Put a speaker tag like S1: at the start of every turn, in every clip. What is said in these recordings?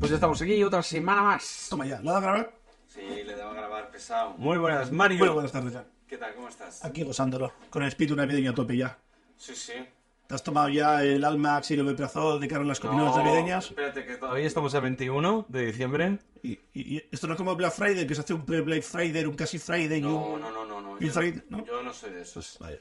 S1: Pues aquí otra semana más.
S2: Toma ya, ¿la da a grabar?
S3: Sí, le debo grabar pesado.
S1: Muy buenas, Mario.
S2: Bueno, buenas tardes ya.
S3: ¿Qué tal? ¿Cómo estás?
S2: Aquí gozándolo, con el espíritu navideño a tope ya.
S3: Sí, sí.
S2: ¿Te has tomado ya el Almax y el Omeprazol de cara a las comidas navideñas?
S3: Espérate que
S1: Hoy
S3: todavía
S1: estamos a 21 de diciembre.
S2: Y, y- y esto no es como Black Friday, que se hace un pre-Black Friday, un casi Friday y
S3: No,
S2: un...
S3: no, no, no, no.
S2: ¿Y
S3: Yo,
S2: Zaid, no?
S3: yo no soy de esos.
S2: Vaya.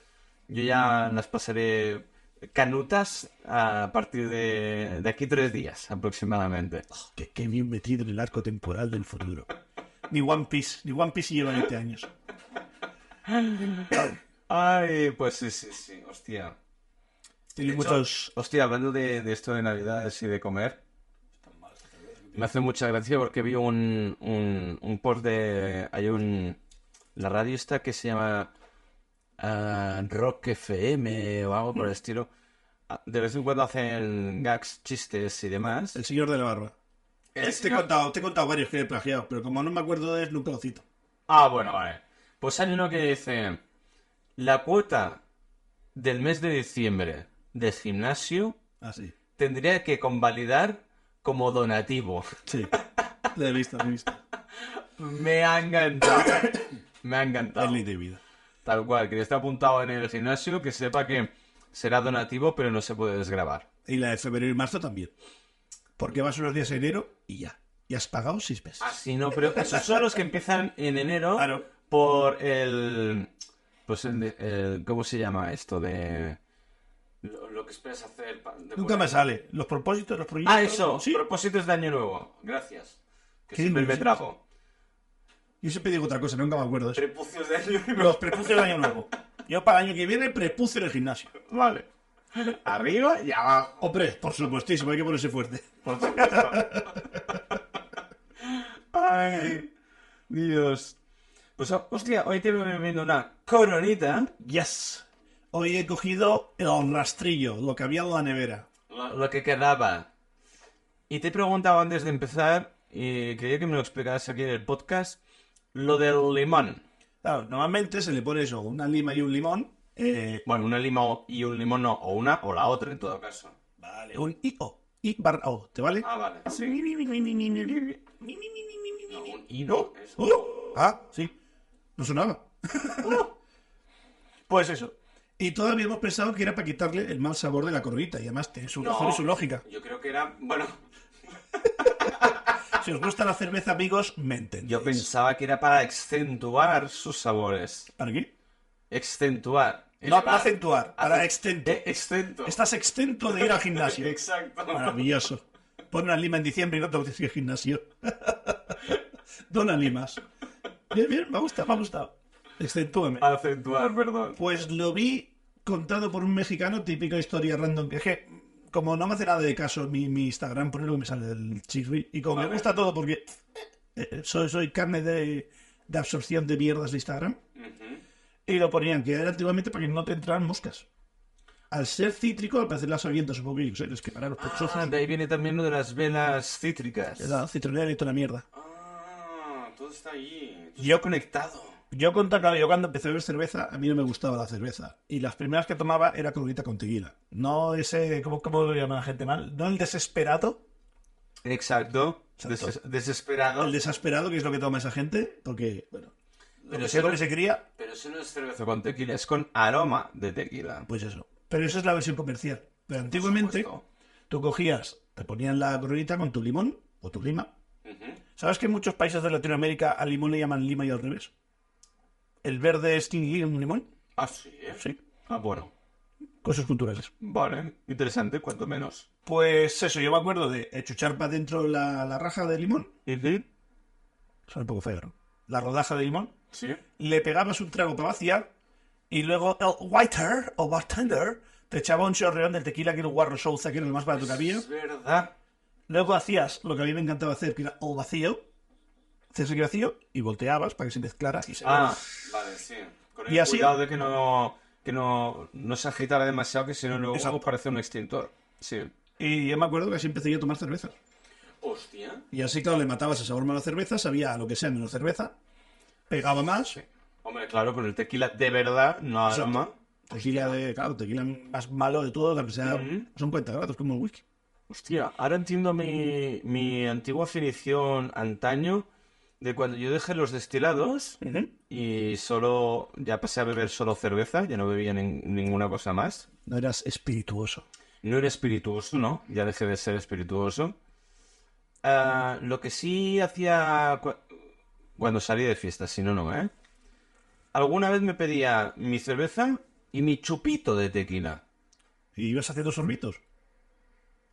S1: Pues Yo ya las pasaré canutas a partir de, de aquí tres días aproximadamente.
S2: Oh, Que, que bien metido en el arco temporal del futuro. Ni One Piece, ni One Piece lleva 20 años.
S1: Ay, pues sí, sí, sí, hostia.
S2: Tiene
S3: hecho,
S2: muchos...
S1: Hostia, hablando de, de esto de Navidades y de comer, me hace mucha gracia porque vi un, un, un post de... Hay un... La radio está que se llama ah, Rock FM o algo por el estilo. Ah, De vez en cuando hacen gags, chistes y demás. Ah,
S2: El señor de la barba. Te he, contado, te he contado varios que he plagiado, pero como no me acuerdo de él, nunca lo cito.
S1: Ah, bueno, vale. Pues hay uno que dice, la cuota del mes de diciembre del gimnasio
S2: Ah, sí.
S1: tendría que convalidar como donativo.
S2: Sí. Le he visto, le he visto.
S1: Me ha encantado. Me ha
S2: Es
S1: encantado.
S2: ley de vida.
S1: Tal cual, que esté apuntado en el gimnasio, que sepa que será donativo, pero no se puede desgrabar.
S2: Y la de febrero y marzo también. Porque vas unos días en enero y ya. Y has pagado seis meses.
S1: Así Ah, no, pero esos son los que empiezan en enero
S2: Claro.
S1: por el... Pues el, el- ¿Cómo se llama esto? De...
S3: Lo, lo que esperas hacer. pa- de
S2: Nunca
S3: poner-
S2: me sale. Los propósitos, los proyectos.
S1: Ah, eso.
S2: Sí.
S1: Propósitos de año nuevo.
S3: Gracias. Que
S2: ¿Qué
S3: sí,
S1: Me,
S2: dices?
S1: me trago.
S2: Yo siempre digo otra cosa, nunca me acuerdo de eso.
S3: Prepucios de año nuevo.
S2: Los prepucios del año nuevo. Yo para el año que viene prepucio en el gimnasio.
S1: Vale. Arriba y abajo.
S2: Hombre, por supuestísimo, hay que ponerse fuerte.
S1: Ay, Dios. Pues, hostia, hoy te voy viendo una coronita.
S2: Yes. Hoy he cogido el rastrillo, lo que había en la nevera.
S3: La-
S1: lo que quedaba. Y te he preguntado antes de empezar, y quería que me lo explicaras aquí en el podcast, lo del limón.
S2: Claro, normalmente se le pone eso, una lima y un limón. eh,
S1: Bueno, una lima y un limón no, o una o la otra en
S3: En todo
S1: todo caso.
S3: caso.
S2: vale, un I O. I barra O, ¿te vale?
S3: Ah, vale. No, un hino. Es...
S2: ¡Oh! ah, sí. No sonaba. pues eso. Y todavía hemos pensado que era para quitarle el mal sabor de la coronita. Y además tiene su razón y su lógica.
S3: Yo creo que era. Bueno,
S2: Si os gusta la cerveza, amigos, me entendéis.
S1: Yo pensaba que era para accentuar sus sabores.
S2: ¿Para qué?
S1: Accentuar.
S2: No,
S1: Elevar.
S2: para acentuar, para
S1: Acen-
S2: extento.
S1: Eh, Extento.
S2: Estás extento de ir al gimnasio.
S3: exacto.
S2: Maravilloso. Pon una lima en diciembre y no te gusta ir al gimnasio. Dona limas. Bien, bien, me gusta, me ha gustado. Extentúame.
S1: Acentuar, perdón.
S2: Pues lo vi contado por un mexicano, típica historia random. que Es que, como no me hace nada de caso mi, mi Instagram, por lo que me sale del chisri. Y como me
S3: Vale.
S2: gusta todo porque eh, eh, soy, soy carne de, de absorción de mierdas de Instagram.
S3: Ujú.
S2: Y lo ponían, que era antiguamente para que no te entraran moscas. Al ser cítrico, al parecer las avientas un poco, yo qué sé, les quemará los pechos.
S1: Ah, de ahí viene también lo de las velas cítricas.
S2: La citronera y toda la mierda.
S3: Ah, todo está allí.
S1: Yo conectado.
S2: Yo conté, claro, yo cuando empecé a beber cerveza, a mí no me gustaba la cerveza. Y las primeras que tomaba era coronita con tequila. No ese, ¿cómo, cómo lo llama la gente mal? No el desesperado.
S1: Exacto.
S2: Exacto.
S1: Des- desesperado.
S2: El desesperado, que es lo que toma esa gente, porque, bueno, lo
S1: Pero
S2: que
S1: si
S2: sea
S1: no-
S2: lo que se cría,
S3: Pero eso no es cerveza.
S1: Pero con tequila, es con aroma de tequila.
S2: pues eso. Pero esa es la versión comercial. Pero antiguamente,
S1: supuesto.
S2: tú cogías, te ponían la coronita con tu limón o tu lima,
S3: Ujú.
S2: ¿Sabes que en muchos países de Latinoamérica al limón le llaman lima y al revés? El verde es li- un limón,
S3: Ah, sí, ¿eh?
S2: sí,
S1: Ah, bueno.
S2: cosas culturales.
S1: Vale, interesante, cuanto menos.
S2: Pues eso, yo me acuerdo de chuchar para dentro la, la raja de limón,
S1: ¿Y sí?
S2: suena un poco feo, ¿no? La rodaja de limón,
S3: Sí.
S2: le pegabas un trago para vaciar y luego el whiter o bartender te echaba un chorreón del tequila que era el guarro souza, que era el más barato que había.
S3: Es verdad.
S1: Ah,
S2: Luego hacías lo que a mí me encantaba hacer, que era el vacío, hacías el vacío y volteabas para que se mezclara y se...
S1: ah,
S3: Vale, sí. Con
S2: Y así-
S1: cuidado de que no, que no, no se agitara demasiado, que si no luego
S2: Exacto.
S1: parece un extintor. Sí.
S2: Y yo me acuerdo que así empecé yo a tomar cervezas.
S3: Hostia.
S2: Y así, claro, le matabas el sabor malo a la cerveza, sabía a lo que sea menos cerveza, pegaba más,
S3: Hombre, claro.
S1: Claro, con el tequila de verdad, no
S2: Exacto.
S1: aroma.
S2: tequila de, claro, tequila más malo de todo, lo que sea,
S1: Ujú.
S2: son 40 grados, como el whisky.
S1: Hostia, ahora entiendo mi, mi antigua afinición antaño de cuando yo dejé los destilados y solo ya pasé a beber solo cerveza, ya no bebía nin- ninguna cosa más.
S2: No eras espirituoso.
S1: No era espirituoso, ¿no? Ya dejé de ser espirituoso. Ah, lo que sí hacía cu- cuando salí de fiesta, si no, no, ¿eh? Alguna vez me pedía mi cerveza y mi chupito de tequila.
S2: Y ibas haciendo sorbitos.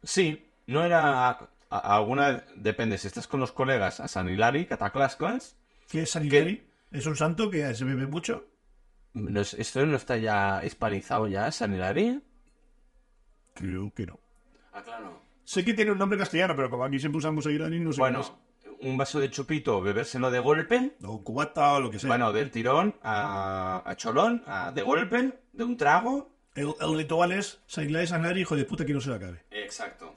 S1: Sí, no era... a- a- alguna... Depende, si estás con los colegas a San Hilari, Cataclasclas...
S2: ¿Qué es San Hilary? ¿Es un santo que se bebe mucho?
S1: no es- ¿Esto no está ya hispanizado ya, San Hilari?
S2: Creo que no.
S3: Ah, claro.
S2: Sé que tiene un nombre castellano, pero como aquí siempre usamos Hilary, no sé
S1: Bueno,
S2: qué es.
S1: un vaso de chupito, bebérselo de golpe...
S2: O cubata o lo que sea.
S1: Bueno, del tirón a, a cholón, a, de golpe, de un trago.
S2: El, el ritual es San Hilary, San Hilary, hijo de puta que no se la acabe.
S3: Exacto.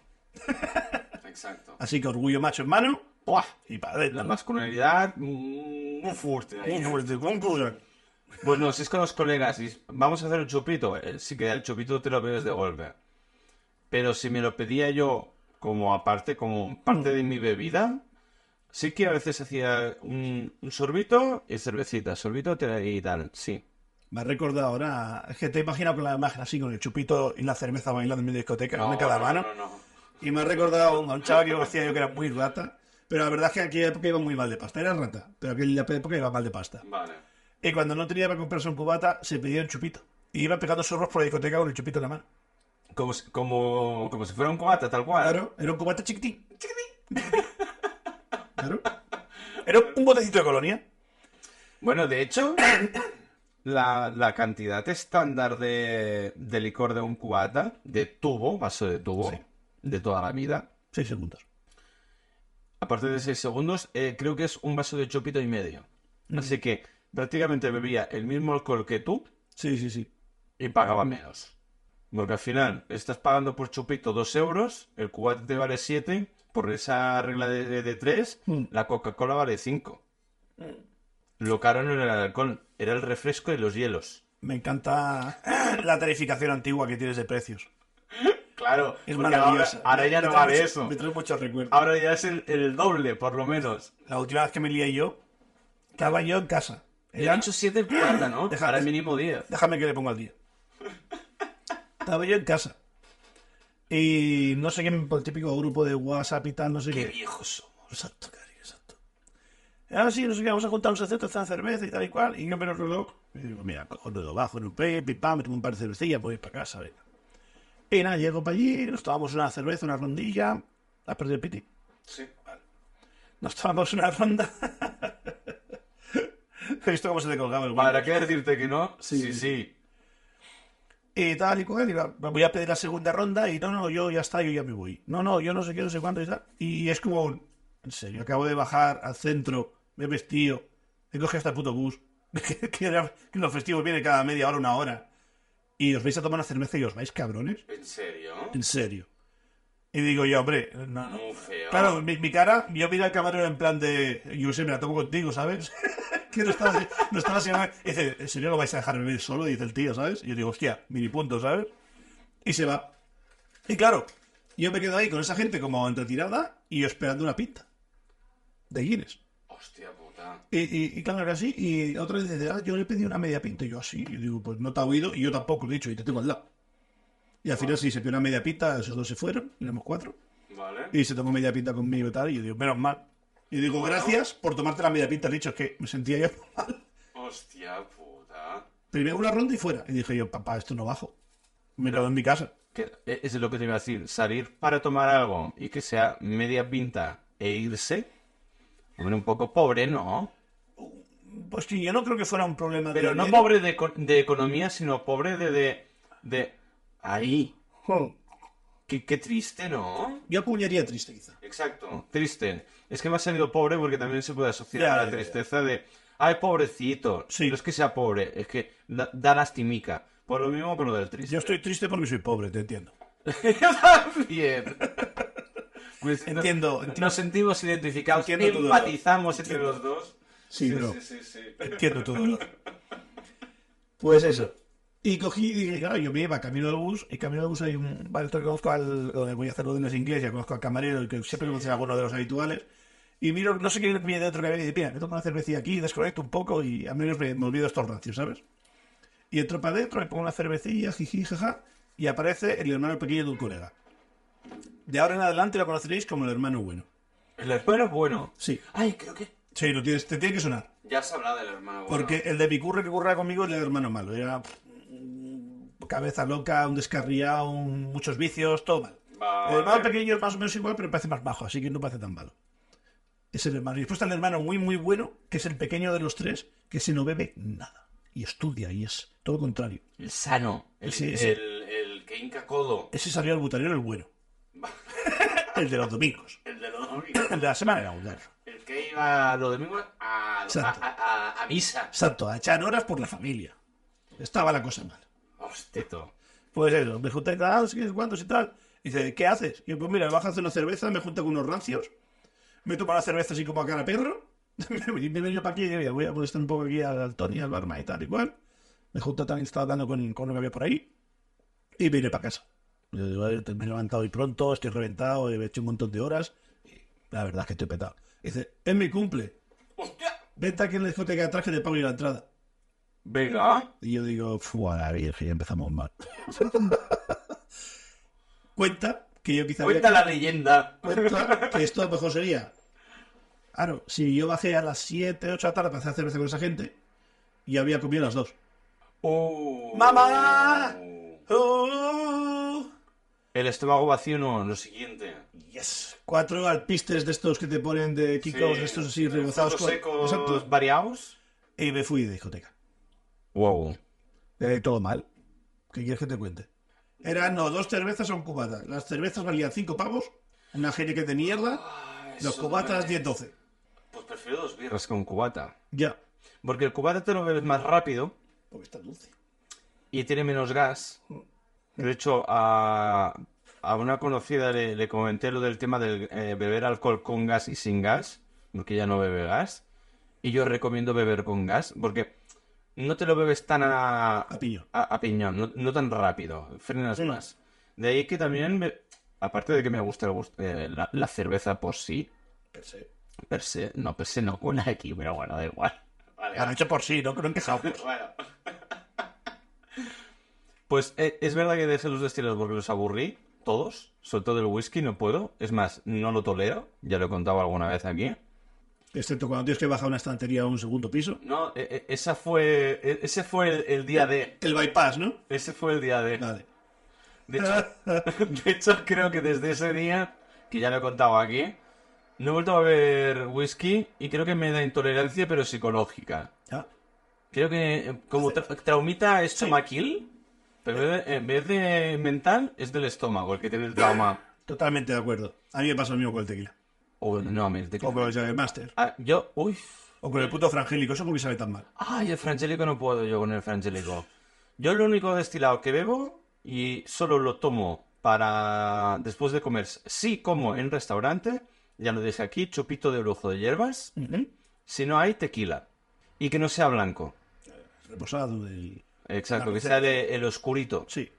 S3: Exacto.
S2: Así que orgullo macho en mano
S1: ¡Buah!
S2: y para adentro.
S1: La masculinidad mm, muy fuerte.
S2: Muy fuerte, con cosas.
S1: Pues no, si es con los colegas, y es, vamos a hacer un chupito. eh, Sí que el chupito te lo bebes de golpe. Pero si me lo pedía yo como aparte, como parte de mi bebida, sí que a veces hacía un, un sorbito y cervecita, sorbito te- y tal, sí.
S2: Me ha recordado ahora, es que te he imaginado con la imagen así, con el chupito y la cerveza bailando en mi discoteca, una en cada
S3: no,
S2: mano.
S3: No, no, no.
S2: Y me ha recordado a un chaval que conocía yo que era muy rata. Pero la verdad es que en aquella época iba muy mal de pasta. Era rata, pero en aquella época iba mal de pasta.
S3: Vale.
S2: Y cuando no tenía para comprarse un cubata, se pedía un chupito. Y iba pegando sorros por la discoteca con el chupito en la mano.
S1: Como, si- como, como si fuera un cubata, tal cual.
S2: Claro, era un cubata chiquitín. Claro. Era un botecito de colonia.
S1: Bueno, de hecho, la, la cantidad estándar de, de licor de un cubata, de tubo, vaso de tubo,
S2: Sí.
S1: de toda la vida,
S2: Seis segundos.
S1: aparte de 6 segundos, eh, creo que es un vaso de chupito y medio.
S2: Mm.
S1: Así que prácticamente bebía el mismo alcohol que tú
S2: Sí, sí, sí.
S1: y pagaba menos. Porque al final estás pagando por chupito 2 euros, el cubata te vale 7, por esa regla de, de 3,
S2: Mm.
S1: la Coca-Cola vale 5. Mm. Lo caro no era el alcohol, era el refresco y los hielos.
S2: Me encanta la tarificación antigua que tienes de precios.
S1: Claro,
S2: Es
S1: porque
S2: maravillosa.
S1: Ahora, ahora ya
S2: Me
S1: no
S2: trae
S1: vale
S2: mucho-
S1: eso.
S2: Me trae muchos recuerdos.
S1: Ahora ya es el, el doble, por lo menos.
S2: La última vez que me lié yo, estaba yo en casa.
S1: Era
S2: Era-
S1: 8, 7, 40, ¿no?
S2: Deja-
S1: Ahora mínimo 10.
S2: Déjame que le ponga al día. Estaba yo en casa. Y no sé quién, por el típico grupo de WhatsApp y tal, no sé qué. Oh,
S1: viejos somos.
S2: Exacto, cariño, exacto. Ah, sí, no sé qué, vamos a juntar un seceto, esta cerveza y tal y cual. Y yo me lo reloj. Y digo, mira, cojo el dedo bajo en un pe, pim, pam, me tomo un par de cervecillas, voy para casa, venga. Y nada, llego para allí, nos tomamos una cerveza, una rondilla. ¿Has perdido el piti?
S3: Sí. Vale.
S2: Nos tomamos una ronda. He visto cómo se te colgaba el guante.
S1: Para qué decirte que no, sí, sí.
S2: Y tal y cual, y va- voy a pedir la segunda ronda y no, no, yo ya está, yo ya me voy. No, no, yo no sé qué, no sé cuánto y tal. Y es como un, en serio, acabo de bajar al centro, me he vestido, he cogido hasta el puto bus, que, que era- que los festivos vienen cada media hora, una hora. Y os vais a tomar una cerveza y os vais, cabrones.
S3: ¿En serio?
S2: En serio. Y digo yo, hombre, no, no.
S3: Muy feo.
S2: Claro, mi, mi cara, yo miro al camarero en plan de, yo sé, me la tomo contigo, ¿sabes? que no estaba, no estaba así, nada. Y dice, ¿en serio lo vais a dejar venir solo? Dice el tío, ¿sabes? Y yo digo, hostia, mini punto, ¿sabes? Y se va. Y claro, yo me quedo ahí con esa gente como entretirada y yo esperando una pinta. De Guinness.
S3: Hostia puta.
S2: Y, y, y claro, era así. Y otra vez dice, ah, yo le pedí una media pinta. Y yo así. Y digo, pues no te ha oído. Y yo tampoco, de hecho, y te tengo al lado. Y al final sí, se pidió una media pinta, esos dos se fueron, éramos cuatro.
S3: Vale.
S2: Y se tomó media pinta conmigo y tal. Y yo digo, menos mal. Y digo, gracias por tomarte la media pinta. Le he dicho, es que me sentía yo mal.
S3: Hostia puta.
S2: Primero una ronda y fuera. Y dije yo, papá, esto no bajo. Me quedo en mi casa.
S1: Que- eh, es lo que te iba a decir. Salir para tomar algo y que sea media pinta e irse. Hombre, un poco pobre, ¿no?
S2: Pues sí, yo no creo que fuera un problema
S1: Pero
S2: de
S1: no
S2: dinero.
S1: pobre de, eco- de economía, sino pobre de... de, de- Ahí.
S2: Jo,
S1: Qué, qué triste, ¿no?
S2: Yo apuñaría triste, quizá.
S3: Exacto.
S1: Triste. Es que me ha salido pobre porque también se puede asociar
S2: Ya,
S1: a
S2: ya,
S1: la
S2: ya.
S1: tristeza de, ay, pobrecito.
S2: Sí.
S1: No es que sea pobre, es que da, da lastimica. Por lo mismo con lo del triste.
S2: Yo estoy triste porque soy pobre, te entiendo.
S1: Bien. Pues no-
S2: Entiendo, entiendo.
S1: Nos sentimos identificados,
S2: Entiendo tu dolor.
S1: empatizamos entre
S3: Entre los
S1: los dos.
S3: dos.
S2: Sí,
S3: Sí,
S2: bro.
S3: sí, sí, sí.
S2: Entiendo tu dolor. Pues eso. Y cogí y dije, claro, yo me iba camino del bus, y camino del bus hay un bar que conozco al, donde voy a hacer los dineros inglés, ya conozco al camarero, y que siempre conoce a alguno de los habituales. Y miro, no sé qué viene dentro que había, y dice, mira, me tomo una cervecilla aquí, desconecto un poco y al menos me, me olvido estos rancios, ¿sabes? Y entro para adentro, me pongo una cervecilla, jiji, jaja, y aparece el hermano pequeño de un colega. De ahora en adelante lo conoceréis como el hermano bueno.
S1: El hermano es bueno.
S2: Sí,
S1: Ay, creo que.
S2: sí, lo tienes, te tiene que sonar.
S3: Ya se habla del hermano bueno.
S2: Porque el de Bicurre que curraba conmigo era el hermano malo. Era pff, mm, cabeza loca, un descarriado, un- muchos vicios, todo mal.
S3: Vale.
S2: El hermano pequeño es más o menos igual, pero parece más bajo, así que no parece tan malo. Es el hermano. Y después está el hermano muy, muy bueno, que es el pequeño de los tres, que se no bebe nada. Y estudia, y es todo lo contrario.
S1: El sano.
S3: El,
S2: sí,
S3: el,
S2: sí.
S3: el que hinca codo.
S2: Ese salió al butanero el bueno. El de los domingos.
S3: El de los
S2: El de la semana era un garro.
S3: El que iba los domingos a, a,
S2: Exacto.
S3: a- a- a misa.
S2: Exacto, a echar horas por la familia. Estaba la cosa mal.
S3: Hostia.
S2: Pues eso, me junté tal, no sé qué, cuántos y tal. Y dice, ¿qué haces? Y yo, pues mira, me bajo a hacer una cerveza, me junto con unos rancios, me tomo la cerveza así como a cara a perro, y me vengo para aquí y digo, "Mira, voy a molestar un poco aquí al, al Tony, al barma y tal y cual. Me junto también, estaba hablando con, con lo que había por ahí, y me iré para casa. Yo digo, "Vale, te- me he levantado hoy pronto, estoy reventado, he hecho un montón de horas, y la verdad es que estoy petado. Y dice, es mi cumple,
S3: Hostia.
S2: vente aquí en la discoteca de atrás que te pago yo la entrada.
S1: Venga.
S2: Y yo digo, fua, la virgen, ya empezamos mal. Cuenta que yo quizá...
S3: Cuenta la leyenda.
S2: Pues, Cuenta que esto a lo mejor sería... Claro, si yo bajé a las 7, 8 de la tarde para hacer cerveza con esa gente, y había comido a las 2.
S3: Oh.
S2: ¡Mamá! ¡Oh!
S1: El estómago vacío no. no
S3: Lo
S1: sé.
S3: siguiente.
S2: Yes. Cuatro alpistes de estos que te ponen de Kikos,
S3: Sí,
S2: de estos así
S3: de
S2: rebozados
S3: frutos secos.
S2: Exacto.
S1: ¿Variados?
S2: Y me fui de discoteca.
S1: Wow.
S2: Eh, todo mal. ¿Qué quieres que te cuente? Eran no, dos cervezas o un cubata. Las cervezas valían 5 pavos, una que de mierda,
S3: Ah,
S2: los
S3: eso
S2: cubatas
S3: duele.
S2: 10-12.
S3: Pues prefiero dos birras.
S1: Es que un cubata.
S2: Ya.
S1: Porque el cubata te lo bebes más rápido
S2: Porque está dulce.
S1: y tiene menos gas. De hecho, a, a una conocida le, le comenté lo del tema del eh, beber alcohol con gas y sin gas, porque ella no bebe gas. Y yo recomiendo beber con gas, porque no te lo bebes tan a,
S2: A piñón.
S1: a, a piñón, no, no tan rápido, frenas
S2: Sí.
S1: más. De ahí que también, me- aparte de que me gusta el gust- eh, la, la cerveza por sí,
S2: Per se.
S1: per se, no, per se no, una aquí, pero bueno, da igual.
S3: Vale.
S2: Han hecho por sí, no creo que
S3: Bueno.
S1: Pues eh, es verdad que dejé los destilados porque los aburrí, todos, sobre todo el whisky, no puedo. Es más, no lo tolero, ya lo he contado alguna vez aquí.
S2: Excepto cuando tienes que bajar una estantería a un segundo piso.
S1: No, e- e- esa fue, e- ese fue el, el día de...
S2: El bypass, ¿no?
S1: Ese fue el día de...
S2: Vale.
S1: De hecho, de hecho, creo que desde ese día, que ya lo he contado aquí, no he vuelto a ver whisky y creo que me da intolerancia, pero psicológica.
S2: Ah,
S1: Creo que eh, como tra- traumita es stomaquil, pero en vez de- en vez de mental es del estómago el que tiene el trauma.
S2: totalmente de acuerdo. A mí me pasa lo mismo con el tequila.
S1: O no, me- de-
S2: O con el Jagger Master.
S1: Ah, yo, uy.
S2: O con el puto frangélico. Eso porque sabe tan mal.
S1: Ay, el frangélico no puedo yo con el frangélico. Yo lo único destilado que bebo y solo lo tomo para después de comer. Sí como en restaurante, ya lo dije aquí, chupito de brujo de hierbas. Si no hay, tequila. Y que no sea blanco.
S2: Reposado del...
S1: Exacto, que
S2: La receta.
S1: sea de- el oscurito.
S2: Sí.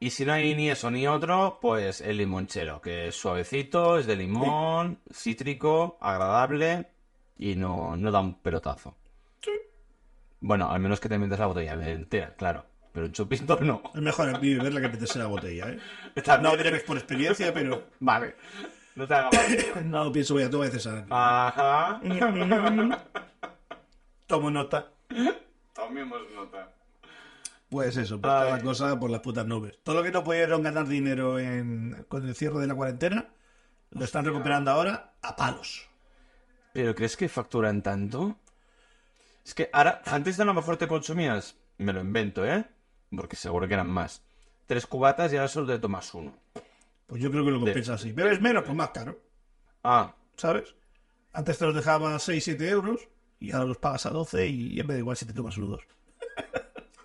S1: Y si no hay ni eso ni otro, pues el limonchero, que es suavecito, es de limón, cítrico, agradable y no, no da un pelotazo. Bueno, al menos que te metas la botella entera, claro. Pero un chupito no.
S2: Es mejor a mí beber la que meterse en la botella, ¿eh?
S1: También-
S2: No diré que es por experiencia, pero...
S1: Vale. No te hagas mal.
S2: No pienso, voy a tomar veces a...
S1: Ajá.
S2: Tomo nota.
S3: Tomemos nota.
S2: Pues eso, pues
S1: Ay.
S2: toda la cosa por las putas nubes. Todo lo que no pudieron ganar dinero en, con el cierre de la cuarentena, lo están recuperando ahora a palos.
S1: ¿Pero crees que facturan tanto? Es que ahora, antes a lo mejor te consumías, me lo invento, ¿eh? Porque seguro que eran más. Tres cubatas y ahora solo te tomas uno.
S2: Pues yo creo que lo compensa así. Bebes menos, pues más caro,
S1: Ah,
S2: ¿sabes? Antes te los dejaba a 6, 7 euros y ahora los pagas a 12 y ya me da igual si te tomas uno o dos.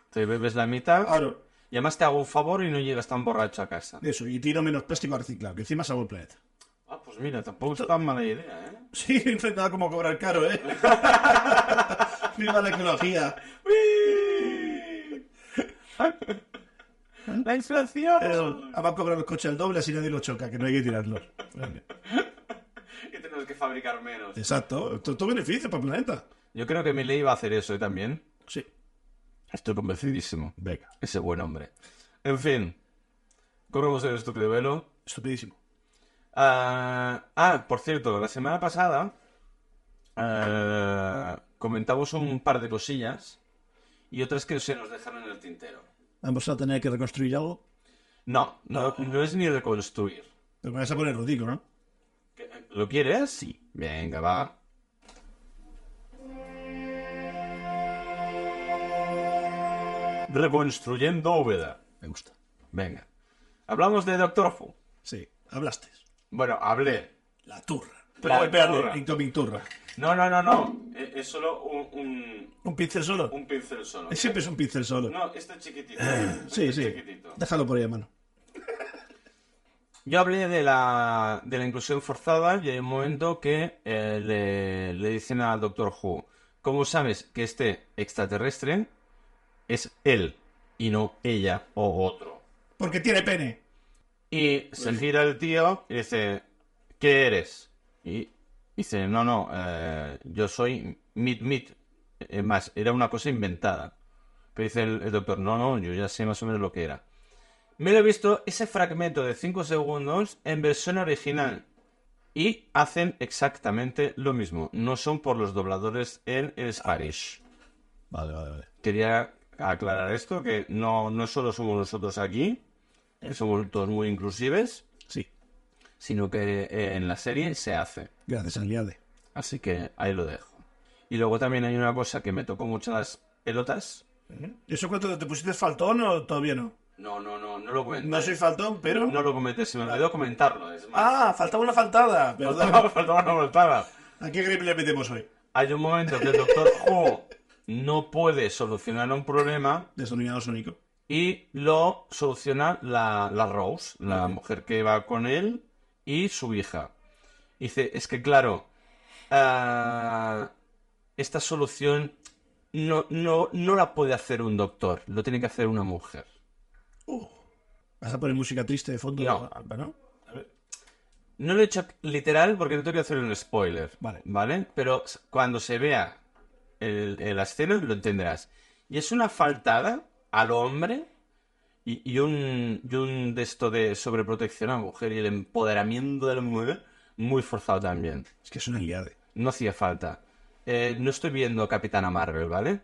S1: te bebes la mitad.
S2: Ahora,
S1: Y además te hago un favor y no llegas tan borracho a casa.
S2: eso, y tiro menos plástico a reciclar, que encima salvo el planeta.
S3: Ah, pues mira, tampoco.
S1: Tampoco es tan mala idea, ¿eh?
S2: Sí, no hay nada como cobrar caro, ¿eh? Viva la ecología.
S1: La inflación.
S2: Pero va a cobrar los coches al doble así nadie lo choca, que no hay que tirarlos.
S3: Y tenemos que fabricar menos.
S2: Exacto. Esto esto es beneficio para el planeta.
S1: Yo creo que mi ley va a hacer eso ¿eh? también.
S2: Sí.
S1: Estoy convencidísimo.
S2: Venga.
S1: Ese buen hombre. En fin. Corremos el estúpido velo.
S2: Estupidísimo.
S1: Ah, ah, por cierto, la semana pasada ah, comentamos un par de cosillas y otras que se nos...
S3: Nos dejaron en el tintero.
S2: Vamos a tener que reconstruir algo.
S1: No, no, no es ni reconstruir.
S2: Pero me vas a poner ridículo, ¿no?
S1: ¿Lo quieres? Sí. Venga, va. Reconstruyendo Úbeda.
S2: Me gusta.
S1: Venga. Hablamos de Doctor Who.
S2: Sí. Hablaste.
S1: Bueno, hablé.
S2: La turra.
S3: Pero,
S2: Ah, espérate,
S3: turra.
S2: Incoming turra.
S1: No, no, no, no. E,
S3: Eh, Es solo un, un,
S2: ¿Un pincel solo?
S3: un pincel solo.
S2: Eh, Siempre es un pincel solo.
S3: No, este chiquitito.
S2: sí,
S3: Este
S2: sí.
S3: Chiquitito.
S2: Déjalo por ahí, hermano.
S1: Yo hablé de la, de la inclusión forzada y hay un momento que eh, le, le dicen al Doctor Who, ¿cómo sabes que este extraterrestre es él y no ella o otro?
S2: Porque tiene pene.
S1: Y se gira el tío y dice, ¿qué eres? Y dice, no, no, eh, yo soy Mit Mit. Es más, era una cosa inventada. Pero dice el, el doctor, no, no, yo ya sé más o menos lo que era. Me lo he visto ese fragmento de 5 segundos en versión original. Y hacen exactamente lo mismo. No son por los dobladores en el Spanish.
S2: Vale, vale, vale.
S1: Quería aclarar esto, que no, no solo somos nosotros aquí, que somos todos muy inclusives,
S2: Sí.
S1: sino que eh, en la serie se hace.
S2: Gracias, Aliade.
S1: Así que ahí lo dejo. Y luego también hay una cosa que me tocó mucho las pelotas.
S2: ¿Eso cuánto te pusiste faltón o todavía no?
S3: No, no, no, no lo cuento.
S2: No soy faltón, pero.
S1: No lo comenté, se me olvidó comentarlo. Es más,
S2: Ah, faltaba una faltada. ¿verdad?
S1: faltaba una portada.
S2: ¿A qué grip le metemos hoy?
S1: Hay un momento que el doctor Who no puede solucionar un problema
S2: Desdominado sónico.
S1: y lo soluciona la, la Rose, la mujer que va con él y su hija. Y dice, es que claro, ah, esta solución no, no, no la puede hacer un doctor, lo tiene que hacer una mujer.
S2: ¿Vas a poner música triste de fondo?
S1: No.
S2: Ah, ¿no?
S1: No lo he hecho literal porque no te quiero hacer un spoiler.
S2: Vale.
S1: Pero s- cuando se vea el, el escena lo entenderás. Y es una faltada al hombre y, y un, y un de esto de sobreprotección a la mujer y el empoderamiento de la mujer muy forzado también.
S2: Es que es una Aliade.
S1: No hacía falta. Eh, no estoy viendo Capitana Marvel, ¿vale?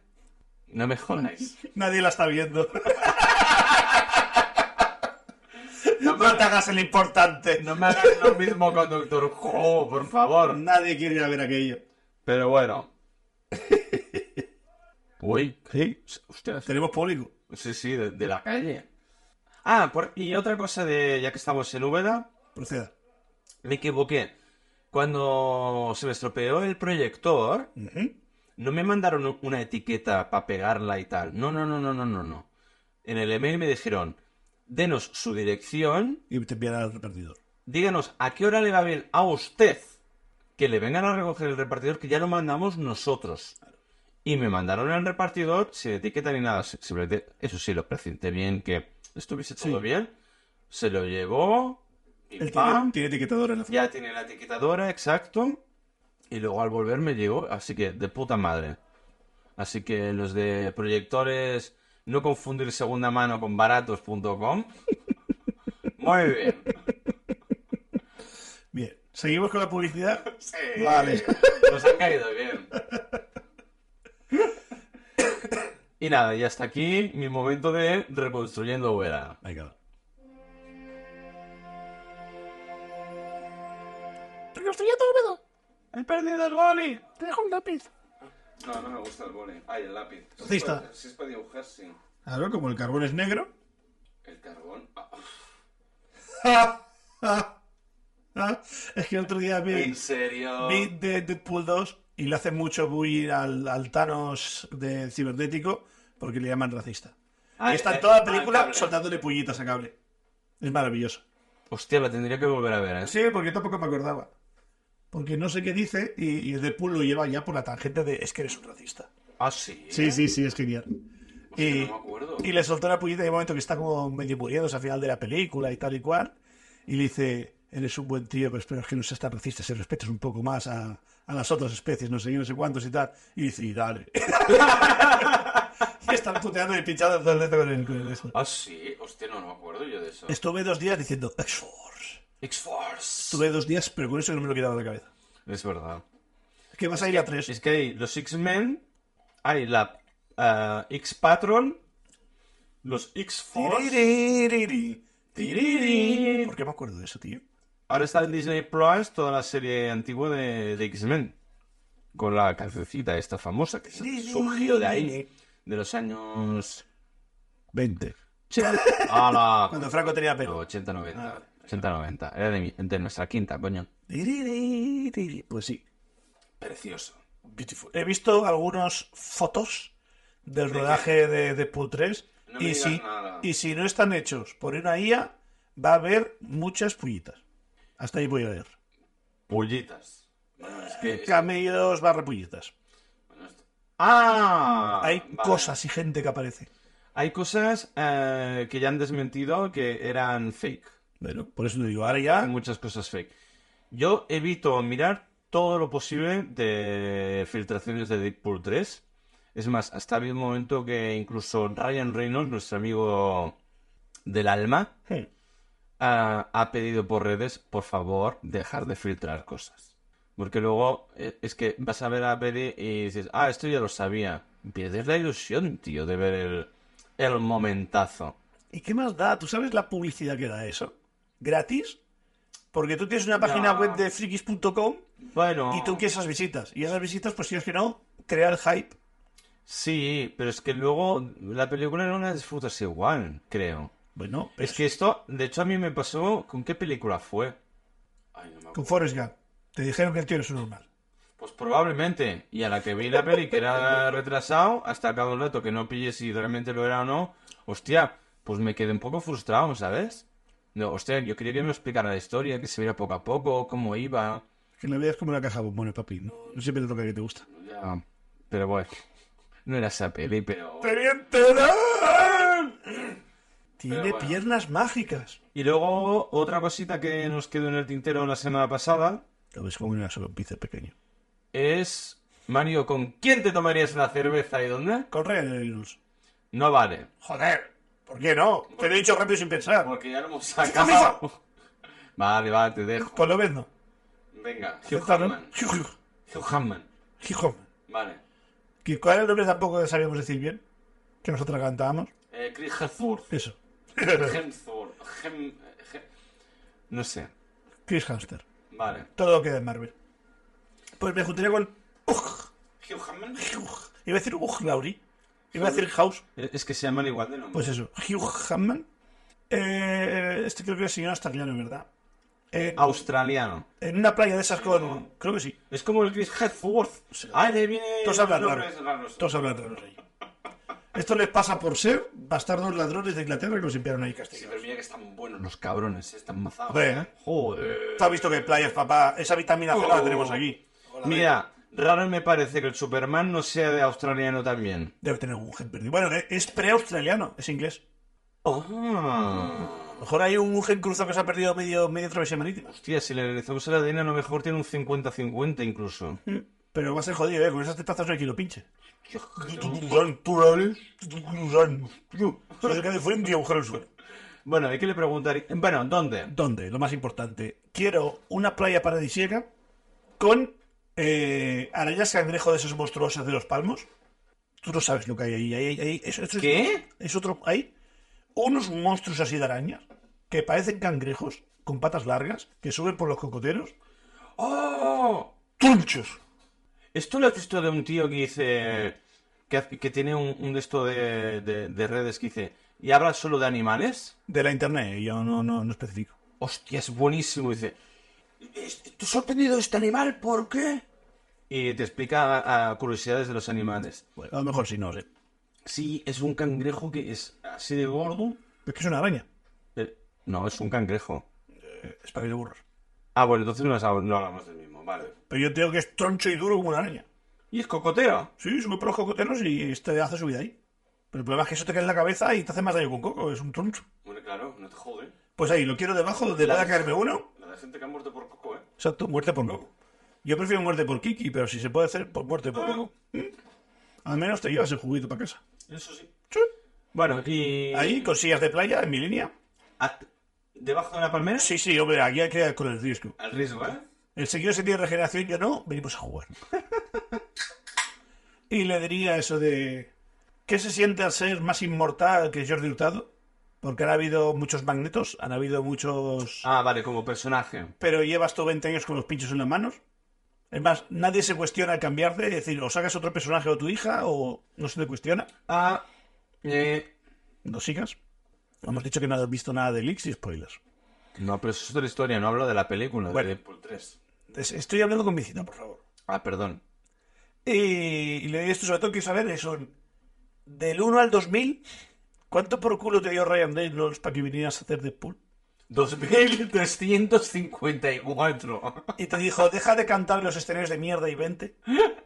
S1: No me jodáis.
S2: Nadie la está viendo. No te hagas el importante.
S1: No me hagas lo mismo con Doctor Who, por favor.
S2: Nadie quiere ir a ver aquello.
S1: Pero bueno. Uy.
S2: Sí.
S1: Hostias.
S2: Tenemos público.
S1: Sí, sí, de, de la calle. Ah, por- y otra cosa de, ya que estamos en Úbeda,
S2: Proceda.
S1: me equivoqué. Cuando se me estropeó el proyector,
S2: Ujú.
S1: no me mandaron u- una etiqueta para pegarla y tal. No, no, no, no, no, no, no. En el email me dijeron, denos su dirección,
S2: Y te enviará al repartidor.
S1: díganos a qué hora le va bien a usted que le vengan a recoger el repartidor, que ya lo mandamos nosotros. Y me mandaron el repartidor sin etiqueta ni nada. si- Simplemente, eso sí, lo presenté bien, que estuviese todo bien. Se lo llevó. pim,
S2: Él tiene,
S1: pam,
S2: tiene etiquetador en la
S1: ya tiene la etiquetadora, exacto. Y luego al volver me llegó, así que de puta madre. Así que los de proyectores, no confundir segunda mano con baratos.com. Muy bien.
S2: Bien. ¿Seguimos con la publicidad?
S3: Sí.
S2: Vale.
S3: Nos han caído bien.
S1: Y nada, y hasta aquí mi momento de reconstruyendo Vera.
S2: Venga, va.
S1: ¡He perdido el boli!
S3: No, no me gusta el boli. Ay, el lápiz.
S2: Ahí está.
S3: Si es para dibujar, sí.
S2: Claro, como el carbón es negro.
S3: El carbón. Ah, uf.
S2: Ah, ah, ah. Es que el otro día vi,
S3: ¿En serio?
S2: vi de Deadpool 2 y le hace mucho bullying al, al Thanos de Cibernético porque le llaman racista.
S1: Ah,
S2: y está
S1: eh,
S2: toda la
S3: ah,
S2: película
S3: cable.
S2: soltándole pullitas a cable. Es maravilloso.
S1: Hostia, la tendría que volver a ver, ¿eh?
S2: Sí, porque yo tampoco me acordaba. Porque no sé qué dice y, y el Deadpool lo lleva ya por la tangente de es que eres un racista.
S1: Ah, sí.
S2: sí, sí, es genial. Y,
S3: no me acuerdo.
S2: y le soltó una puñeta en el momento que está como medio muriéndose al final de la película y tal y cual. Y le dice, eres un buen tío, pero espero que no seas tan racista, si respetas un poco más a, a las otras especies, no sé qué, no sé cuántos y tal. Y dice, y dale. y están puteando y pinchando todo el dedo con el, con el esto.
S3: Ah, sí. Hostia, no, no me acuerdo yo de eso.
S2: Estuve dos días diciendo, X-Force.
S3: X-Force.
S2: Estuve dos días, pero con eso no me lo he quitado de la cabeza.
S1: Es verdad.
S2: Es que vas a ir a tres.
S1: Es que hay los X-Men, hay la ah, X-Patron, los X-Force.
S2: Tiririri, tiririri.
S1: Tiriri.
S2: ¿Por qué me acuerdo de eso, tío?
S1: Ahora está en Disney Plus toda la serie antigua de, de X-Men. Con la cancioncita esta famosa que
S2: Sí, sí,
S1: surgió de
S2: sí.
S1: ahí. De los años...
S2: 20.
S1: ¡Hala!
S2: Cuando Franco tenía pelo. Ah.
S1: 80-90. 80-90. Era de, mi- de nuestra quinta, coño.
S2: Tiririri, tiri. Pues sí.
S3: Precioso.
S2: Beautiful. He visto algunas fotos del rodaje de Deadpool 3
S3: No me
S2: y,
S3: digas
S2: si,
S3: nada.
S2: y si no están hechos por una IA, va a haber muchas pullitas. Hasta ahí voy a ver.
S1: Pullitas.
S3: Bueno, es que...
S2: Camellos barra pullitas.
S3: bueno, esto-
S1: ¡Ah!
S2: Hay
S3: vale.
S2: cosas y gente que aparece.
S1: Hay cosas eh, que ya han desmentido que eran fake.
S2: Bueno, por eso te digo, ahora
S1: Hay
S2: ya.
S1: muchas cosas fake. Yo evito mirar todo lo posible de filtraciones de Deadpool 3. Es más, hasta había un momento que incluso Ryan Reynolds, nuestro amigo del alma,
S2: Hmm.
S1: ha, ha pedido por redes, por favor, dejar de filtrar cosas. Porque luego eh, es que vas a ver a peli y dices, ah, esto ya lo sabía. Pierdes la ilusión, tío, de ver el, el momentazo.
S2: ¿Y qué más da? ¿Tú sabes la publicidad que da eso? ¿Gratis? Porque tú tienes una página
S3: No.
S2: web de frikis.com
S1: Bueno,
S2: y tú quieres esas visitas. Y esas visitas, pues si es que no, crear hype.
S1: sí, pero es que luego la película no la disfrutas igual, creo.
S2: Bueno,
S1: Es que esto, de hecho, a mí me pasó con qué película fue.
S3: Ay, no me acuerdo.
S2: Con Forrest Gump. Te dijeron que el tío es un normal.
S1: Pues probablemente. Y a la que vi la peli que era retrasado, hasta cada un rato que no pillé si realmente lo era o no, hostia, pues me quedé un poco frustrado, ¿sabes? No, hostia, yo quería que me explicara la historia, que se viera poco a poco, cómo iba.
S2: Que la vida es como una caja de bombones, papi. No, no siempre te toca que te gusta.
S1: Ah, pero bueno, no era esa peli, pero...
S2: ¡Te voy a enterar! Tiene
S3: Pero bueno.
S2: piernas mágicas.
S1: Y luego, otra cosita que nos quedó en el tintero la semana pasada
S2: Lo ves como una solo un pizza pequeño.
S1: es... Mario, ¿con quién te tomarías una cerveza y dónde?
S2: Con Ryan Reynolds.
S1: No vale.
S2: Joder, ¿por qué no? Te lo he dicho rápido sin pensar.
S3: Porque ya lo hemos
S2: ¡Camisa!
S3: sacado.
S1: Vale, vale, te dejo.
S2: Con lo ves, no.
S3: Venga, Hugh
S2: Aceptarlo.
S3: Jackman.
S2: Hugh-
S1: Hugh Jackman.
S2: Hugh Jackman.
S3: Vale.
S2: Que cuál era el nombre tampoco sabíamos decir bien. Que nosotros cantábamos.
S3: Eh, Chris Hemsworth.
S2: Eso.
S3: Hemsworth. Hem- eh, Hem-
S1: No sé.
S2: Chris Hamster.
S3: Vale.
S2: Todo queda en Marvel. Pues me juntaría con. Ugh.
S3: Hugh Jackman.
S2: Hugh. Iba a decir Ugh, Lauri. Iba a decir House.
S1: Eh, Es que se llaman igual de nombre.
S2: Pues eso, Hugh Hammond. Eh, este creo que es señor australiano, ¿verdad? Eh,
S1: australiano.
S2: en una playa de esas con. Creo que sí.
S1: Es como el Chris Hemsworth. Ah, le viene.
S2: Todos hablan
S3: Nombres
S2: raro.
S3: raros.
S2: Todos hablan raro ahí. Esto les pasa por ser bastardos ladrones de Inglaterra que los enviaron ahí
S3: Sí,
S2: castigados.
S3: pero mira que están buenos los
S1: Los cabrones.
S3: c- están mazados.
S2: Hombre, ¿eh?
S1: Joder.
S2: ¿Tú has visto que playas, papá? Esa vitamina C la
S3: Oh.
S2: tenemos aquí.
S1: Mira, raro me parece que el Superman no sea de australiano también.
S2: Debe tener un gen perdido. Bueno, que es pre-australiano, es inglés.
S1: Ah.
S2: A lo mejor hay un gen cruzado que se ha perdido medio, media travesía marítima.
S1: Hostia, si le analizamos el ADN, a lo mejor tiene un 50-50 incluso.
S2: Pero va a ser jodido, ¿eh? Con esas tetazas no hay quien lo pinche.
S1: Bueno, hay que le preguntar. Bueno, ¿dónde?
S2: ¿Dónde? Lo más importante. Quiero una playa paradisíaca con eh, arañas cangrejo de esos monstruosos de los palmos. Tú no sabes lo que hay ahí. ahí, ahí, ahí. Eso- eso es-
S1: ¿Qué?
S2: Es otro. Hay unos monstruos así de arañas que parecen cangrejos con patas largas que suben por los cocoteros.
S1: ¡Oh!
S2: ¡Tronchos!
S1: Esto lo has visto de un tío que dice. que, hace- que tiene un, un de esto de, de- de redes que dice. ¿Y habla solo de animales?
S2: De la internet, yo no, no, no especifico.
S1: Hostia, es buenísimo. Dice, ¿tú sorprendido este animal? ¿Por qué? Y te explica a, a curiosidades de los animales.
S2: Bueno, a lo mejor sí, no sé.
S1: Sí, es un cangrejo que es así de gordo.
S2: Es que es una araña. Eh,
S1: Eh, no, es un cangrejo.
S2: Es para que te burros.
S1: Ah, bueno, entonces no, es hab- no
S3: No
S1: hablamos.
S3: hablamos del mismo, vale.
S2: Pero yo tengo que es troncho y duro como una araña.
S1: ¿Y es cocotero?
S2: Sí, sube por los cocoteros y te este hace subida ahí. Pero el problema es que eso te cae en la cabeza y te hace más daño con coco, es un troncho.
S3: Bueno, claro, no te jode.
S2: Pues ahí, lo quiero debajo donde pueda caerme uno.
S3: La de gente que ha muerto por coco, ¿eh?
S2: Exacto, muerte por coco. Yo prefiero muerte por Kiki, pero si se puede hacer, pues muerte por coco. ¿Mm? Al menos te llevas el juguito para casa.
S3: Eso sí.
S2: Sí.
S1: Bueno, y...
S2: Ahí, con sillas de playa, en mi línea.
S1: At- ¿Debajo de la palmera?
S2: Sí, sí, hombre, aquí hay que ir con el riesgo.
S3: Al riesgo, ¿eh?
S2: El señor se tiene regeneración, yo no, venimos a jugar. y le diría eso de. ¿Qué se siente al ser más inmortal que Jordi Hurtado? Porque han habido muchos magnetos, han habido muchos.
S1: Ah, vale, como personaje.
S2: Pero llevas tú 20 años con los pinchos en las manos. Es más, nadie se cuestiona cambiarte, es decir, o sacas otro personaje o tu hija, o no se te cuestiona,
S1: Ah, eh...
S2: no sigas. Hemos dicho que no has visto nada de leaks y spoilers.
S1: No, pero eso es otra historia, no hablo de la película.
S2: Bueno.
S1: de-
S3: Por tres.
S2: Es- Estoy hablando con mi cita, por favor.
S1: Ah, perdón.
S2: Y, y le di esto, sobre todo quiero saber, es un- del 1 al 2000, ¿cuánto por culo te dio Ryan Reynolds para que vinieras a hacer Deadpool?
S1: 2354.
S2: Y te dijo, deja de cantar los escenarios de mierda y vente.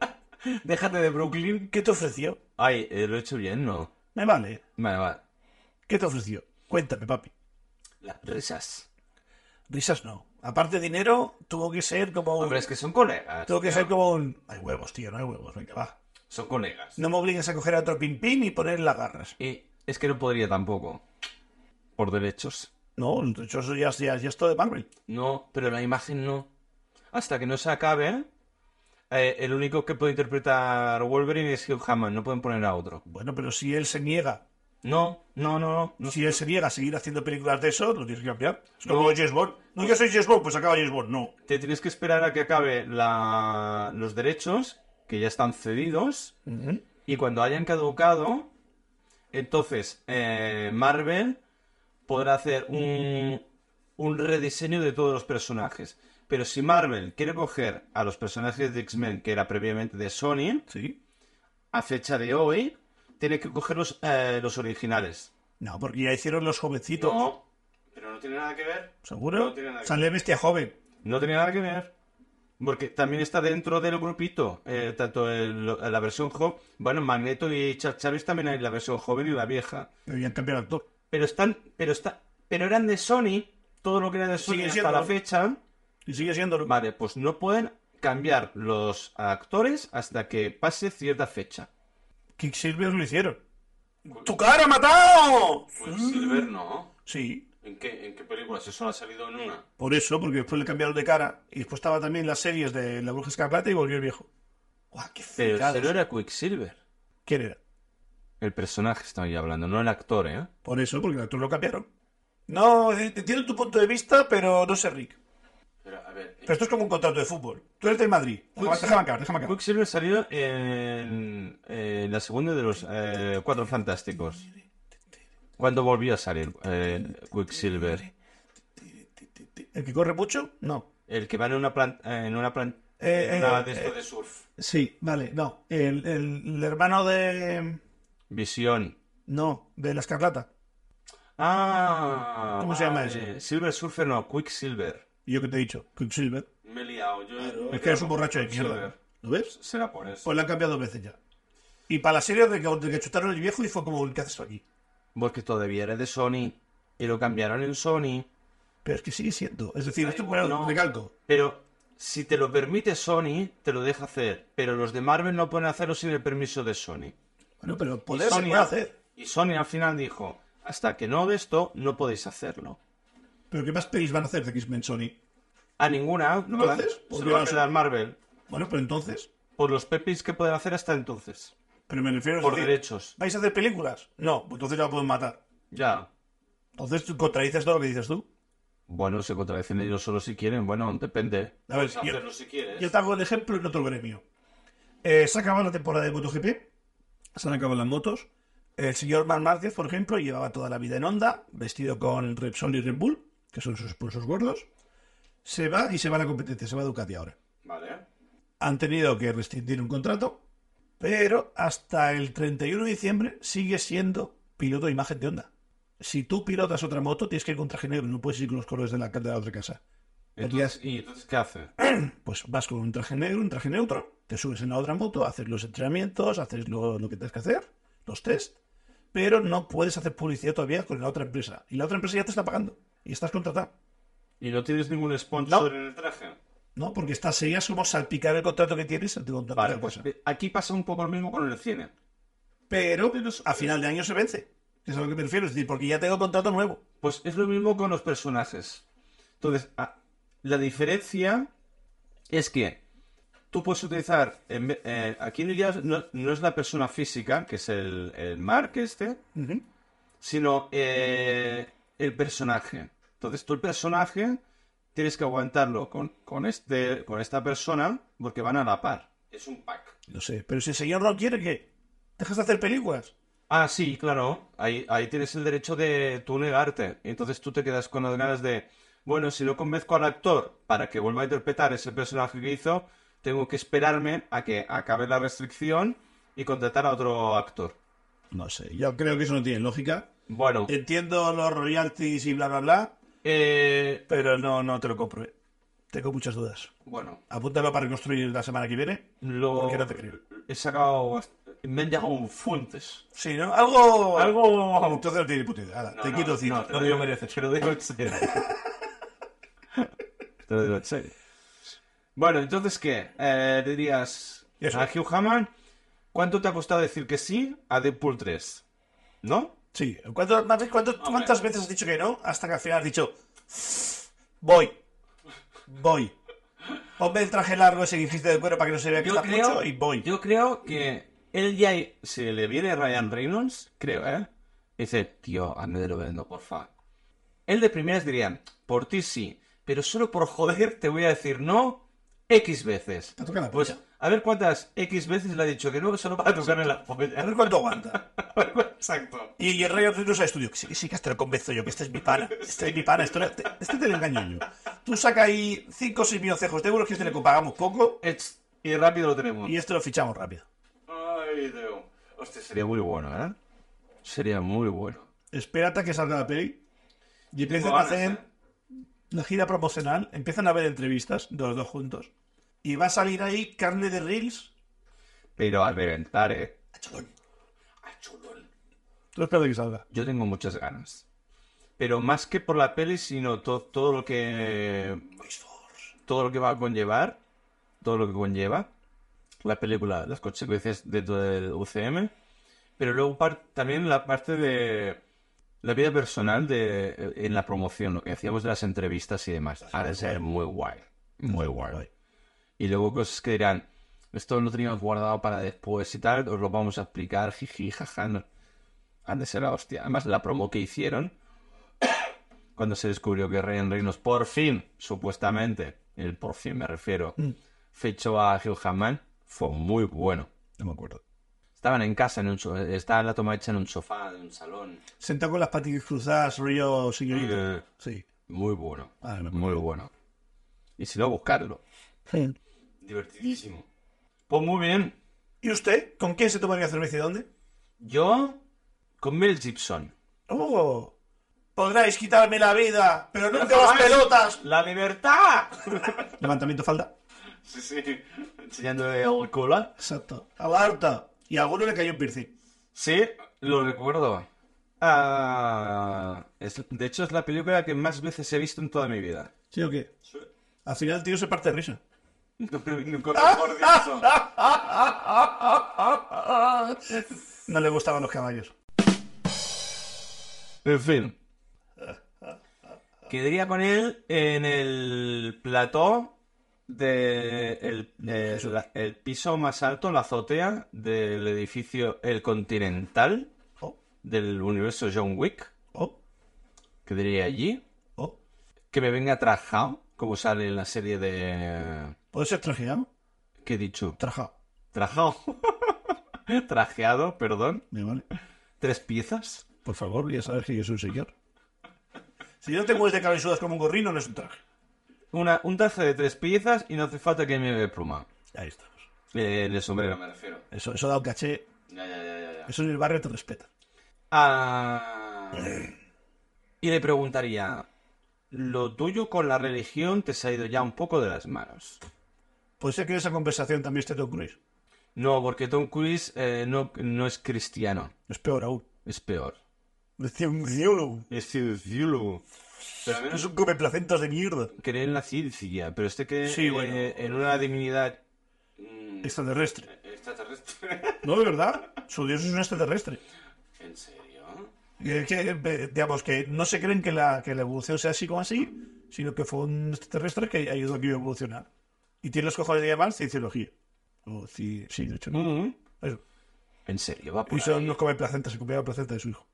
S1: Déjate de Brooklyn.
S2: ¿Qué te ofreció?
S1: Ay, eh, lo he hecho bien, ¿no?
S2: Me vale.
S1: Vale, vale.
S2: ¿Qué te ofreció? Cuéntame, papi.
S1: Las risas.
S2: Risas no. Aparte de dinero, tuvo que ser como un...
S1: Hombre, es que son colegas.
S2: Tuvo que ser como un... Hay huevos, tío, no hay huevos. Venga, va.
S1: Son colegas.
S2: No me obligues a coger a otro pin pin y poner las garras.
S1: Y es que no podría tampoco. Por derechos.
S2: No, de hecho eso ya, ya, ya es todo de Marvel.
S1: No, pero la imagen no. Hasta que no se acabe, eh, el único que puede interpretar Wolverine es Hugh Hammond. No pueden poner a otro.
S2: Bueno, pero si él se niega
S1: No, no, no, no. no.
S2: Si él se niega a seguir haciendo películas de eso, lo tienes que cambiar. Es como James Bond. No, yo soy James Bond, pues acaba James Bond. No.
S1: Te tienes que esperar a que acabe la... los derechos, que ya están cedidos. Y cuando hayan caducado, entonces eh, Marvel podrá hacer un, un rediseño de todos los personajes. Pero si Marvel quiere coger a los personajes de X-Men, que era previamente de Sony,
S2: Sí.
S1: a fecha de hoy, tiene que coger los, eh, los originales.
S2: No, porque ya hicieron los jovencitos.
S3: No. Pero no tiene nada que ver.
S2: ¿Seguro?
S3: No tiene nada que ver.
S2: Sale bestia joven.
S1: No tiene nada que ver. Porque también está dentro del grupito, eh, tanto el- la versión joven, bueno, Magneto y Charles Charles también hay la versión joven y la vieja.
S2: Pero ya han cambiado el actor.
S1: Pero están, pero está, pero eran de Sony, todo lo que era de Sony
S2: Sigue
S1: hasta
S2: siendo.
S1: la fecha.
S2: Y sigue siendo. lo-
S1: Vale, pues no pueden cambiar los actores hasta que pase cierta fecha.
S2: Quicksilver lo hicieron. ¡Tu cara ha matado!
S1: Pues
S3: Quicksilver Pues no.
S2: Sí.
S3: ¿En qué, ¿En qué película? Si solo ha salido en una.
S2: Por eso, porque después le cambiaron de cara. Y después estaba también en las series de La Bruja Escarlata y volvió el viejo. ¡Guau, qué
S1: Pero
S2: fricadas.
S1: el era Quicksilver.
S2: ¿Quién era?
S1: El personaje estoy hablando, no el actor, ¿eh?
S2: Por eso, porque el actor lo cambiaron. No, eh, entiendo tu punto de vista, pero no sé, Rick.
S3: Pero, a ver.
S2: Pero esto es como un contrato de fútbol. Tú eres del Madrid. Déjame,
S1: Pues-
S2: déjame acabar, déjame acabar.
S1: Quicksilver salió en, en la segunda de los eh, Cuatro Fantásticos. Cuando volvió a salir eh, Quicksilver?
S2: ¿El que corre mucho? No.
S1: El que va en una plan, en una plan-
S2: Eh, eh,
S1: una
S3: de
S1: de
S3: esto
S1: estas-
S3: de surf.
S2: Sí, vale, no. El, el- el hermano de.
S1: visión.
S2: No, de la escarlata.
S1: Ah,
S2: ¿Cómo se llama
S1: vale. Silver Surfer no, Quicksilver.
S2: Y Yo que te he dicho, Quicksilver.
S3: Me he liado. Yo me he
S2: Es que eres
S3: liado con
S2: un borracho de
S3: Quicksilver.
S2: mierda. ¿Lo ves?
S3: Será por eso.
S2: Pues lo han cambiado dos veces ya. Y para la serie de que, de que chutaron el viejo y fue como, ¿qué haces tú aquí?
S1: Porque todavía era de Sony. Y lo cambiaron en Sony.
S2: Pero es que sigue siendo. Es decir, esto
S3: igual,
S2: bueno,
S3: no.
S2: recalco.
S1: Pero si te lo permite Sony, te lo deja hacer. Pero los de Marvel no pueden hacerlo sin el permiso de Sony.
S2: Bueno, pero
S1: Y
S2: poder se
S1: Sony
S2: puede
S1: al-
S2: hacer.
S1: Y Sony al final dijo, hasta que no de esto, no podéis hacerlo.
S2: Pero ¿qué más pelis van a hacer de X-Men Sony?
S1: A ninguna.
S2: ¿No lo haces?
S1: Se lo va a quedar Marvel.
S2: Bueno, pero entonces.
S1: Por los pepis que pueden hacer hasta entonces.
S2: Pero me refiero a
S1: Por
S2: decir,
S1: derechos.
S2: ¿Vais a hacer películas? No, pues entonces ya lo pueden matar.
S1: Ya.
S2: Entonces tú contradices todo lo que dices tú.
S1: Bueno, se contradicen ellos solo si quieren. Bueno, depende.
S2: A ver,
S3: Puedes
S2: Pues yo,
S3: hacerlo si quieres.
S2: yo te hago el ejemplo en otro gremio. Eh, se ha acabado la temporada de MotoGP, se han acabado las motos. El señor Mar Márquez, por ejemplo, llevaba toda la vida en Honda, vestido con Repsol y Red Bull, que son sus pulsos gordos. Se va y se va a la competencia, se va a Ducati ahora.
S3: Vale.
S2: Han tenido que rescindir un contrato, pero hasta el 31 de diciembre sigue siendo piloto de imagen de Honda. Si tú pilotas otra moto, tienes que ir con traje negro, no puedes ir con los colores de la, de la otra casa.
S1: Entonces, ¿Y entonces qué hace?
S2: pues vas con un traje negro, un traje neutro, te subes en la otra moto, haces los entrenamientos, haces lo, lo que tienes que hacer, los test, pero no puedes hacer publicidad todavía con la otra empresa. Y la otra empresa ya te está pagando y estás contratado.
S1: ¿Y no tienes ningún
S3: Sponsor en el traje.
S2: No, porque estás, sería como salpicar el contrato que tienes ante contratar
S1: Vale,
S2: otra
S1: pues
S2: cosa.
S1: aquí pasa un poco lo mismo con el cine.
S2: Pero a final de año se vence. Es a lo que me refiero. Es decir, porque ya tengo contrato nuevo.
S1: Pues es lo mismo con los personajes. Entonces, a- la diferencia es que tú puedes utilizar. en ve- eh, aquí no, ya- no- no es la persona física, que es el, el Mark este, sino eh,
S3: Mm.
S1: el personaje. Entonces, tú el personaje tienes que aguantarlo con, con, este, con esta persona porque van a la par.
S3: Es un pack.
S2: No sé. Pero si el señor no quiere, ¿qué? ¿Dejas de hacer películas?
S1: Ah, sí, claro. Ahí, ahí tienes el derecho de tú negarte. Entonces tú te quedas con las ganas de, bueno, si no convenzco al actor para que vuelva a interpretar ese personaje que hizo, tengo que esperarme a que acabe la restricción y contratar a otro actor.
S2: No sé. Yo creo que eso no tiene lógica.
S1: Bueno,
S2: Entiendo los royalties y bla, bla, bla.
S1: eh,
S2: Pero no, no te lo compro. eh. Tengo muchas dudas.
S1: bueno,
S2: Apúntalo para reconstruir la semana que viene.
S1: lo
S2: Porque no te creo.
S1: he sacado, bast- me han llegado fuentes.
S2: Sí, ¿no? Algo.
S1: Algo...
S2: Entonces no tiene ni puta idea. Ala,
S3: No,
S2: te
S3: no,
S2: quito cita.
S1: No, te lo digo mereces, te lo digo en serio. Te lo digo en serio. Bueno, entonces, ¿qué? Eh, dirías
S2: Eso.
S1: a Hugh Hammond, ¿cuánto te ha costado decir que sí a Deadpool 3? ¿No?
S2: Sí. ¿Cuánto- más- cuánto- ¿Cuántas veces has dicho que no hasta que al final has dicho voy? Voy. Ponme el traje largo ese que hiciste de cuero para que no se vea que está mucho y voy.
S1: yo creo que él ya, si le viene Ryan Reynolds, creo, ¿eh? Dice, tío, a mí te lo vendo, porfa. Él de primeras diría, por ti sí, pero solo por joder te voy a decir no X veces.
S2: Te toca la
S1: Pues
S2: polla.
S1: a ver cuántas X veces le ha dicho que no, solo para tocarle la
S2: A ver
S1: polla.
S2: cuánto aguanta.
S1: Exacto.
S2: Y el rey Arturo al estudio. Que sí, que sí, que hasta lo convenzo yo, que este es mi pana. Este es mi pana, esto, este, este te lo engaño yo. Tú saca ahí 5 o 6 milloncejos de euros que este le pagamos poco
S1: Ets, Y rápido lo tenemos.
S2: y este lo fichamos rápido.
S3: Ay, Dios. Hostia, sería
S1: Sería muy bueno, ¿verdad? Sería muy bueno.
S2: Espérate a que salga la peli y empiecen a
S3: ganas,
S2: hacer
S3: ¿eh?
S2: una gira promocional, empiezan a ver entrevistas de los dos juntos y va a salir ahí carne de reels.
S1: Pero al reventar, ¿eh?
S3: Ah, chulón.
S2: Tú espérate que salga.
S1: Yo tengo muchas ganas. Pero más que por la peli, sino to- todo lo que. Todo lo que va a conllevar. Todo lo que conlleva. La película, las consecuencias dentro del UCM. Pero luego par- también la parte de. La vida personal de, en la promoción, lo que hacíamos de las entrevistas y demás. Ha de ser muy guay. Muy guay. Y luego cosas que dirán, esto lo teníamos guardado para después y tal, os lo vamos a explicar, jiji, jaja. no. Han de ser la hostia. Además, la promo que hicieron, cuando se descubrió que Ryan Reynolds por fin, supuestamente, el por fin me refiero, fichó a Hugh Hammond, fue muy bueno.
S2: No me acuerdo.
S1: Estaban en casa, en un so- estaba la toma hecha en un sofá de un salón.
S2: Sentado con las patillas cruzadas, rollo señorita.
S1: Eh,
S2: Sí.
S1: Muy bueno.
S2: Ah, me acuerdo.
S1: Muy bueno. Y si no, buscarlo. Divertidísimo. Pues muy bien.
S2: ¿Y usted? ¿Con quién se tomaría cerveza y dónde?
S1: Yo con Mel Gibson.
S2: ¡Oh! Podráis quitarme la vida, pero nunca las
S1: jamás.
S2: pelotas.
S1: ¡La libertad!
S2: Levantamiento falda.
S3: Sí, sí.
S1: Enseñándole el cola.
S2: Exacto. Alerta. Y a alguno le cayó un piercing.
S1: Sí, lo recuerdo. Ah, es- de hecho, es la película que más veces he visto en toda mi vida.
S2: ¿Sí o qué? Al final el tío se parte de risa.
S1: No, pero nunca-
S3: Por dicho.
S2: No le gustaban los caballos.
S1: En fin. Quedaría con él en el plató de el, eh, la- el piso más alto, en la azotea del edificio El Continental
S2: Oh,
S1: del universo John Wick.
S2: oh,
S1: Quedaría allí.
S2: oh.
S1: Que me venga trajado, como sale en la serie de...
S2: ¿Puede ser trajeado?
S1: ¿Qué he dicho?
S2: Trajado.
S1: Trajado. Trajeado, perdón.
S2: Me vale.
S1: Tres piezas.
S2: Por favor, ya sabes que yo soy un señor. Si no te mueves de cabezudas como un gorrino, no es un traje.
S1: Una, un traje de tres piezas y no hace falta que me dé pluma.
S2: Ahí estamos.
S1: Eh, en el
S3: Pero
S1: sombrero.
S3: me refiero.
S2: Eso, eso da un caché.
S3: Ya, ya, ya, ya, ya.
S2: Eso en el barrio te respetan.
S1: Ah, y le preguntaría, ¿lo tuyo con la religión te se ha ido ya un poco de las manos?
S2: Puede ser que en esa conversación también esté Tom Cruise.
S1: No, porque Tom Cruise eh, no, no es cristiano.
S2: Es peor aún.
S1: es peor.
S2: De cienciólogo.
S1: Es cienciólogo. Pero al menos
S2: Es un come placentas de mierda.
S1: cree en la ciencia, pero este cree
S2: Sí, bueno.
S1: eh, en una divinidad mm,
S2: Extraterrestre.
S3: Extraterrestre.
S2: No, de verdad. Su dios es un extraterrestre.
S3: ¿En serio?
S2: Y es que, eh, digamos, que no se creen que la, que la evolución sea así como así, sino que fue un extraterrestre que ayudó a que iba a evolucionar. Y tiene los cojones de llamar cienciología. O ci- sí, de hecho, no.
S1: Mm.
S2: Eso.
S1: En serio, va por
S2: Y son
S1: ahí.
S2: unos come placentas, se comía la placenta de su hijo.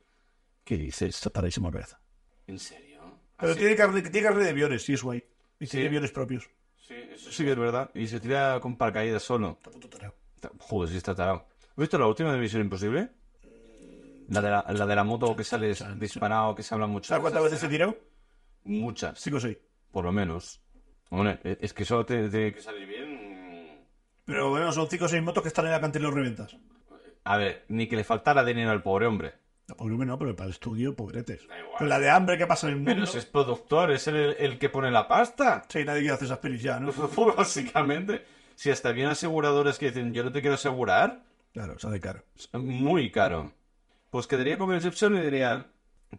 S1: ¿Qué dices?
S2: Está paradísimo la cabeza.
S3: ¿En serio?
S2: Pero
S3: Ah, sí.
S2: tiene, carne, tiene carne de aviones, sí, es guay. Y tiene aviones propios.
S3: Sí, eso
S1: Sí que es verdad. Y se tira con paracaídas solo.
S2: Está puto tarao.
S1: Ta- Joder, si está tarado. ¿Has visto la última de Misión Imposible? La de la, la de la moto que sale disparado, que se habla mucho.
S2: ¿Sabes cuántas veces se tiró?
S1: Muchas,
S2: Cinco o seis.
S1: por lo menos. Hombre, e- es que solo te...
S3: Hay
S1: te-
S3: que salir bien.
S2: Pero bueno, son cinco o seis motos que están en la cantidad y los reventas.
S1: A ver, ni que le faltara dinero al pobre hombre.
S2: No, pobre hombre, no, pero para el estudio, pobretes.
S3: Da igual.
S2: Con la de hambre que pasa en el mundo.
S1: Pero si es productor, es el, el que pone la pasta.
S2: Sí, nadie quiere hacer esas pelis ya, ¿no?
S1: Básicamente. Si hasta bien aseguradores que dicen, yo no te quiero asegurar,
S2: Claro, sale caro.
S1: es muy caro. Pues quedaría con Inception y diría,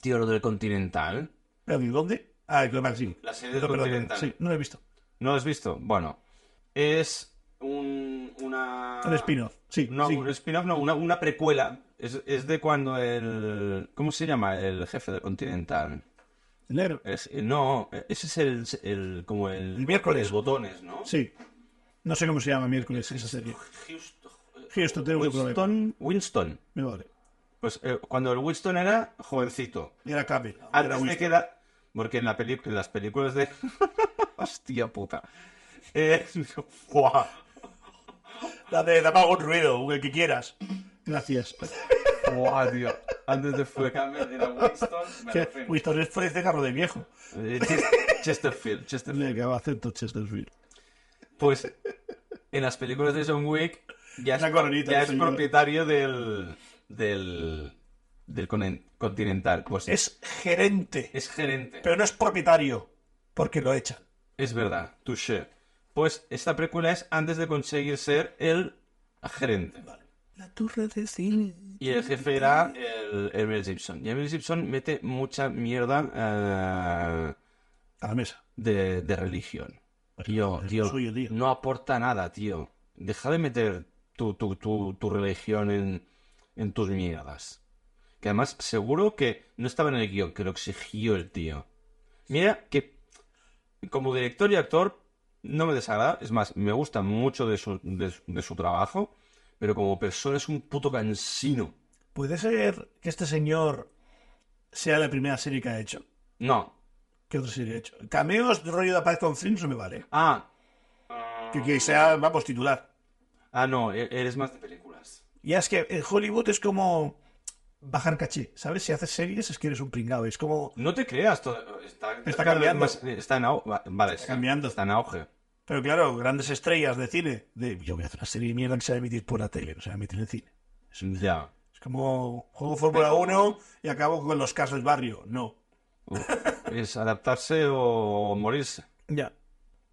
S1: tío, lo del Continental.
S2: ¿Pero ¿y dónde? Ah, el Global sí.
S3: La serie del
S2: Perdón, perdón,
S3: Continental.
S2: sí, no lo he visto.
S1: ¿No lo has visto? Bueno, es
S3: Un, una...
S2: El spin-off. Sí,
S1: Ah. No,
S2: sí.
S1: un spin-off, no, una, una precuela. Es, es de cuando el. ¿Cómo se llama? El jefe del Continental.
S2: El negro.
S1: Es- no, ese es el. el- como el.
S2: El miércoles.
S1: Botones, ¿no?
S2: Sí. No sé cómo se llama miércoles esa serie.
S3: Houston.
S2: Houston, tengo que probar.
S1: Winston. Winston.
S2: Me vale.
S1: Pues eh, cuando el Winston era jovencito.
S2: Y era Campbell. Era
S1: Antes de
S2: Winston.
S1: que era- Porque en, la peli- en las películas de. Hostia puta. Eh, ¡buah!
S2: La de dame algún ruido, el que quieras. Gracias.
S1: ¡Buah, tío! Antes de fue.
S3: Campbell era Winston. me
S2: Que
S3: refiero.
S2: Winston es parece carro de viejo.
S1: eh, Ches- Chesterfield. Chesterfield.
S2: Le acaba acento Chesterfield.
S1: Pues en las películas de John Wick ya es,
S2: Una coronita,
S1: ya es
S2: señor.
S1: propietario del del del conen- Continental. Pues es,
S2: Es gerente,
S1: gerente.
S2: pero no es propietario, porque lo echan.
S1: Es verdad, touché. Pues esta película es antes de conseguir ser el gerente.
S2: La torre de cine.
S1: Y el jefe era el, el Mel Gibson. Y Mel Gibson mete mucha mierda eh,
S2: A la mesa.
S1: de, de religión. Tío,
S2: es
S1: tío,
S2: lo suyo, tío.
S1: no aporta nada, tío. Deja de meter tu, tu, tu, tu religión en, en tus mierdas. Que además, seguro que no estaba en el guión, que lo exigió el tío. Mira que como director y actor no me desagrada, es más, me gusta mucho de su, de, su- de su trabajo, pero como persona es un puto cansino.
S2: ¿Puede ser que este señor sea la primera serie que ha hecho?
S1: No.
S2: ¿Qué otra serie ha hecho? Cameos de rollo de Aparece con Films no me vale.
S1: Ah,
S2: Que, que sea, vamos, titular.
S1: ah, no, e- eres más
S3: Más de películas.
S2: Ya es que en Hollywood es como bajar caché, ¿sabes? Si haces series es que eres un pringado. Es como...
S1: No te creas, todo- está, cada vez
S2: cambiando.
S1: más- está en au- va- vale, está-
S2: cambiando.
S1: Está en auge.
S2: Pero claro, grandes estrellas de cine. De, yo voy a hacer una serie de mierda que se va a emitir por la tele, no se va a emitir en cine.
S1: Ya.
S2: Es como juego Fórmula 1 y acabo con los casos del barrio. No.
S1: Uf, es adaptarse o morirse.
S2: Ya.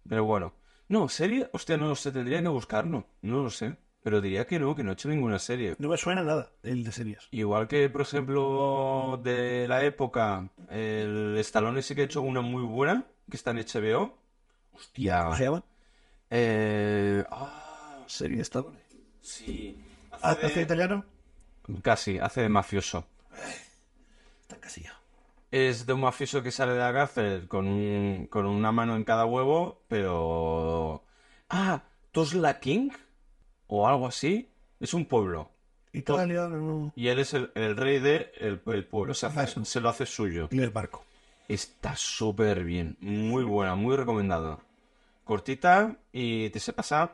S1: Pero bueno. No, serie, hostia, no lo sé, tendría que buscarlo. No lo sé. Pero diría que no, que no he hecho ninguna serie.
S2: No me suena nada el de series.
S1: Igual que, por ejemplo, de la época, el Stallone sí que ha hecho una muy buena, que está en HBO. Hostia.
S2: ¿Cómo se llama?
S1: Eh, ah,
S2: Serie de Estado.
S3: Sí. Hace de-
S2: ¿Hace italiano?
S1: casi, hace de mafioso.
S2: Está casillado.
S1: Es de un mafioso que sale de la cárcel con, un- con una mano en cada huevo, pero... Ah, Tosla King o algo así. Es un pueblo.
S2: Italiano, no.
S1: Y él es el, el rey del el, el pueblo. Se, hace- se lo hace suyo.
S2: Y el barco.
S1: Está súper bien. Muy buena, muy recomendada. Cortita y te se pasa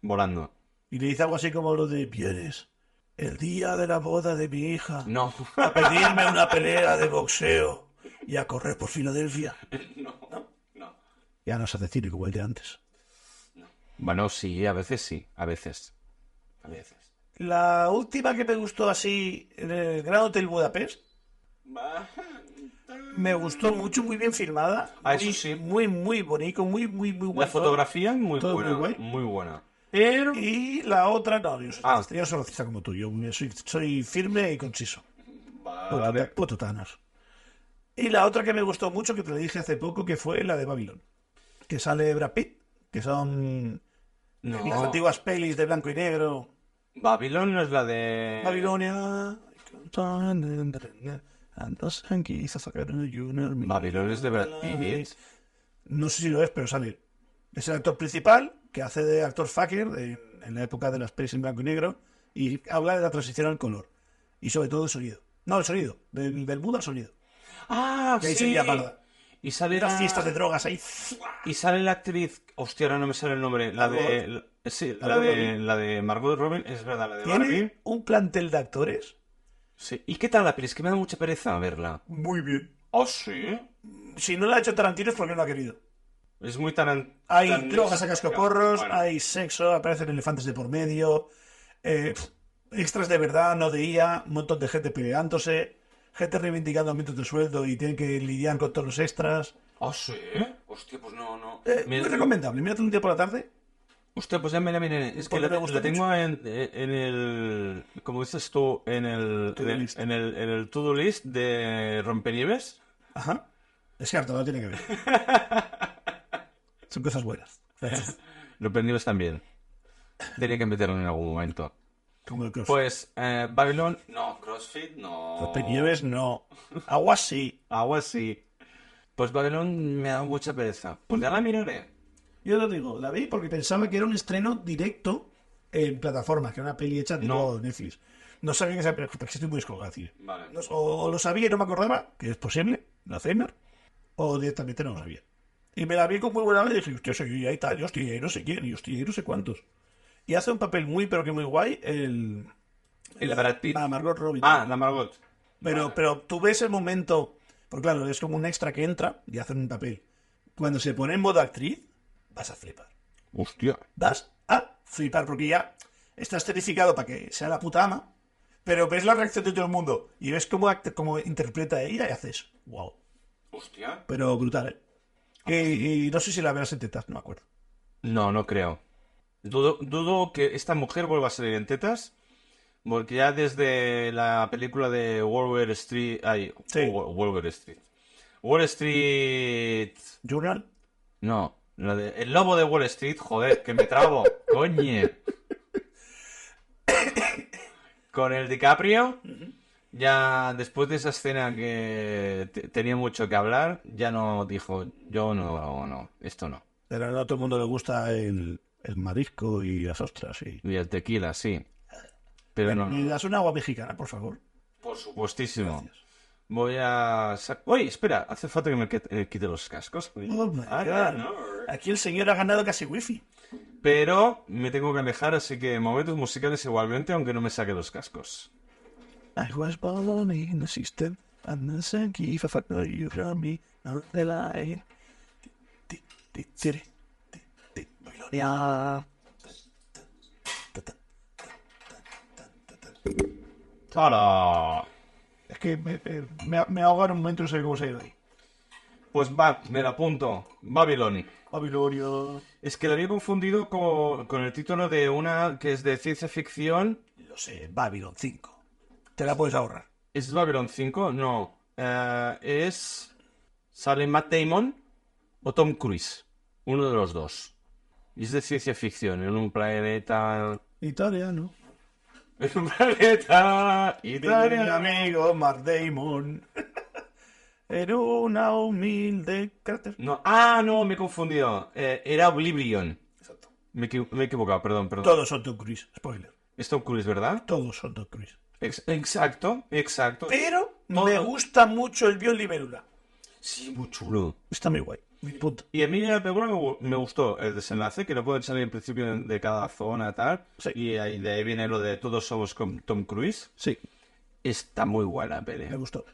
S1: volando.
S2: Y le dice algo así como lo de Vienes. El día de la boda de mi hija.
S1: No.
S2: A pedirme una pelea de boxeo. Y a correr por Filadelfia.
S3: No, no.
S2: Ya no se hace cine como el de antes.
S1: Bueno, sí, a veces sí, a veces.
S3: A veces.
S2: La última que me gustó así, en el Gran Hotel Budapest,
S3: Va.
S2: me gustó mucho, muy bien filmada.
S1: Ah,
S2: muy,
S1: eso sí.
S2: Muy, muy bonito, muy, muy, muy
S1: La
S2: guay todo.
S1: fotografía muy
S2: todo muy
S1: buena,
S2: guay.
S1: muy buena.
S2: Pero- Y la otra, no, yo soy,
S1: Ah.
S2: yo soy racista como tú, yo soy, soy firme y conciso. Puto,
S1: la de-
S2: puto Thanos. Y la otra que me gustó mucho, que te la dije hace poco, que fue la de Babylon. Que sale Brad Pitt, que son
S1: No.
S2: las antiguas pelis de blanco y negro.
S1: Babilón no es la de.
S2: Babilonia. And those hankies are fucking junior me.
S1: Babilón es de Brad Pitt.
S2: No sé si lo es, pero sale. Es el actor principal que hace de actor fucker de- en la época de las pelis en blanco y negro y habla de la transición al color y sobre todo el sonido. No, el sonido, del, del mudo al sonido.
S1: Ah,
S2: Y ahí
S1: sí.
S2: sería parda.
S1: Y sale
S2: Las
S1: la-
S2: fiestas de drogas ahí.
S1: Y sale la actriz. Hostia, ahora no me sale el nombre. La de. la- Sí, la
S2: Margot
S1: de,
S2: Robbie.
S1: la de Margot Robin. Es verdad, la de Barbie.
S2: Tiene un plantel de actores
S1: Sí. ¿Y qué tal la peli? Es que me da mucha pereza verla.
S2: muy bien.
S1: Oh, sí.
S2: Si no lo ha hecho Tarantino es porque no lo ha querido.
S1: Es muy tan.
S2: Hay
S1: tan-
S2: drogas a cascoporros,
S1: Bueno,
S2: hay sexo, aparecen elefantes de por medio, eh, pf, extras de verdad, no de IA, un montón de gente peleándose, gente reivindicando aumentos de sueldo y tienen que lidiar con todos los extras.
S1: Oh, sí. Hostia, pues no, no.
S2: Eh,
S1: Me-
S2: Muy recomendable, mírate un día por la tarde.
S1: Hostia, pues ya me la miré. Es que
S2: Porque
S1: la,
S2: me gusta
S1: la tengo en, eh, en el. Como dices tú, en el.
S2: To-do
S1: en-
S2: list.
S1: En el, en el to-do list de Rompenieves.
S2: Ajá. Es cierto, no tiene que ver. Son cosas buenas.
S1: Rompenieves también. Tenía que meterlo en algún momento.
S2: Como el cross.
S1: Pues, eh, Babylon. No, CrossFit, no.
S2: Peñeves, no. Agua sí.
S1: Agua sí. Pues Babylon me da mucha pereza. Pues ya la miraré.
S2: Yo lo digo, la vi porque pensaba que era un estreno directo en plataformas, que era una peli hecha tipo
S1: No.
S2: Netflix. No sabía que se pero porque estoy muy descolgado, tío.
S3: Vale.
S2: No- O, o lo sabía y no me acordaba, que es posible, la Alzheimer, o directamente no lo sabía. Y me la vi con muy buena hora y dije, hostia, soy yo y tal, yo estoy ahí no sé quién, y hostia, ahí no sé cuántos. Y hace un papel muy, pero que muy guay, el...
S1: El Brad Pitt.
S2: Ah, Margot Robbie.
S1: Ah, la Margot.
S2: Pero, pero tú ves el momento, porque claro, es como un extra que entra y hacen un papel. Cuando se pone en modo actriz, vas a flipar.
S1: Hostia.
S2: Vas a flipar, porque ya estás certificado para que sea la puta ama, pero ves la reacción de todo el mundo y ves cómo, act- cómo interpreta ella y haces, wow.
S3: Hostia.
S2: Pero brutal, ¿eh? Que- y no sé si la verás en tetas, no me acuerdo.
S1: No, no creo. Dudo, dudo que esta mujer vuelva a salir en tetas, porque ya desde la película de Wolver Street... Ay,
S2: Sí.
S1: Wa- Wolver Street. Wall Street...
S2: Journal.
S1: No, la de- El lobo de Wall Street, joder, que me trabo, coño. Con el DiCaprio, ya después de esa escena que te- tenía mucho que hablar, ya no dijo, yo no, no, no, esto no.
S2: Pero no a todo el mundo le gusta el, el marisco y las ostras. Y...
S1: Y el tequila, sí. Pero no,
S2: Me das un agua mexicana, por favor.
S3: Por supuesto.
S1: Supuestísimo. Voy a... sac- Oye, espera, hace falta que me quet- eh, quite los cascos.
S2: Oh my
S1: Ah,
S2: God.
S1: no.
S2: Aquí el señor ha ganado casi wifi.
S1: Pero me tengo que alejar, así que momentos musicales igualmente, aunque no me saque los cascos.
S2: I was born in the system and the sun give a fuck no you from me not the lie. Ti, ti, ti, ti, ti, ti, Babilonia.
S1: ¡Tara!
S2: Es que me, me, me- me ahoga en un momento y no sé cómo se ha ido ahí.
S1: Pues va, me la apunto. Babylon.
S2: Babilonia.
S1: Es que la había confundido con, con el título de una que es de ciencia ficción.
S2: Lo sé, Babylon 5. Te la puedes ahorrar.
S1: ¿Es Babylon 5? No. Eh, es... ¿Sale Matt Damon o Tom Cruise? Uno de los dos. Y es de ciencia ficción, en un planeta...
S2: Italia, ¿no?
S1: En un planeta...
S2: Mi
S1: Italia.
S2: amigo Mark Damon. Era una humilde cráter.
S1: No, ah, no, me he confundido. Eh, era Oblivion.
S2: Exacto.
S1: Me, equi- me he equivocado, perdón, perdón.
S2: Todos son Tom Cruise, spoiler.
S1: Es Tom Cruise, ¿verdad?
S2: Todos son Tom Cruise.
S1: Ex- exacto, exacto.
S2: Pero
S1: Todo.
S2: me gusta mucho el Bion Libélula.
S1: Sí, muy chulo.
S2: Está muy guay. Mi punto.
S1: Y a mí la película me gu- me gustó el desenlace, que lo pueden salir en principio de- de cada zona, tal.
S2: Sí.
S1: Y ahí, de ahí viene lo de todos somos con Tom Cruise.
S2: Sí,
S1: Está muy buena la peli.
S2: me gustó.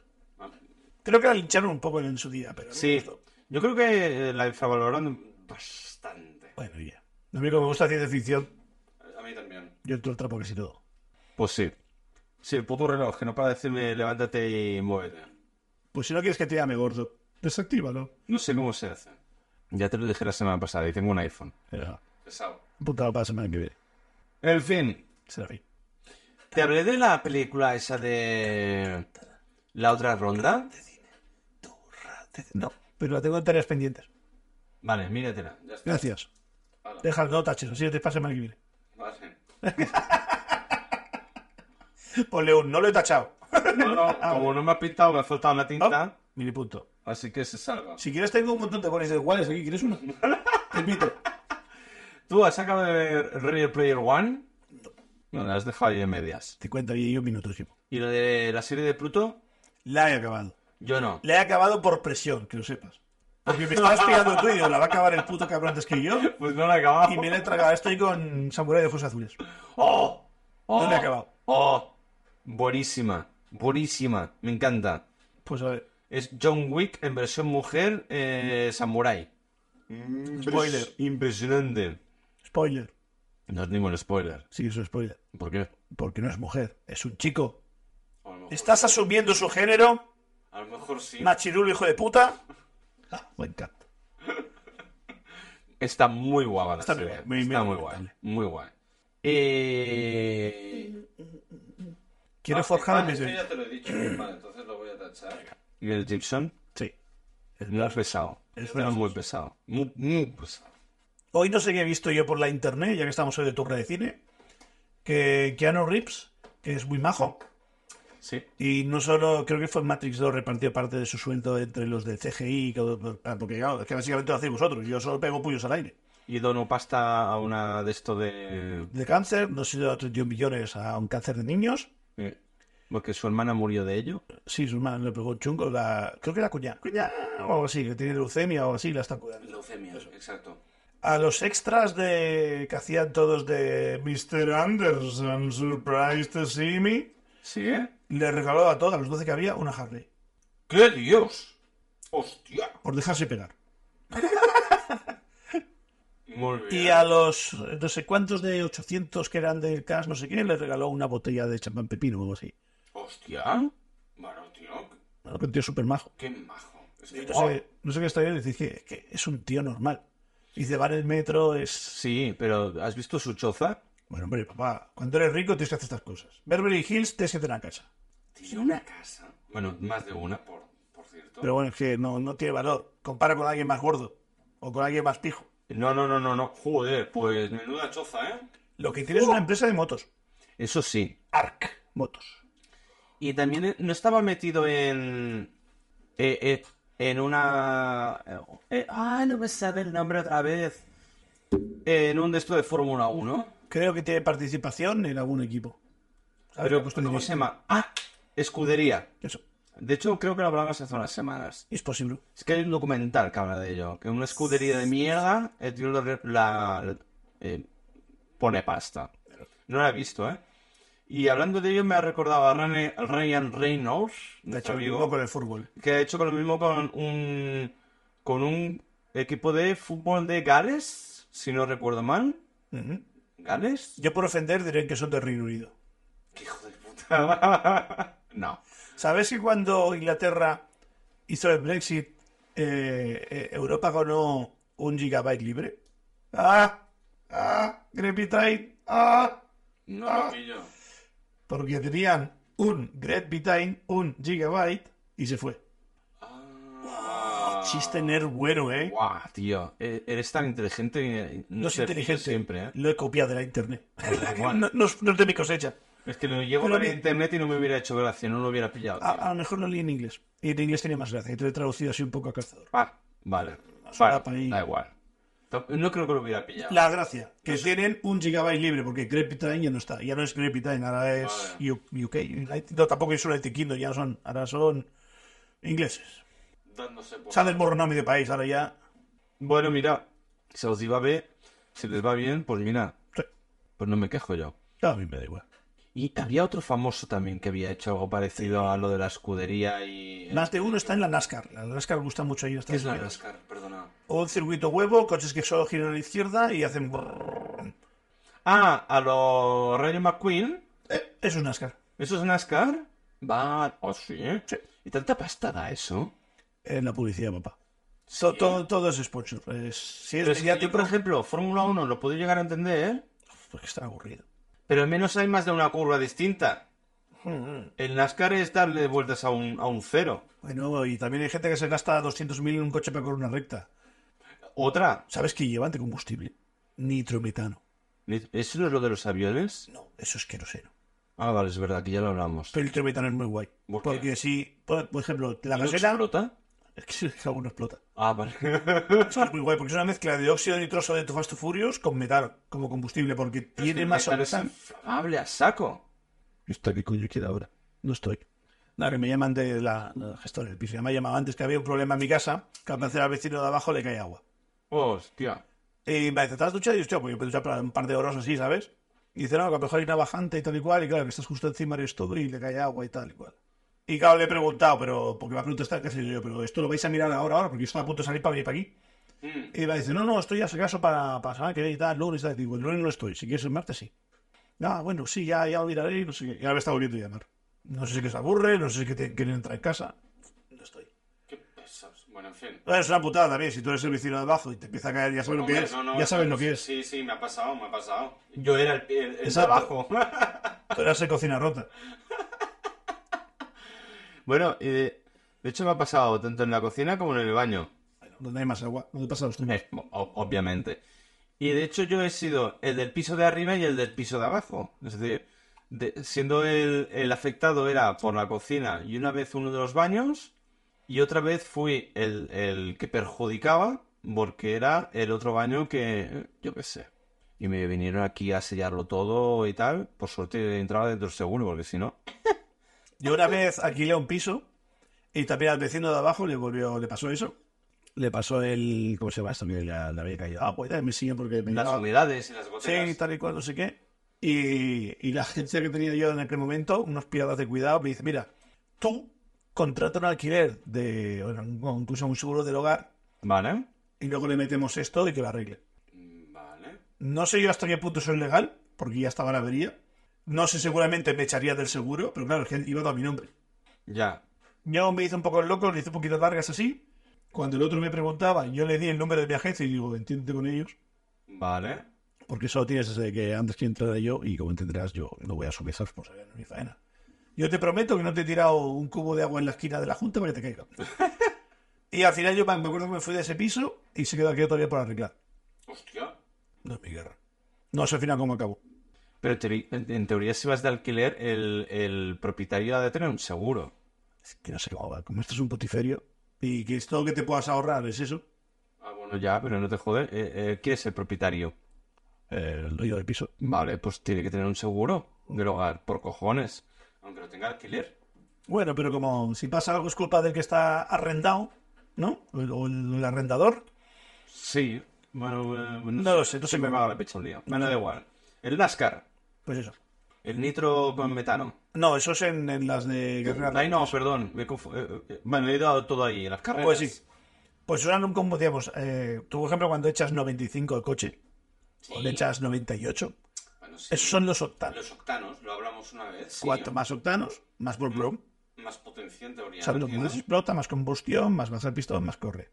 S2: Creo que la lincharon un poco en su día, pero me
S1: Sí,
S2: gustó.
S1: yo creo que eh, la infravaloraron bastante.
S2: Bueno, ya. A mí como me gusta la ciencia ficción,
S3: A mí también.
S2: yo entro el trapo que sí todo.
S1: Pues sí. Sí, el puto reloj, que no para decirme levántate y muévete.
S2: Pues si no quieres que te llame gordo, desactívalo.
S1: No sé cómo se hace. Ya te lo dije la semana pasada y tengo un iPhone.
S2: Era
S3: Pesado.
S2: apuntado para la semana que viene.
S1: En fin,
S2: Será fin.
S1: te hablé de la película esa de... la otra ronda.
S2: No, pero la tengo en tareas pendientes.
S1: Vale, míratela.
S3: Ya está.
S2: Gracias.
S3: Hala,
S2: Deja no taches, así te pasa mal que viene.
S3: vale.
S2: Ponle un, Pues, no lo he tachado.
S1: No, no, como no me ha pintado, me ha faltado una tinta.
S2: Mini punto.
S1: Así que se salga.
S2: Si quieres tengo un montón de bolis iguales aquí, ¿quieres uno? Te invito.
S1: ¿Tú has acabado de ver Ready Player One? No, la has dejado ahí en medias.
S2: 50 y yo minutos. sí.
S1: ¿Y lo de la serie de Pluto?
S2: La he acabado.
S1: Yo no.
S2: La he acabado por presión, que lo sepas. Porque me estabas pillando tú y digo, la va a acabar el puto cabrón antes que yo.
S1: Pues no la he acabado.
S2: Y me la he tragado. Estoy con Samurai de Ojos Azules.
S1: ¡Oh! ¡Oh!
S2: No la he acabado.
S1: ¡Oh! Buenísima. Buenísima. Me encanta.
S2: Pues a ver.
S1: Es John Wick en versión mujer eh, samurai.
S2: Spoiler.
S1: Impresionante.
S2: Spoiler.
S1: No es ningún spoiler.
S2: Sí, eso es spoiler.
S1: ¿Por qué?
S2: Porque no es mujer, es un chico.
S3: A lo mejor-
S2: ¿Estás asumiendo su género?
S3: A lo mejor sí.
S2: Machirulo, hijo de puta. Ah, me encanta.
S1: Está muy guapa la
S2: Está
S1: serie.
S2: muy guay, muy-
S1: Está
S2: muy
S1: muy guay.
S2: recomendable.
S1: Muy guay. Eh,
S2: Quiero
S3: Ah,
S2: forjar
S3: ah,
S2: mis
S3: esto ya te lo he dicho. Vale, entonces lo voy a tachar.
S1: ¿Y el Gibson?
S2: Sí.
S1: No es pesado.
S2: Es
S1: No
S2: verdad.
S1: es muy pesado. Muy, muy pesado.
S2: Hoy no sé qué he visto yo por la internet, ya que estamos hoy de turno de cine, que Keanu Reeves, que es muy majo,
S1: Sí.
S2: y no solo, creo que fue en Matrix 2, repartió parte de su sueldo entre los del CGI, que- ah, porque claro, es que básicamente lo hacéis vosotros, yo solo pego puños al aire.
S1: Y dono pasta a una de esto de...
S2: De cáncer, no sé, 31 millones a un cáncer de niños.
S1: eh, Porque su hermana murió de ello.
S2: Sí, su hermano le pegó un chungo, la- creo que era cuñada, cuñada o algo así, que tiene leucemia o algo así, la está cuidando.
S3: Leucemia, exacto.
S2: A los extras de que hacían todos de Mr. Anderson, surprised to see me.
S1: Sí, ¿eh?
S2: Le regaló a todas las 12 que había una Harley.
S1: ¡Qué dios! ¡Hostia!
S2: Por dejarse pegar.
S1: Muy bien.
S2: Y a los eh, no sé cuántos de 800 que eran del CAS, no sé qué, le regaló una botella de champán pepino o algo así.
S1: ¡Hostia!
S3: Bueno, tío,
S2: Bueno, que un tío súper majo.
S3: qué majo. Es que-
S2: No sé, no sé qué está bien decir que, que es un tío normal. Y dice, va en el metro, es.
S1: Sí, pero ¿has visto su choza?
S2: Bueno, hombre, papá, cuando eres rico tienes que hacer estas cosas. Beverly Hills te sienten a casa.
S3: Tiene una casa.
S1: Bueno, más de una.
S3: Por, por cierto.
S2: Pero bueno, es que no, no tiene valor. Compara con alguien más gordo o con alguien más pijo.
S1: No, no, no, no, no. Joder, pues...
S3: Menuda choza, ¿eh?
S2: Lo que tiene es una empresa de motos.
S1: Eso sí.
S2: ARC Motos.
S1: Y también eh, no estaba metido en... eh, eh, en una... eh, ah, no me sale el nombre otra vez. En un de esto de Fórmula 1.
S2: Creo que tiene participación en algún equipo. ¿Sabes?
S1: Pero, pues,
S2: Ha puesto el
S1: ¿cómo
S2: nombre.
S1: se llama? Ah, escudería.
S2: Eso.
S1: De hecho, creo que lo hablamos hace unas semanas.
S2: Es posible.
S1: Es que hay un documental que habla de ello. Que una escudería de mierda, el tío la, la- eh, pone pasta. No la he visto, ¿eh? Y hablando de ello, me ha recordado a Rane- Ryan Reynolds,
S2: De hecho,
S1: nuestro
S2: el
S1: amigo,
S2: mismo con el fútbol.
S1: que ha hecho con lo mismo con un, con un equipo de fútbol de Gales, si no recuerdo mal.
S2: Ujú.
S1: ¿Gales?
S2: Yo por ofender diré que son de Reino Unido.
S3: Qué hijo de puta.
S1: no.
S2: ¿Sabes que cuando Inglaterra hizo el Brexit, eh, eh, Europa ganó un gigabyte libre? ¡Ah! ¡Ah! Great Britain, ¡Ah!
S3: No
S2: Ah.
S3: lo pillo.
S2: Porque tenían un Great Britain, un gigabyte, y se fue.
S3: Ah.
S2: Chiste nerd bueno, ¿eh?
S1: Guau, tío, e- eres tan inteligente y eh, no,
S2: No es
S1: se ríe
S2: inteligente.
S1: siempre, ¿eh?
S2: Lo he copiado de la internet.
S1: Igual.
S2: No, no es- no es de mi cosecha.
S1: Es que lo llevo
S2: Pero Ah.
S1: a
S2: bien.
S1: internet y no me hubiera hecho gracia, no lo hubiera pillado.
S2: A,
S1: tío.
S2: a lo mejor lo leí en inglés. Y en inglés tenía más gracia. Y te lo he traducido así un poco a cazador.
S1: Ah, vale.
S2: Ahora
S1: Vale,
S2: para ahí.
S1: da igual. Tamp- No creo que lo hubiera pillado.
S2: La gracia. Que tienen un gigabyte libre. Porque Great Britain ya no está. Ya no es Great Britain. Ahora es
S3: Vale.
S2: U- UK. United- No, tampoco es United Kingdom. Ya son, ahora son ingleses.
S3: Dándose por.
S2: Se ha desmoronado medio país. Ahora ya...
S1: Bueno, mira, si os iba a ver, si les va bien, pues mira,
S2: Sí.
S1: pues no me quejo yo.
S2: A mí me da igual.
S1: Y había otro famoso también que había hecho algo parecido a lo de la escudería y...
S2: Más de uno está en la NASCAR. La NASCAR gusta mucho ir hasta
S1: ¿Qué es la
S2: izquierda.
S3: Oscar, perdona.
S2: O un circuito huevo, coches que solo giran a la izquierda y hacen... brrrr.
S1: Ah, a lo Rayo McQueen.
S2: Eh, es un NASCAR.
S1: ¿Eso es NASCAR? Va, oh sí, ¿eh?
S2: Sí.
S1: ¿Y tanta pasta da eso?
S2: En la publicidad, papá. To- Todo, todo es sponsor. Es, si es
S1: Pero es que yo,
S2: mediático,
S1: por ejemplo, Fórmula 1 lo puedo llegar a entender,
S2: porque está aburrido.
S1: pero al menos hay más de una curva distinta. El NASCAR es darle vueltas a un, a un cero.
S2: Bueno, y también hay gente que se gasta 200.000 en un coche para correr una recta.
S1: Otra.
S2: ¿Sabes qué lleva ante combustible? Nitrometano.
S1: ¿Eso no es lo de los aviones?
S2: No, eso es queroseno.
S1: Ah, vale, es verdad, que ya lo hablamos.
S2: Pero el nitrometano es muy guay.
S1: ¿Por qué?
S2: porque si, por, por ejemplo, la
S1: ¿Y no
S2: gasolina...
S1: explota?
S2: Es que si alguno explota.
S1: Ah, vale.
S2: Es que es muy guay, porque es una mezcla de óxido nitroso de tu Fast and Furious con metal como combustible, porque tiene más
S1: Metal es
S2: metal.
S1: inflamable a saco.
S2: ¿Está qué coño queda ahora? No estoy. Nada, que me llaman de la, la gestora del piso. Ya me ha llamado antes que había un problema en mi casa, que al parecer al vecino de abajo le cae agua.
S1: Hostia.
S2: Y me dice, ¿te has duchado? Y yo, hostia, pues yo puedo duchar para un par de horas así, ¿sabes? Y dice, no, que a lo mejor hay una bajante y tal y cual, y claro, que estás justo encima eres tú y le cae agua y tal y cual. Y claro, le he preguntado, pero porque me ha preguntado qué sé yo, pero esto lo vais a mirar ahora, ahora, porque yo estaba a punto de salir para venir para aquí.
S3: Mm.
S2: Y me dice, no, no, estoy ya si acaso para, para semana que viene y tal, lunes y tal. Y digo, el lunes no estoy, si quieres el martes sí. Ah, bueno, sí, ya, ya lo miraré y no sé qué. Y ahora me está volviendo a llamar. No sé si es que se aburre, no sé si es que te- quieren entrar en casa. No estoy.
S3: Qué pesados. Bueno, en fin.
S2: Bueno, Es una putada también, si tú eres el vecino de abajo y te empieza a caer, ya sabes lo que
S3: Hombre,
S2: es.
S3: no, no,
S2: ya sabes lo que es.
S3: Sí, sí, me ha pasado, me ha pasado.
S1: Yo era el, el, el
S2: Exacto.
S1: trabajo.
S2: Tú eras el cocina rota.
S1: bueno, y de, de hecho me ha pasado tanto en la cocina como en el baño.
S2: Donde hay más agua, donde pasan los túneles.
S1: Eh, o- Obviamente. Y de hecho yo he sido el del piso de arriba y el del piso de abajo. Es decir, de- siendo el, el afectado era por la cocina y una vez uno de los baños y otra vez fui el, el que perjudicaba porque era el otro baño que yo qué sé. Y me vinieron aquí a sellarlo todo y tal. Por suerte entraba dentro seguro porque si no...
S2: Yo una vez alquilé un piso y también al vecino de abajo le volvió, le pasó eso. Le pasó el. ¿Cómo se llama esto? Que la, la había caído. Ah, pues dale, me sigue porque me
S1: Las
S2: daba-
S1: humedades y las
S2: Sí,
S1: goteras.
S2: tal y cual, no sé qué. Y, y la agencia que tenía yo en aquel momento, unos piratas de cuidado, me dice: Mira, tú contrata un alquiler de. o un- incluso un seguro del hogar
S1: Vale.
S2: y luego le metemos esto y que lo arregle.
S3: Mm, Vale.
S2: No sé yo hasta qué punto eso es legal, porque ya estaba la avería. No sé, seguramente me echaría del seguro, pero claro, es que iba todo a mi nombre.
S1: Ya.
S2: Yo me hice un poco el loco, le hice un poquito largas así. Cuando el otro me preguntaba, yo le di el nombre de mi agencia y digo, entiéndete con ellos.
S1: Vale.
S2: Porque solo tienes ese de que antes que entrara yo, y como entenderás, yo no voy a asumir esa responsabilidad, no es mi faena. Yo te prometo que no te he tirado un cubo de agua en la esquina de la junta para que te caiga. y al final yo me acuerdo que me fui de ese piso y se quedó aquello todavía por arreglar.
S3: Hostia.
S2: No es mi guerra. No sé al final cómo acabó.
S1: Pero en teoría- en, en teoría, si vas de alquiler, el, el propietario ha de tener un seguro.
S2: Es que no sé cómo va. Como esto es un potiferio y que es todo que te puedas ahorrar, es eso.
S3: Ah, bueno,
S1: No, ya, pero no te jode. Eh, eh, ¿Quién es el propietario?
S2: eh, el dueño del piso.
S1: Vale, pues tiene que tener un seguro del hogar, por cojones.
S3: aunque lo tenga alquiler.
S2: Bueno, pero como si pasa algo es culpa del que está arrendado, ¿no? O el, o el- el arrendador.
S1: Sí. Bueno, eh,
S2: No lo sé, no sé
S1: me
S2: cómo.
S1: va la pecha un lío. Bueno, da igual. El NASCAR,
S2: Pues eso.
S1: el nitro con metano.
S2: No, eso es en, en las de carrera.
S1: Ay, no, perdón. Me confu- eh, eh, bueno, he dado todo ahí, en las carreras.
S2: Pues sí. Pues son como, digamos, eh, tú, por ejemplo, cuando echas 95 al coche, o le echas 98,
S3: Bueno, sí.
S2: esos son los octanos.
S3: Los octanos, lo hablamos una vez. sí.
S2: Cuanto más octanos, más volplón.
S3: Más potencia en teoría.
S2: ¿Sabes lo que
S3: ¿no?
S2: más explota? Más combustión, más baja el pistón, más corre.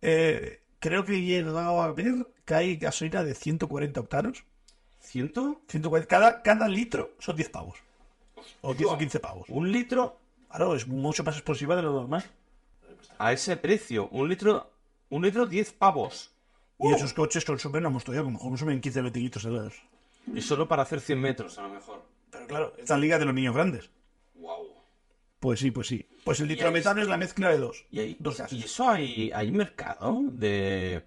S2: Eh, creo que he llegado a ver que hay gasolina de 140 octanos.
S1: ¿Ciento?
S2: 140, cada, cada litro son 10 pavos.
S3: Pues,
S2: O 10 o 15 pavos.
S1: Un litro
S2: Claro, es mucho más explosiva de lo normal.
S1: a ese precio. Un litro, un litro 10 pavos. Uh.
S2: Y esos coches consumen, no hemos estudiado, como consumen 15 20 litros de gas.
S1: Y solo para hacer 100 metros.
S3: Pues a lo mejor.
S2: Pero claro, es la liga de los niños grandes.
S3: Wow.
S2: Pues sí, pues sí. Pues el nitrometano es la mezcla de dos.
S1: ¿Y, hay-
S2: Dos gases.
S1: ¿y eso hay, hay mercado de,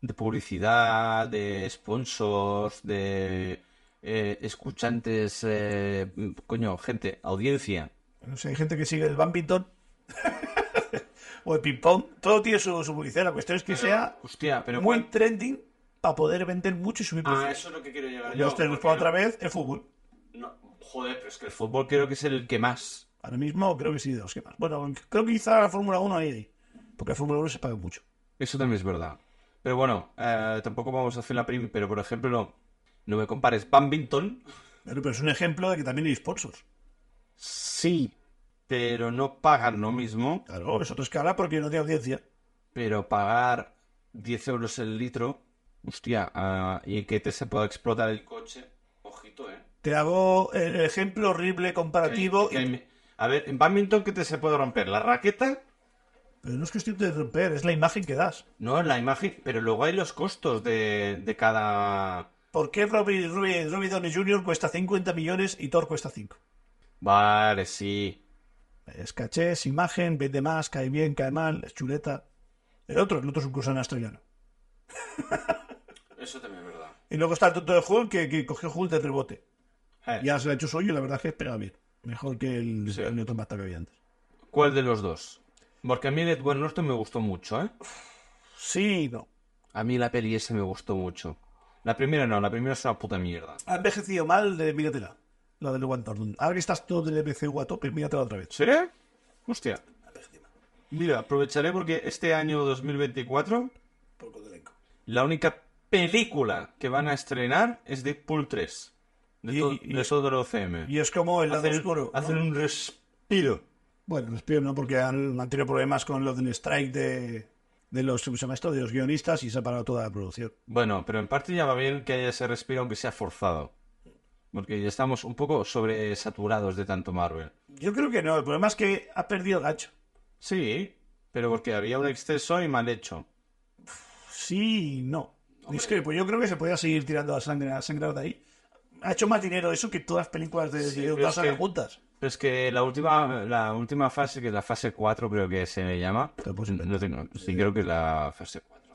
S1: de publicidad, de sponsors, de eh, escuchantes, eh, coño, gente, audiencia?
S2: No sé, hay gente que sigue el badminton o el ping-pong. Todo tiene su, su publicidad. La cuestión es que sea
S1: Hostia, pero
S2: muy
S1: cuan-
S2: trending para poder vender mucho y subir
S3: Ah,
S2: precios.
S3: eso es lo que quiero llegar yo.
S2: Los tenemos
S3: porque
S2: para otra vez el fútbol.
S3: no- joder, pero es que el
S1: el
S3: fútbol.
S1: fútbol creo que es el que más.
S2: Ahora mismo creo que sí, de los que más. Bueno, creo que quizá la Fórmula 1 ahí, ahí. Porque la Fórmula 1 se paga mucho.
S1: Eso también es verdad. Pero bueno, eh, tampoco vamos a hacer la prim... Pero por ejemplo, no, no me compares Badminton.
S2: Pero, pero es un ejemplo de que también hay sponsors.
S1: Sí. Pero no pagan lo mismo.
S2: Claro, es otra escala porque no tiene audiencia.
S1: Pero pagar 10 eh, euros el litro, hostia, ah, y que te se pueda explotar el
S3: coche, ojito, eh.
S2: Te hago el ejemplo horrible comparativo.
S1: Que- que en- A ver, en badminton, ¿qué te se puede romper? ¿La raqueta?
S2: Pero no es cuestión de romper, es la imagen que das.
S1: No, la imagen. Pero luego hay los costos de, de cada.
S2: ¿Por qué Robbie, Robbie, Robbie Downey Jr. cuesta 50 millones y Thor cuesta 5?
S1: Vale, sí.
S2: Es caché, es imagen, vende más, cae bien, cae mal, es chuleta. El otro, el otro es un gusano australiano.
S3: Eso también es verdad.
S2: Y luego está el tonto de Hulk que, que cogió Hulk de rebote.
S1: Eh,
S2: Ya se lo ha hecho suyo y la verdad es que pega bien. Mejor que el,
S1: Sí.
S2: el Newton Bata que había antes.
S1: ¿Cuál de los dos? Porque a mí Edward Norton me gustó mucho, ¿eh?
S2: Sí, no.
S1: A mí la peli esa me gustó mucho. La primera no, la primera es una puta mierda.
S2: Ha envejecido mal, de, míratela. La del One Thornton. Ahora que estás todo del MCU a tope, míratela otra vez.
S1: ¿Sí? Hostia. Mira, aprovecharé porque este año 2024
S2: Poco de elenco.
S1: la única película que van a estrenar es Deadpool 3. De,
S2: Y-
S1: todo-
S2: y-
S1: de todo el OCM.
S2: Y es como el lado
S1: Hacen-
S2: oscuro. ¿no?
S1: hacen un respiro.
S2: Bueno, los pibes no, porque han, han tenido problemas con lo del strike de, de los, ¿cómo se llama esto? de los guionistas y se ha parado toda la producción.
S1: Bueno, pero en parte ya va bien que haya ese respiro aunque sea forzado. Porque ya estamos un poco sobresaturados de tanto Marvel.
S2: Yo creo que no, el problema es que ha perdido el gancho.
S1: Sí, pero porque había un exceso y mal hecho.
S2: Sí y no. Discrepo, yo creo que se podía seguir tirando la sangre, a sangrar de ahí. Ha hecho más dinero eso que todas las películas de,
S1: Sí,
S2: de
S1: pero
S2: todas
S1: es
S2: sagas
S1: que-
S2: juntas.
S1: Pero es que la última, la última fase, que es la fase 4 creo que se le llama,
S2: Te lo puedes
S1: no tengo, sí creo que es la fase 4.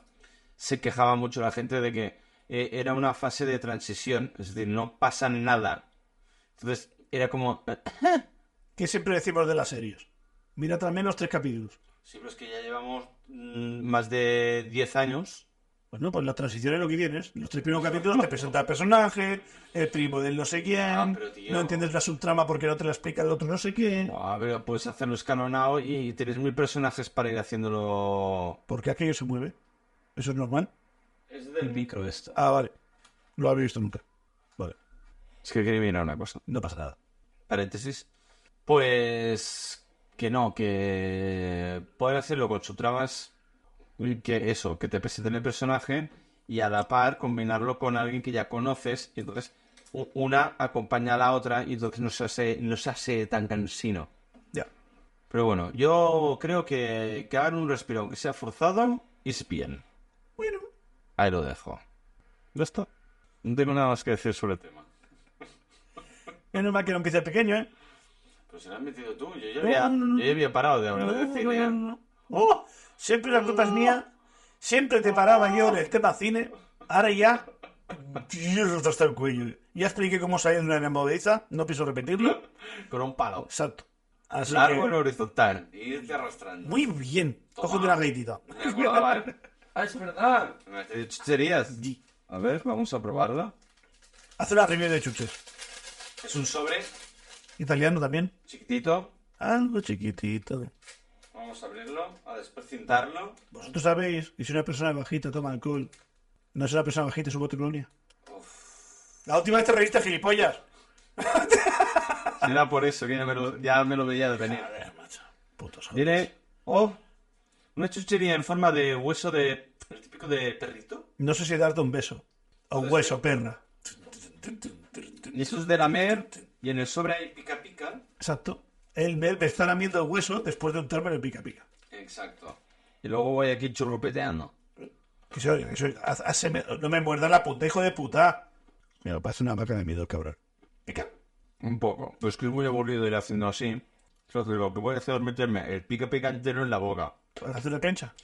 S1: Se quejaba mucho la gente de que eh, era una fase de transición, es decir, no pasa nada. Entonces era como...
S2: ¿Qué siempre decimos de las series? Mira también los tres capítulos.
S3: Sí, pero es que ya llevamos.
S1: mm, más de 10 años.
S2: Bueno, pues las transiciones lo que tienes. Los tres primeros capítulos te presenta el personaje, el primo del no sé quién,
S3: Ah, pero tío.
S2: no entiendes la subtrama porque no te la explica el otro no sé quién.
S1: No, pero puedes hacerlo escalonado y tienes mil personajes para ir haciéndolo...
S2: Porque aquello se mueve. Eso es normal.
S3: Es del
S1: micro esto.
S2: Ah, vale. No lo había visto nunca. Vale.
S1: Es que quería mirar una cosa.
S2: No pasa nada.
S1: paréntesis. Pues que no, que poder hacerlo con subtramas, que eso, que te presenten el personaje y a la par combinarlo con alguien que ya conoces y entonces u- una acompaña a la otra y entonces no se hace, no se hace tan cansino.
S2: Ya.
S1: Pero bueno, yo creo que, que hagan un respiro, aunque sea forzado, es bien.
S2: Bueno.
S1: Ahí lo dejo. Ya está. No tengo nada más que decir sobre el tema.
S2: Menos mal que no empiece pequeño, ¿eh?
S3: Pero si lo has metido tú, yo ya
S1: Yo ya,
S3: había.
S2: no, no, no.
S1: yo ya había parado de hablar de cine. ¿eh?
S2: ¡Oh! Siempre la culpa es mía. Siempre te paraba yo en el tema cine. Ahora ya. Dios, hasta el cuello. Ya expliqué cómo salir de una enamoradiza. No pienso repetirlo.
S1: Con un palo.
S2: Exacto. Así
S1: Largo en
S2: que.
S1: horizontal.
S3: Irte arrastrando.
S2: Muy bien. Cojo de una gaitita.
S3: Me acordaba. ah, es verdad. Me has
S1: Eh,
S3: dicho-
S1: Chucherías. A ver, vamos a probarla.
S2: Haz una review de chuches.
S3: Es un sobre
S2: Italiano también.
S3: chiquitito.
S2: Algo chiquitito.
S3: Vamos a abrirlo, a desprecintarlo.
S2: Vosotros sabéis que si una persona bajita toma alcohol, no es una persona bajita, es un bote colonia. La última vez te reíste, gilipollas.
S1: Será por eso que ya me lo, ya me lo veía de venir.
S2: ver, macho. Putos joder.
S1: Tiene. Oh, una chuchería en forma de hueso de. El típico de perrito.
S2: No sé si darte un beso. O un hueso, perra.
S1: Y eso es de la mer. Y en el sobre hay
S3: Pica, pica.
S2: Exacto. Él me, me está lamiendo el hueso después de untarme en el pica pica.
S3: Exacto.
S1: Y luego voy aquí churrupeteando.
S2: Que se oiga, que se oiga. Haz- hazme- no me muerdas la punta, hijo de puta. Mira, parece una vaca de miedo, cabrón. Pica.
S1: Un poco. Pues que es muy aburrido ir haciendo así. Entonces lo que voy a hacer es meterme el pica pica entero en la boca.
S2: ¿Vas a hacer una cancha?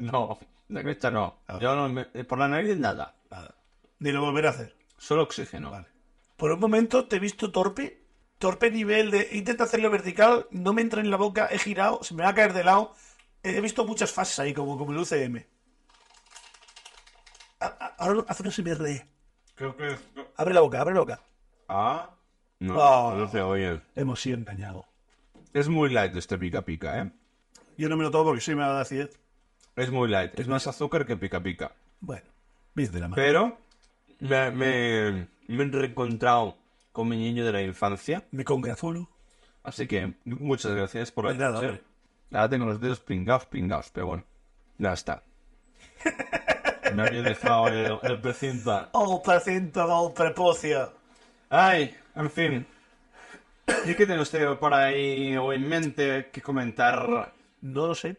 S1: no, la cresta no.
S2: Ah.
S1: Yo no me- eh, por la nariz nada.
S2: Nada. Ni lo volveré a hacer.
S1: Solo oxígeno.
S2: Vale. Por un momento te he visto torpe. Torpe nivel de intenta hacerlo vertical, no me entra en la boca, he girado, se me va a caer de lado. Eh, He visto muchas fases ahí, como, como el UCM. A- a- Ahora haz una SMR.
S3: Creo que es.
S2: Abre la boca, abre la boca.
S1: Ah, no,
S2: Ah.
S1: no se oye.
S2: Hemos sido engañados.
S1: Es muy light este pica pica, ¿eh?
S2: Yo no me lo tomo porque soy me da acidez.
S1: Es muy light. Es más azúcar que pica pica.
S2: Bueno, ves de la mano.
S1: Pero me, me, me he reencontrado con mi niño de la infancia.
S2: Me congratulo.
S1: Así que muchas gracias por
S2: Pues nada,
S1: Sí.
S2: hombre.
S1: Ahora tengo los dedos pingados, pingados, pero bueno. Ya está. Me había dejado el, el precinto.
S2: Oh, placenta, oh, prepocio.
S1: Ay, en fin. ¿Y qué tiene usted por ahí o en mente que comentar
S2: No lo sé.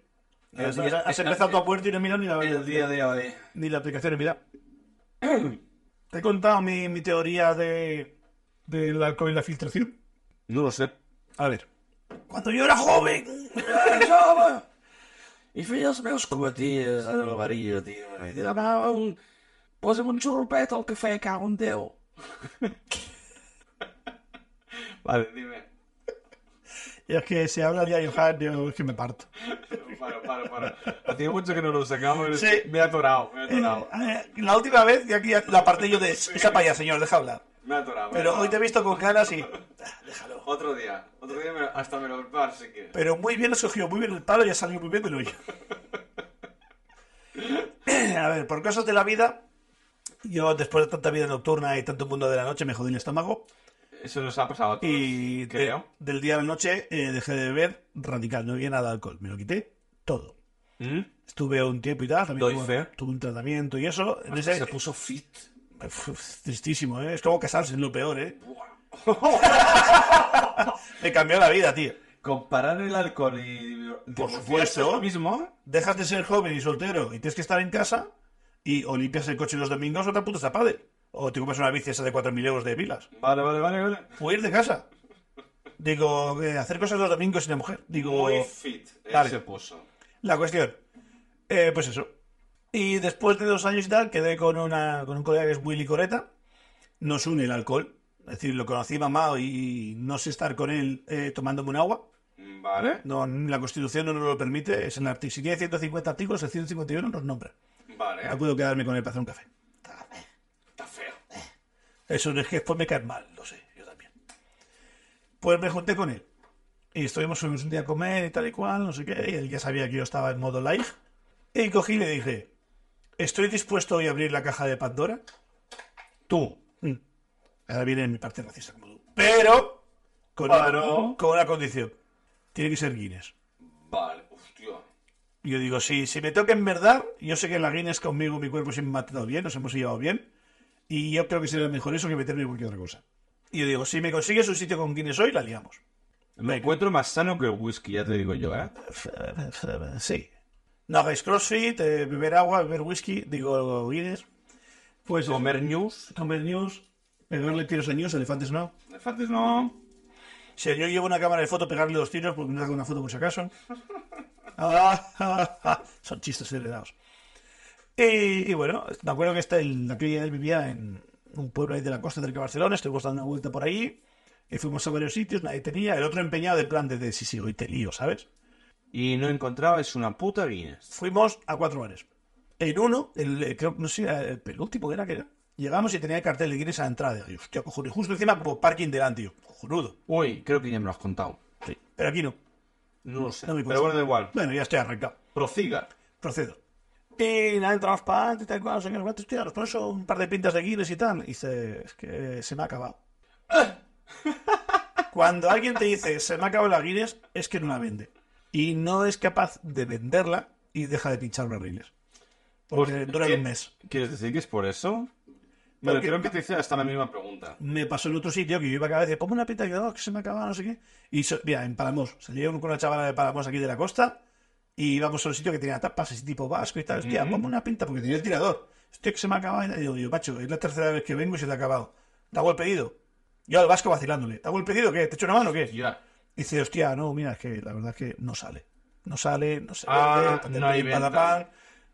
S1: Eh,
S2: Has,
S1: eh,
S2: has
S1: eh,
S2: empezado
S1: eh,
S2: tu puerta y no he mirado ni la,
S1: el día de hoy?
S2: ni la aplicación, mira. Te he contado mi, mi teoría de del alcohol y la filtración.
S1: No lo sé.
S2: A ver. Cuando yo era joven.
S1: Y fíjate, meus cobatías al alvarillo, tío. Y te daba un... Póseme un churrupeto al café, un teu. vale,
S3: Dime.
S2: Y es que se habla de Johan, yo es que me parto.
S3: Paro, paro, paro.
S1: Hacía mucho que no lo sacamos.
S2: Sí.
S1: Me ha atorado.
S3: Me ha
S2: Eh,
S3: atorado.
S2: eh, la última vez, y aquí la parte yo de esa para allá, señor, deja hablar.
S3: Me ha atorado. me ha
S2: Pero
S3: atorado.
S2: hoy te he visto con ganas y. ah, Déjalo.
S3: Otro día. Otro día me lo- hasta me lo par si quieres.
S2: Pero muy bien surgió, muy bien el palo y ha salido muy bien del hoyo. A ver, por cosas de la vida, yo después de tanta vida nocturna y tanto mundo de la noche me jodí el estómago
S1: Eso nos ha pasado a todos,
S2: y de-
S1: creo.
S2: del día a la noche eh, dejé de beber radical, no había nada de alcohol, me lo quité todo.
S1: ¿Mm?
S2: Estuve un tiempo y tal,
S1: Doy
S2: también tuve,
S1: fe. Ah,
S2: tuve un tratamiento y eso. En ese-
S1: Se puso fit.
S2: Uf, Tristísimo, ¿eh? Es como casarse, es lo peor, ¿eh? Me cambió la vida, tío.
S1: Comparar el alcohol y...
S2: Por supuesto.
S1: ¿Es lo mismo?
S2: Dejas de ser joven y soltero y tienes que estar en casa y o limpias el coche los domingos o te apuntas a pádel. O te compras una bici esa de 4.000 euros de pilas.
S1: Vale, vale, vale, vale.
S2: Huir de casa. Digo, eh, hacer cosas los domingos sin la mujer. Digo,
S3: Muy fit.
S1: eh,
S3: Él
S2: Dale.
S3: se puso.
S2: la cuestión. Eh, pues eso. Y después de dos años y tal, quedé con, una, con un colega que es Willy Coreta. Nos une el alcohol. Es decir, lo conocí mamado y no sé estar con él eh, tomándome un agua.
S3: Vale.
S2: No, la Constitución no nos lo permite. Es en el artículo. Si tiene 150 artículos, el 151 nos nombra. No
S1: ¿Eh?
S3: Vale.
S2: puedo quedarme con él para hacer un café.
S3: Está feo.
S2: Eso es que después me cae mal, lo sé, yo también. Pues me junté con él. Y estuvimos fuimos un día a comer y tal y cual, no sé qué. Y él ya sabía que yo estaba en modo live. Y cogí y le dije, ¿estoy dispuesto hoy a abrir la caja de Pandora? Tú. Mm. Ahora viene mi parte racista como tú. Pero, con,
S1: Pero.
S2: Una, con una condición. Tiene que ser Guinness.
S3: Vale. Hostia.
S2: Y Yo digo, si, si me toca en verdad, yo sé que en la Guinness conmigo mi cuerpo se me ha tratado bien, nos hemos llevado bien, y yo creo que será mejor eso que meterme en cualquier otra cosa. Y yo digo, si me consigues un sitio con Guinness hoy, la liamos.
S1: Me encuentro más sano que el whisky, ya te digo yo, ¿eh?
S2: Sí. No hagáis crossfit, eh, beber agua, beber whisky, digo Guinness. Pues comer,
S1: Comer news.
S2: comer news, pegarle tiros a news, elefantes no.
S1: Elefantes no.
S2: Si yo llevo una cámara de foto, pegarle dos tiros porque no hago una foto por si acaso. Ah, ah, ah. Son chistes heredados. Y, y bueno, me acuerdo que este, el, aquel día él vivía en un pueblo ahí de la costa cerca de Barcelona, estuvimos dando una vuelta por ahí, y fuimos a varios sitios, nadie tenía, el otro empeñado de plan de, de sí, sí, hoy te lío, ¿sabes?
S1: Y no encontraba, es una puta Guinness.
S2: Fuimos a cuatro bares. En uno, el, eh, creo, no sé, el penúltimo que era que era. Llegamos y tenía el cartel de Guinness a la entrada. Y hostia, cojones, justo encima como parking delante, yo, cojonudo.
S1: Uy, creo que ya me lo has contado.
S2: Pero aquí no.
S1: No lo sé.
S2: No me consta.
S1: pero bueno, da igual.
S2: Bueno, ya estoy arrancado.
S1: Prosiga.
S2: procedo. Y nada, entramos para adelante y tal cual, señor Guantes, hostia, nos pones un par de pintas de guines y tal. Y dice, es que se me ha acabado. Cuando alguien te dice, se me ha acabado la guines, es que no la vende. Y no es capaz de venderla y deja de pinchar barriles. Porque
S1: Pues,
S2: dura
S1: ¿qué?
S2: un mes.
S1: ¿Quieres decir que es por eso? Bueno, quiero empezar hasta la misma pregunta.
S2: me pasó en otro sitio que yo iba cada vez, ponme una pinta que, oh, que se me acaba, no sé qué. Y so- mira, en Palamos, salí con una chavala de Palamos aquí de la costa y íbamos a un sitio que tenía tapas así tipo vasco y tal. Hostia,
S1: Ujú.
S2: ponme una pinta porque tenía el tirador. Hostia, que se me acaba. Y digo, yo, macho, es la tercera vez que vengo y se te ha acabado. ¿Te hago el pedido? Yo al vasco vacilándole. ¿Te hago el pedido? ¿Qué? ¿Te echo una mano o qué?
S1: Ya.
S2: Dice, hostia, no, mira, es que la verdad es que no sale. No sale, no se
S1: Ah,
S2: vende, patatán,
S1: no hay venta.
S2: patatán.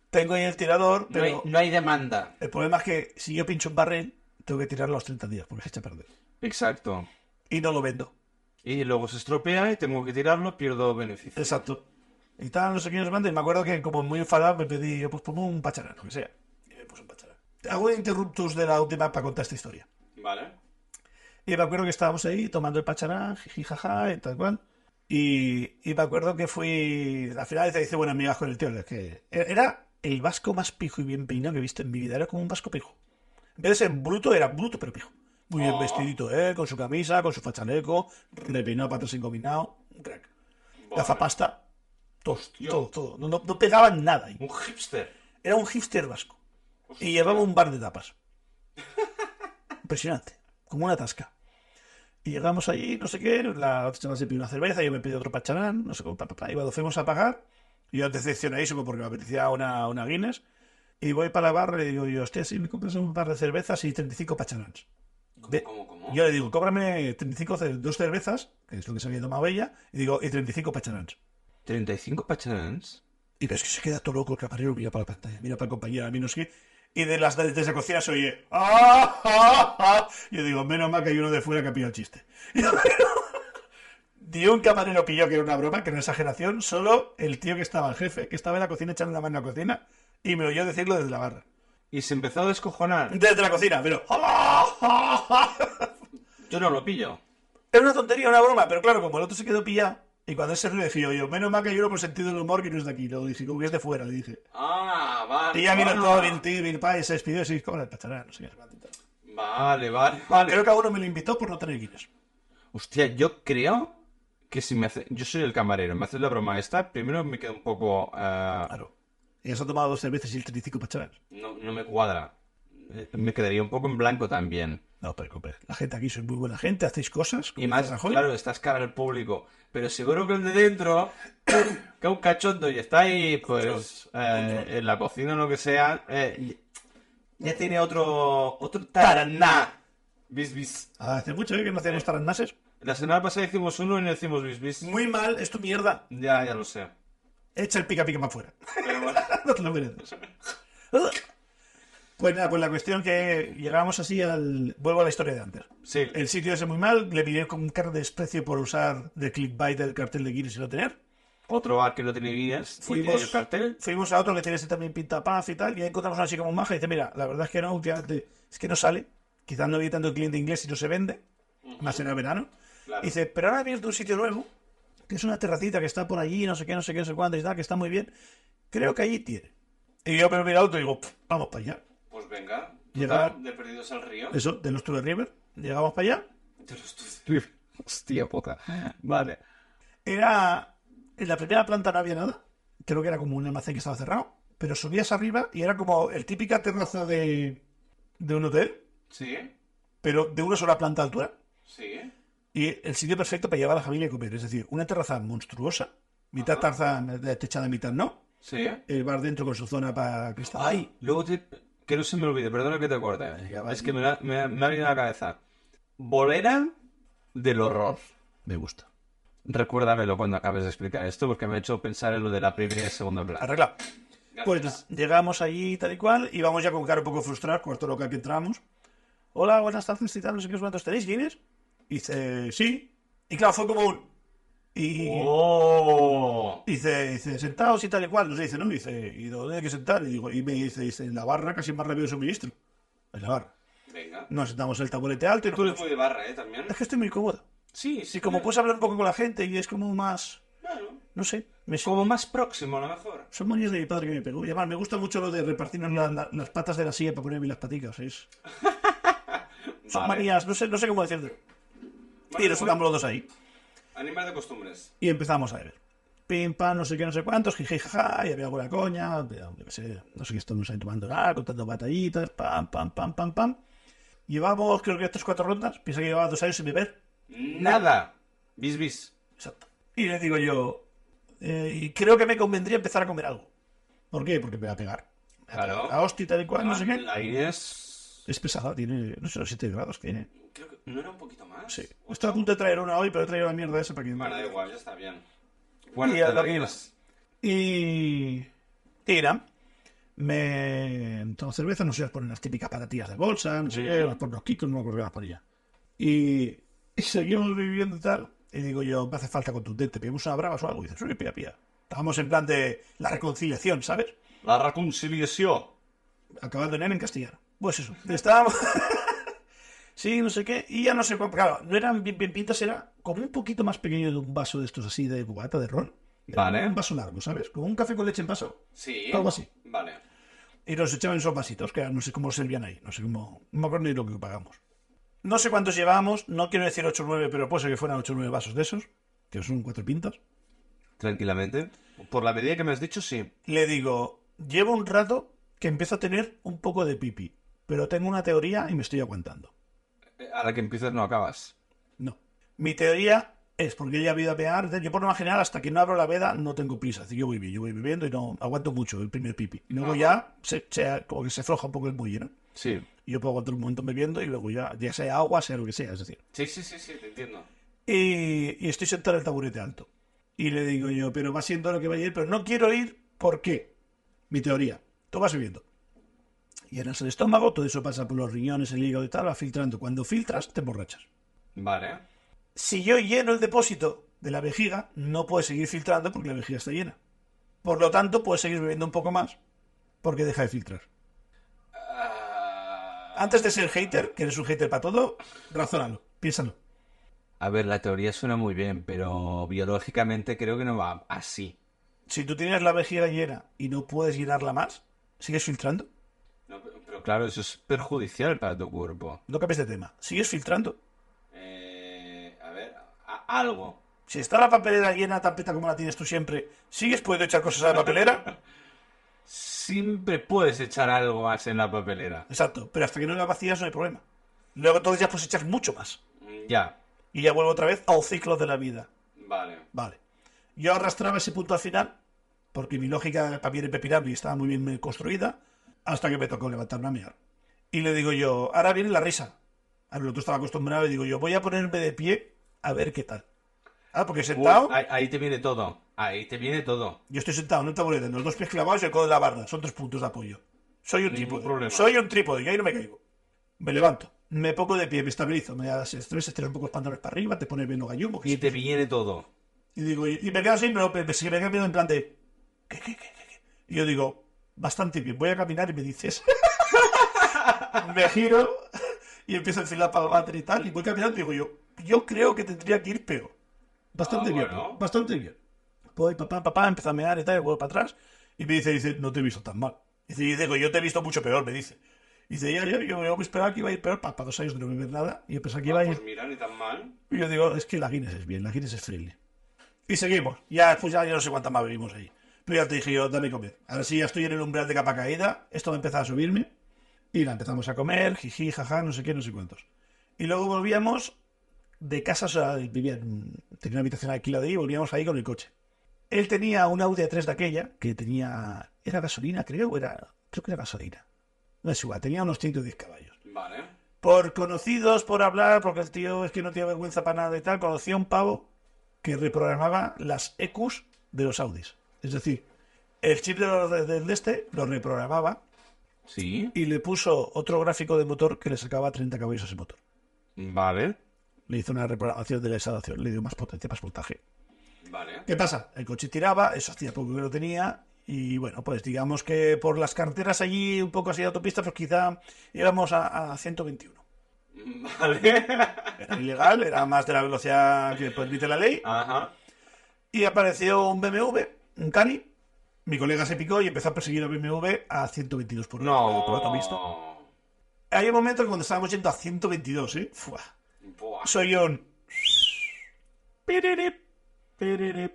S2: Tengo ahí el tirador,
S1: No, hay,
S2: pero
S1: no hay demanda.
S2: el problema es que si yo pincho un barril, tengo que tirarlo a los 30 días porque se echa a perder.
S1: Exacto.
S2: Y no lo vendo.
S1: Y luego se estropea y tengo que tirarlo, pierdo beneficio.
S2: Exacto. Y tal, no sé quién nos manda. Y me acuerdo que, como muy enfadado, me pedí, yo, pues pongo un pacharán, lo que sea. Y me puse un pacharán. Hago un interruptus de la última para contar esta historia.
S3: Vale.
S2: Y me acuerdo que estábamos ahí tomando el pacharán, jiji, jaja, y tal cual. Y, y me acuerdo que fui. Al final te dice, bueno, amigas con el tío. Es que e-, era el vasco más pijo y bien peinado que he visto en mi vida. Era como un vasco pijo. En vez de ser bruto, era bruto, pero pijo. Muy bien
S3: Oh.
S2: vestidito, ¿eh? Con su camisa, con su fachaleco, repeinado para atrás engominado. Un crack. Gafapasta. Todo, todo, todo. No, no, no pegaban nada. ahí.
S1: Un hipster.
S2: Era un hipster vasco. Y llevaba un bar de tapas. Impresionante. como una tasca. Y llegamos allí, no sé qué, la otra chaval se pidió una cerveza, yo me pedí otro pacharán, no sé cómo, pa, pa, pa, y cuando fuimos a pagar, yo decepcionadísimo porque me apetecía una, una Guinness, y voy para la barra y le digo, yo, hostia, si me compras un par de cervezas y 35 pacharáns. Ve-
S3: ¿Cómo, cómo?
S2: Yo le digo, cóbrame 35, ce- dos cervezas, que es lo que se había tomado ella, y digo, y 35 pacharáns.
S1: ¿35 pacharans?
S2: Y ves que se queda todo loco el camarero, mira para la pantalla, mira para el compañero, a mí no sé qué. Y de las desde la cocina se oye, ¡Ah, ah, ah". Yo digo, menos mal que hay uno de fuera que ha pillado el chiste. Ni un camarero pilló que era una broma, que era una exageración, solo el tío que estaba, el jefe, que estaba en la cocina echando la mano en la cocina, y me oyó decirlo desde la barra.
S1: Y se empezó a descojonar.
S2: Desde la cocina, pero... "Ah, ah, ah".
S1: Yo no lo pillo.
S2: Era una tontería, una broma, pero claro, como el otro se quedó pillado, y cuando él se rió, dije yo, yo, menos mal que hay uno con sentido del humor que no es de aquí. Lo dije, como que es de fuera, le dije.
S3: Ah, vale.
S2: Y ya vino
S3: vale.
S2: todo bien tío, bien padre, se despidió así, como la pacharán, no sé qué.
S1: Vale, vale, vale.
S2: Creo que a uno me lo invitó por no tener Guinness.
S1: Hostia, yo creo que si me hace... Yo soy el camarero, me haces la broma esta, primero me quedo un poco... eh,
S2: Claro. Ella se ha tomado dos cervezas y el 35 pacharán.
S1: no, no me cuadra. Eh, Me quedaría un poco en blanco también.
S2: No, pero compadre, la gente aquí sois muy buena gente, hacéis cosas. como
S1: Y más,
S2: dice Rajoy.
S1: claro, estás cara al público. Pero seguro que el de dentro, que un cachondo y está ahí, pues, eh, en la cocina o lo que sea, eh, ya tiene otro, otro taraná. Bis, bis.
S2: Ah, hace mucho ¿eh? que no hacíamos tarandases.
S1: La semana pasada hicimos uno y no hicimos bis, bis.
S2: Muy mal, es tu mierda.
S1: Ya, ya lo sé.
S2: Echa el pica pica para afuera.
S3: Pero bueno,
S2: no te lo mereces. Pues nada, pues la cuestión que llegamos así al... Vuelvo a la historia de antes.
S1: Sí,
S2: El sitio ese muy mal, le miré con cara de desprecio por usar de clickbait el cartel de Guinness y no tener.
S1: otro bar que no tiene guías.
S2: Fuimos-
S1: el cartel.
S2: Fuimos a otro que tiene ese también pinta paz y tal, y ahí encontramos a una chica muy maja y dice, mira, la verdad es que no, últimamente es que no sale. Quizás no había tanto cliente inglés y no se vende, más en el verano.
S3: Claro.
S2: Y dice, pero ahora ha abierto un sitio nuevo, que es una terracita que está por allí, no sé qué, no sé qué, no sé cuánto y tal, que está muy bien. Creo que allí tiene. Y yo pero mira auto y digo, "Pff, vamos para allá.
S3: pues venga.
S2: Llegar-
S3: Total, De perdidos al río.
S2: Eso, de los True River, llegamos para allá.
S3: De los tuyos.
S1: Hostia puta. Vale.
S2: Era. En la primera planta no había nada. Creo que era como un almacén que estaba cerrado. Pero subías arriba y era como el típica terraza de, de un hotel,
S3: Sí,
S2: pero de una sola planta de altura.
S3: sí.
S2: Y el sitio perfecto para llevar a la familia a comer. Es decir, una terraza monstruosa. Mitad terraza de- techada, mitad no.
S1: Sí.
S2: El bar dentro con su zona para cristal.
S1: Ay, luego te- que no se me olvide, perdona que te corte. Es que me, la- me, me ha venido a la cabeza. Bolera del horror.
S2: Me gusta.
S1: Recuérdamelo cuando acabes de explicar esto, porque me ha hecho pensar en lo de la primera y segunda planta.
S2: Arreglado.
S3: Gracias.
S2: Pues nada, llegamos allí tal y cual y vamos ya con cara un poco frustrada, cuarto local que entramos. Hola, buenas tardes y tal, no sé qué cuántos tenéis, ¿vienes? Y dice, sí. Y claro, fue como un... Y
S1: ¡Oh!
S2: dice, dice, sentados y tal y cual. Nos dice, ¿no? Y dice, ¿y dónde hay que sentar? Y, digo, y me dice, dice, en la barra, casi más rápido suministro. En la barra.
S3: Venga.
S2: Nos sentamos en el taburete alto y
S3: Tú
S2: nos...
S3: eres muy de barra, ¿eh? También.
S2: Es que estoy muy cómodo.
S1: Sí,
S2: Y como puedes hablar un poco con la gente y es como más...
S3: Bueno,
S2: No sé, me
S1: Como más próximo, a lo mejor.
S2: Son moños de mi padre que me pegó. Y además, me gusta mucho lo de repartirnos la- la- las patas de la silla para ponerme las paticas. Es... Son
S3: Vale.
S2: manías, no sé, no sé cómo decirlo.
S3: Bueno,
S2: Y nos sacamos los dos ahí.
S3: Animal de costumbres.
S2: Y empezamos a ver. Pim, pam, no sé qué, no sé cuántos, jiji, jaja, y había alguna coña, de- yo qué sé, no sé qué estamos ahí tomando nada, contando batallitas, pam, pam, pam, pam, pam. Llevamos, creo que tres, cuatro rondas, piensa que llevaba dos años sin beber.
S1: Nada. Bis, bis.
S2: Exacto. Y le digo yo, eh, y creo que me convendría empezar a comer algo. ¿Por qué? Porque me va a pegar. Me va a
S3: Claro.
S2: pegar La hostia, tal y cual, no sé qué.
S3: La-
S1: Ahí es...
S2: Es pesada, tiene, no sé, los 7 grados tiene.
S3: Creo que no era un poquito más.
S2: Sí. Estoy a punto de traer una hoy, pero he traído la mierda esa para que...
S3: Bueno, da igual, ya está bien.
S1: Bueno,
S2: Y a
S1: te
S2: lo
S1: la
S2: que
S1: ibas.
S2: Y... Tira. Me tomo cerveza, no sé, las ponen las típicas patatillas de bolsa, no sé
S1: Sí.
S2: qué, las ponen los kikos, no me acuerdo qué las ponía. Y... y seguimos viviendo y tal. Y digo yo, me hace falta contundente, pidimos una bravas o algo. Y dices, uy, pía, pía. Estábamos en plan de la reconciliación, ¿sabes?
S1: La reconciliación.
S2: acabando en N en castellano. Pues eso, estábamos. sí, no sé qué. Y ya no sé cuánto. Claro, no eran bien, bien pintas, era como un poquito más pequeño de un vaso de estos así de cubata de ron. Era
S1: Vale.
S2: Un vaso largo, ¿sabes? Como un café con leche en vaso.
S3: Sí.
S2: Algo así.
S3: Vale.
S2: Y nos echaban esos vasitos, que no sé cómo servían ahí. No sé cómo. No me acuerdo ni lo que pagamos. No sé cuántos llevábamos, no quiero decir 8 o 9, pero puede ser que fueran 8 o 9 vasos de esos, que son cuatro pintas.
S1: Tranquilamente. Por la medida que me has dicho, sí.
S2: Le digo, llevo un rato que empiezo a tener un poco de pipi, pero tengo una teoría y me estoy aguantando.
S1: A la que empiezas no acabas.
S2: No. Mi teoría es porque ya he ido a mear. Yo por lo más general, hasta que no abro la veda, no tengo prisa. Es decir, yo voy bien, yo voy bebiendo y no aguanto mucho el primer pipi. Y luego ya se, se- como que se afloja un poco el muelle, ¿no?
S1: Sí.
S2: Y yo puedo aguantar un montón bebiendo y luego ya, ya sea agua, sea lo que sea, es decir.
S1: Sí, sí, sí, sí, te entiendo.
S2: Y, y estoy sentado en el taburete alto. Y le digo yo, pero va siendo lo que va a ir, pero no quiero ir, ¿por qué? Mi teoría. Tú vas bebiendo. Llenas el estómago, todo eso pasa por los riñones, el hígado y tal, va filtrando. Cuando filtras, te emborrachas.
S1: Vale.
S2: Si yo lleno el depósito de la vejiga, no puede seguir filtrando porque la vejiga está llena. Por lo tanto, puedes seguir bebiendo un poco más porque deja de filtrar.
S1: Ah.
S2: Antes de ser hater, que eres un hater para todo, razónalo, piénsalo.
S1: A ver, la teoría suena muy bien, pero biológicamente creo que no va así.
S2: Si tú tienes la vejiga llena y no puedes llenarla más, sigues filtrando.
S3: No, pero, pero,
S1: Claro, eso es perjudicial para tu cuerpo.
S2: No cambies de tema. Sigues filtrando.
S3: eh, a ver, a- algo.
S2: Si está la papelera llena, tan peta como la tienes tú siempre, ¿sigues pudiendo echar cosas a la papelera?
S1: Siempre puedes echar algo más en la papelera.
S2: Exacto. Pero hasta que no la vacías no hay problema. Luego entonces ya puedes echar mucho más.
S3: Mm,
S1: Ya.
S2: Y ya vuelvo otra vez al ciclo de la vida.
S3: Vale.
S2: Vale. Yo arrastraba ese punto al final, porque mi lógica también era impepinable y estaba muy bien construida, hasta que me tocó levantarme a mear. Y le digo yo, ahora viene la risa. A lo que tú estaba acostumbrado y digo yo, voy a ponerme de pie a ver qué tal. Ah, porque sentado,
S1: Uy, ahí, ahí te viene todo. Ahí te viene todo.
S2: yo estoy sentado en un taburete, en los dos pies clavados y el codo de la barra. Son tres puntos de apoyo. Soy un
S1: Ningún
S2: trípode.
S1: problema.
S2: Soy un trípode, yo ahí no me caigo. Me levanto, me pongo de pie, me estabilizo, me das estrés, estiras un poco los pantalones para arriba, te pones bien los gallumbos.
S1: Y te viene todo.
S2: Y digo, y y me quedo así, pero pe- pe- se me queda viendo en plan de. ¿Qué, qué, qué, qué, qué? Y yo digo, bastante bien, voy a caminar y me dices. me giro y empiezo a enfilar para adelante y tal. Y voy caminando y digo yo, yo creo que tendría que ir peor. Bastante
S3: Ah,
S2: bien,
S3: bueno.
S2: bastante bien. Voy, papá, papá, empiezo a mear y tal, y vuelvo para atrás. Y me dice, dice, no te he visto tan mal. Y dice, digo, yo te he visto mucho peor, me dice. Y dice, ya, ya, yo, yo me esperaba que iba a ir peor para, para dos años de no beber nada. Y yo pensaba que
S1: Ah,
S2: iba a ir
S3: Pues mira, ni tan mal.
S2: y yo digo, es que la Guinness es bien, la Guinness es friendly. Y seguimos. Ya, pues ya, yo no sé cuántas más bebimos ahí. Pero ya te dije yo, dame comer. Ahora sí, ya estoy en el umbral de capa caída. Esto va a empezar a subirme. Y la empezamos a comer, jiji, jaja, no sé qué, no sé cuántos. Y luego volvíamos de casa, o sea, vivía en- tenía una habitación alquilada ahí, volvíamos ahí con el coche. Él tenía un Audi A3 de aquella, que tenía... ¿Era gasolina, creo? o Era, creo que era gasolina. No es igual, tenía unos 110 caballos
S3: Vale.
S2: por conocidos, por hablar, porque el tío es que no tiene vergüenza para nada y tal, conocí a un pavo que reprogramaba las EQs de los Audis. Es decir, el chip de los- de- del este lo reprogramaba
S1: Sí.
S2: y le puso otro gráfico de motor que le sacaba 30 caballos a ese motor.
S1: Vale.
S2: Le hizo una reprogramación de la instalación, le dio más potencia, más voltaje.
S3: Vale.
S2: ¿Qué pasa? El coche tiraba, eso hacía poco que lo tenía. Y bueno, pues digamos que por las carreteras allí, un poco así de autopista, pues quizá íbamos a- a 121.
S3: Vale.
S2: era ilegal, era más de la velocidad que permite la ley.
S3: Ajá.
S2: Y apareció un BMW, un Cani. Mi colega se picó y empezó a perseguir al BMW a 122 por hora.
S1: No.
S2: Por lo visto. Hay un momento que cuando estábamos yendo a 122, ¿eh? Fua.
S3: Buah.
S2: Soy un... piriri, piriri.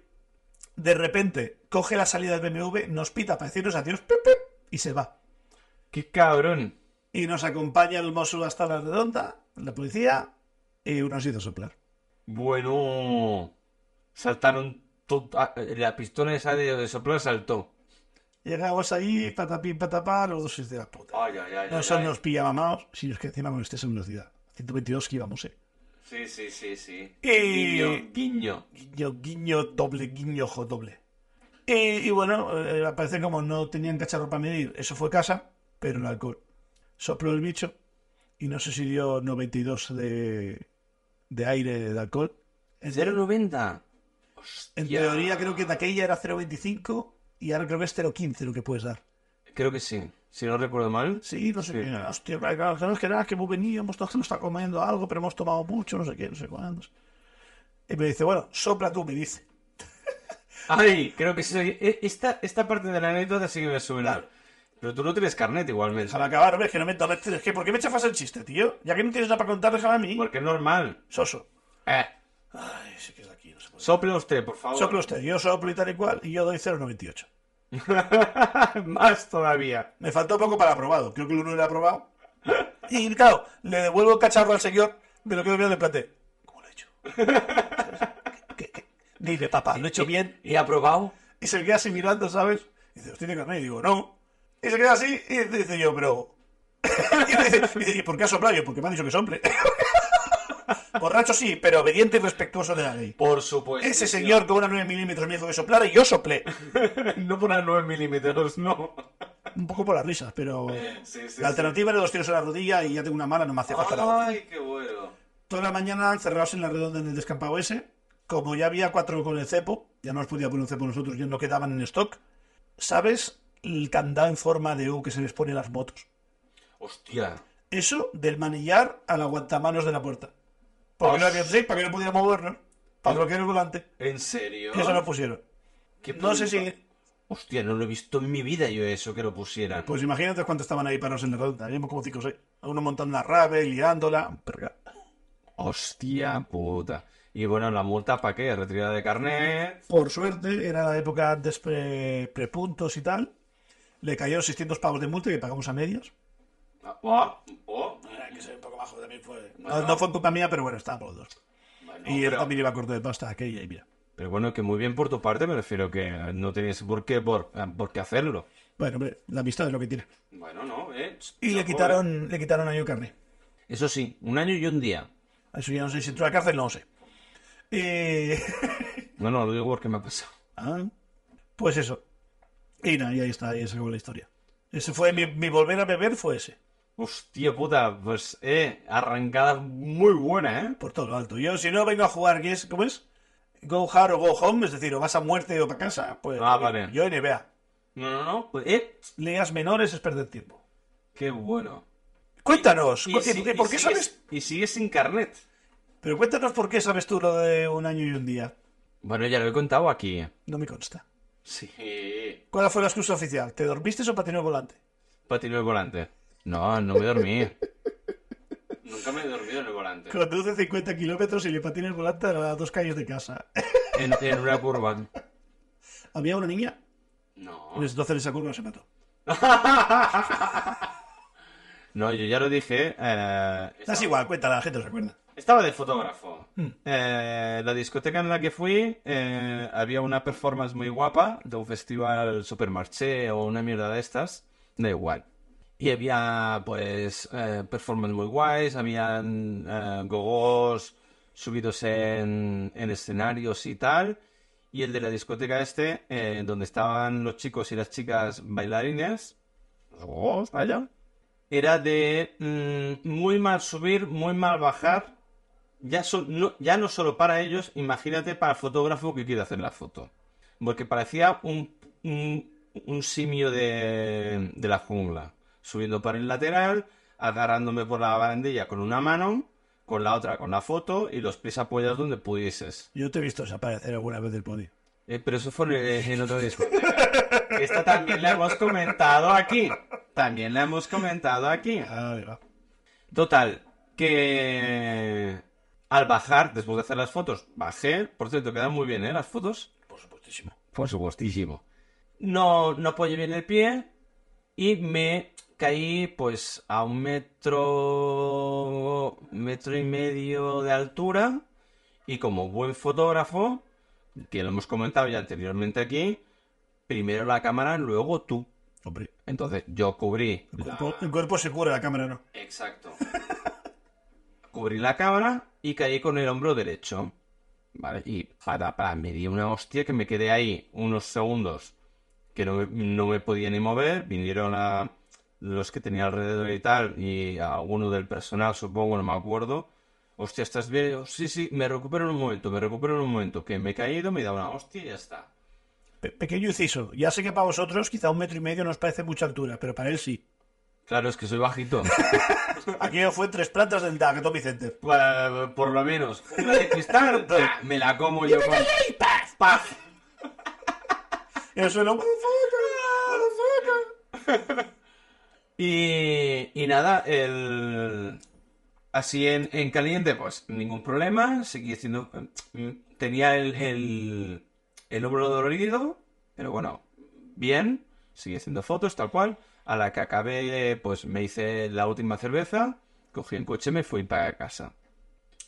S2: De repente, coge la salida del BMW, nos pita para decirnos adiós pip, pip, y se va.
S1: ¡Qué cabrón!
S2: Y nos acompaña el Mosul hasta la redonda, la policía, y nos hizo soplar.
S1: Bueno. Saltaron. to- ah, La pistola esa de, de soplar saltó.
S2: Llegamos allí, patapín, patapá, los dos hijos de la puta.
S3: Ay, ay, ay.
S2: No
S3: ay,
S2: solo
S3: ay.
S2: nos pilla mamados, sino es que encima con exceso de velocidad. 122 que íbamos, eh.
S3: Sí, sí, sí, sí.
S2: Y-
S3: Guiño.
S1: Guiño.
S2: Guiño, guiño, doble guiño, ojo, doble. Y, y bueno, eh, al parecer como no tenían cacharro para medir, eso fue casa, pero el alcohol. Sopló el bicho y no sé si dio 92 de, de aire de alcohol. En, teor-
S1: 0,90.
S2: en teoría creo que de aquella era 0,25 y ahora creo que es 0,15 lo que puedes dar.
S1: Creo que sí. Si no recuerdo mal.
S2: Sí, no sé
S1: Sí.
S2: qué. Hostia, claro, que no es que nada, que hemos venido, hemos estado, nos está comiendo algo, pero hemos tomado mucho, no sé qué, no sé cuántos. Y me dice, bueno, sopla tú, me dice.
S1: ¡Ay! Creo que sí. E- Esta, esta parte de la anécdota sí que me suena.
S2: Claro.
S1: Pero tú no tienes carnet igualmente.
S2: Déjame acabar, ves que no me entorreces. este, Es que, ¿por qué me chafas el chiste, tío? Ya que no tienes nada para contar, déjame a mí.
S1: Porque es normal.
S2: Soso.
S1: Eh,
S2: Ay, sí que es de aquí, no se puede.
S1: sople usted, por favor.
S2: Sopla usted, yo soplo y tal y cual, y yo doy 0,98.
S1: Más todavía.
S2: Me faltó poco para aprobado, creo que el uno era aprobado. Y claro, le devuelvo el cacharro al señor, me lo quedo mirando en plan de, ¿cómo lo he hecho? ¿Qué- qué? Dile, papá, lo he hecho bien.
S4: ¿Y aprobado?
S2: Y se queda así mirando, ¿sabes? Y dice, ¿tiene carnet? Y digo, no. Y se queda así y dice yo, pero... y dice, y dice, "¿Y por qué ha soplado? Y yo, porque me han dicho que sople. Borracho sí, pero obediente y respetuoso de la ley.
S4: Por supuesto.
S2: Ese señor con una 9 milímetros me dijo que soplara y yo soplé.
S4: No por 9 milímetros, no.
S2: Un poco por las risas, pero...
S3: Sí, sí,
S2: La alternativa era dos tiros en la rodilla y ya tengo una mala, no me hace falta la otra.
S3: Ay, qué bueno.
S2: Toda la mañana encerrados en la redonda en el descampado ese. Como ya había cuatro con el cepo, ya no nos podía poner un cepo nosotros, ya no quedaban en stock. ¿Sabes el candado en forma de U que se les pone a las motos?
S1: Hostia.
S2: Eso del manillar al aguantamanos de la puerta. Porque no había break, para que no pudiéramos movernos. Para bloquear el volante.
S1: ¿En serio?
S3: ¿En serio?
S2: Eso no pusieron.
S1: ¿Qué
S2: No sé
S1: puta-
S2: si.
S1: Hostia, no lo he visto en mi vida yo eso que lo pusieran.
S2: Pues imagínate cuántos estaban ahí parados en la redonda. Habíamos como cinco o seis. Uno montando la rave, liándola. Pero
S1: Hostia puta. Y bueno, la multa para qué? Retirada de carnet.
S2: Por suerte, era la época antes pre- prepuntos y tal. Le cayeron 600 pavos de multa que pagamos a medias.
S3: Ah, oh, oh.
S2: que un poco bajo también fue. No,
S3: Bueno.
S2: fue culpa mía, pero bueno, estábamos los dos.
S3: Bueno,
S2: y él
S3: pero-
S2: también iba corto de pasta aquella y mira.
S1: Pero bueno, que muy bien por tu parte, me refiero que no tenías por qué, por, eh, por qué hacerlo.
S2: Bueno, hombre, la amistad es lo que tiene.
S3: Bueno, no, eh.
S2: Y le
S3: Chapo, eh.
S2: quitaron, le quitaron año carne.
S1: Eso sí, un año y un día.
S2: Eso ya no sé si entró a la cárcel, no lo sé. Eh,
S1: No, no, lo digo porque me ha pasado.
S2: ah, pues eso. Y nada, y ahí está, ahí se acabó la historia. Ese fue mi, mi volver a beber fue ese.
S1: Hostia puta, pues eh, arrancada muy buena, ¿eh?
S2: Por todo lo alto. Yo, si no vengo a jugar, ¿qué es? ¿cómo es? Go hard o go home, es decir, o vas a muerte o para casa. Pues
S1: Ah, vale.
S2: yo NBA.
S1: No, no, no, pues, eh,
S2: Ligas menores es perder tiempo.
S1: qué bueno.
S2: Cuéntanos,
S1: Y
S2: cu-
S1: si- y
S2: ¿por qué
S1: sigues-
S2: sabes
S1: Y sigues sin carnet.
S2: Pero cuéntanos por qué sabes tú lo de un año y un día.
S1: Bueno, ya lo he contado aquí.
S2: No me consta.
S1: Sí.
S3: Sí.
S2: ¿Cuál fue la excusa oficial? ¿Te dormiste o patinó el volante?
S1: Patino el volante. No, no me dormí.
S3: Nunca me he dormido en el volante.
S2: Conduce 50 kilómetros y le patina el volante a las dos calles de casa.
S1: en, en una curva.
S2: Había una niña.
S1: Ah.
S3: No.
S2: Entonces en esa curva se mató.
S1: No, yo ya lo dije. eh,
S2: Das igual, cuéntala, la gente se acuerda.
S1: estaba de fotógrafo. Eh, la discoteca en la que fui eh, había una performance muy guapa de un festival supermarché o una mierda de estas. Da igual. Y había, pues, eh, performance muy guays, habían eh, gogos subidos en, en escenarios y tal. Y el de la discoteca este, eh, donde estaban los chicos y las chicas bailarines, los gogos, vaya, era de mm, muy mal subir, muy mal bajar. Ya, so- no, ya no solo para ellos, imagínate para el fotógrafo que quiere hacer la foto. Porque parecía un, un, un simio de, de la jungla. Subiendo para el lateral, agarrándome por la barandilla con una mano, con la otra con la foto y los pies apoyados donde pudieses.
S2: Yo te he visto desaparecer alguna vez del podio.
S1: Eh, pero eso fue en, en otro discoteca. Esta también la hemos comentado aquí. También la hemos comentado aquí.
S2: Ah, ahí va.
S1: Total, que al bajar, después de hacer las fotos, bajé. Por cierto, quedan muy bien, ¿eh? Las fotos.
S2: Por supuestísimo.
S1: Por supuestísimo. No, no apoyé bien el pie y me caí pues a un metro, metro y medio de altura y como buen fotógrafo, que lo hemos comentado ya anteriormente aquí, primero la cámara, luego tú.
S2: Hombre,
S1: Entonces yo cubrí
S2: el cuerpo, el cuerpo se cura, la cámara no.
S3: Exacto.
S1: cubrí la cámara y caí con el hombro derecho. Vale, y para, para, me di una hostia que me quedé ahí unos segundos que no, me- no me podía ni mover. Vinieron a los que tenía alrededor y tal, y a alguno del personal, supongo, no me acuerdo. Hostia, ¿estás bien? Yo, sí, sí, me recupero en un momento, me recupero en un momento. Que me he caído, me he dado una hostia y ya está.
S2: Pe- pequeño inciso. Ya sé que para vosotros quizá un metro y medio nos parece mucha altura, pero para él sí.
S1: Claro, es que soy bajito.
S2: Aquello fue tres plantas del DAG, Tommy Center.
S1: Para- por lo menos. Una de cristal, ¡ah! me la como yo con... ¡Paf!
S2: En el suelo.
S1: Y, y nada, el... así en, en caliente, pues ningún problema. Seguí haciendo. mm, Tenía el, el, el hombro dolorido, pero bueno, bien. Seguí haciendo fotos, tal cual. A la que acabé, pues me hice la última cerveza, cogí el coche y me fui para casa.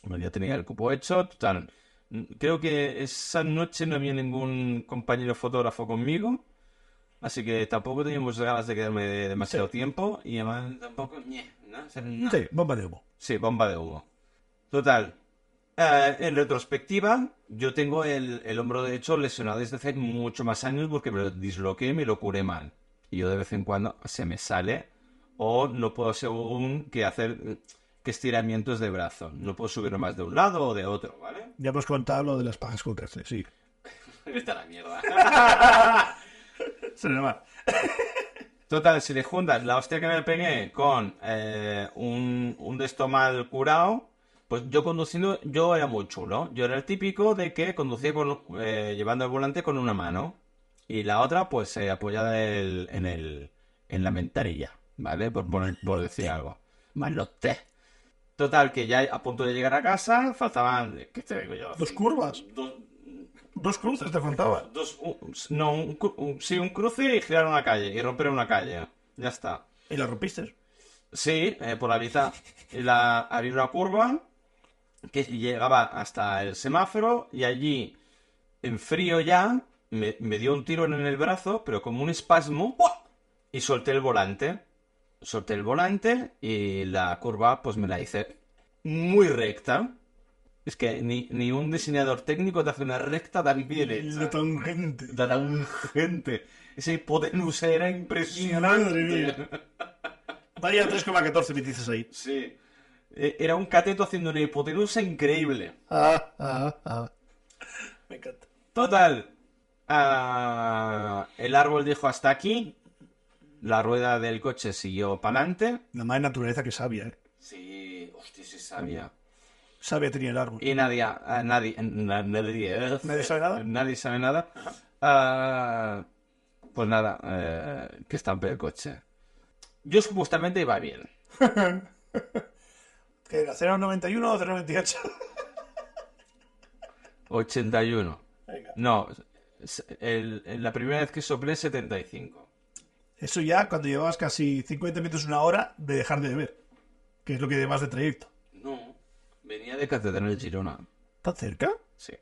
S1: Bueno, ya tenía el cupo hecho, total. mm, Creo que esa noche no había ningún compañero fotógrafo conmigo, así que tampoco teníamos ganas de quedarme de- demasiado tiempo y además tampoco... ñe, ¿no? O sea, no.
S2: Sí, bomba de humo.
S1: Sí, bomba de humo. Total. eh, en retrospectiva, yo tengo el, el hombro derecho lesionado desde hace mucho más años porque me lo disloqué y me lo curé mal. Y yo de vez en cuando se me sale o no puedo según que hacer que estiramientos de brazo. No puedo subir más de un lado o de otro, ¿vale?
S2: Ya hemos contado lo de las pajas con refle, sí.
S1: Vete a la mierda.
S2: Se le va.
S1: Total, si le juntas la hostia que me pegué con eh, un, un de esto mal curado, pues yo conduciendo, yo era muy chulo. Yo era el típico de que conducía con, eh, llevando el volante con una mano y la otra pues eh, apoyada en el, en, el, en la ventanilla, ¿vale? Por, poner- por decir algo. Malote. Total, que ya a punto de llegar a casa faltaban, ¿qué te digo yo?
S2: Dos curvas.
S1: Dos-
S2: Dos cruces te faltaban.
S1: dos- un- no, un, cru- un- sí, un cruce y girar una calle y romper una calle. Ya está.
S2: Y las rompiste.
S1: Sí, eh, por la biza. Y La, había una curva que llegaba hasta el semáforo y allí, en frío ya, me, me dio un tiro en el brazo, pero como un espasmo, ¡buah! y solté el volante. Solté el volante y la curva pues me la hice muy recta. Es que ni, ni un diseñador técnico te hace una recta tan bien hecha.
S2: tangente.
S1: Tan gente. Ese hipotenusa era impresionante.
S2: Madre mía. Vaya 3,14 me dices ahí.
S3: Sí.
S1: Eh, Era un cateto haciendo una hipotenusa increíble.
S2: Ah, ah, ah. Me encanta.
S1: Total. ah, el árbol dijo hasta aquí. La rueda del coche siguió para adelante.
S2: La madre naturaleza que sabia, ¿eh?
S3: Sí. Hostia, sí sabía.
S2: Sabia tenía el árbol.
S1: Y nadie, ah, nadie, na- nadie, eh,
S2: ¿Nadie sabe nada?
S1: nadie sabe nada. Ah, pues nada, eh, que estampé el coche. Yo supuestamente iba bien.
S2: ¿Que era 0,91 o 0,98?
S1: 81.
S2: Venga.
S1: No, s- el- el- la primera vez que soplé 75.
S2: Eso ya cuando llevabas casi 50 minutos, una hora de dejar de beber. Que es lo que llevas de trayecto.
S1: No, venía de Catedral de Girona.
S2: ¿Tan cerca?
S1: Sí.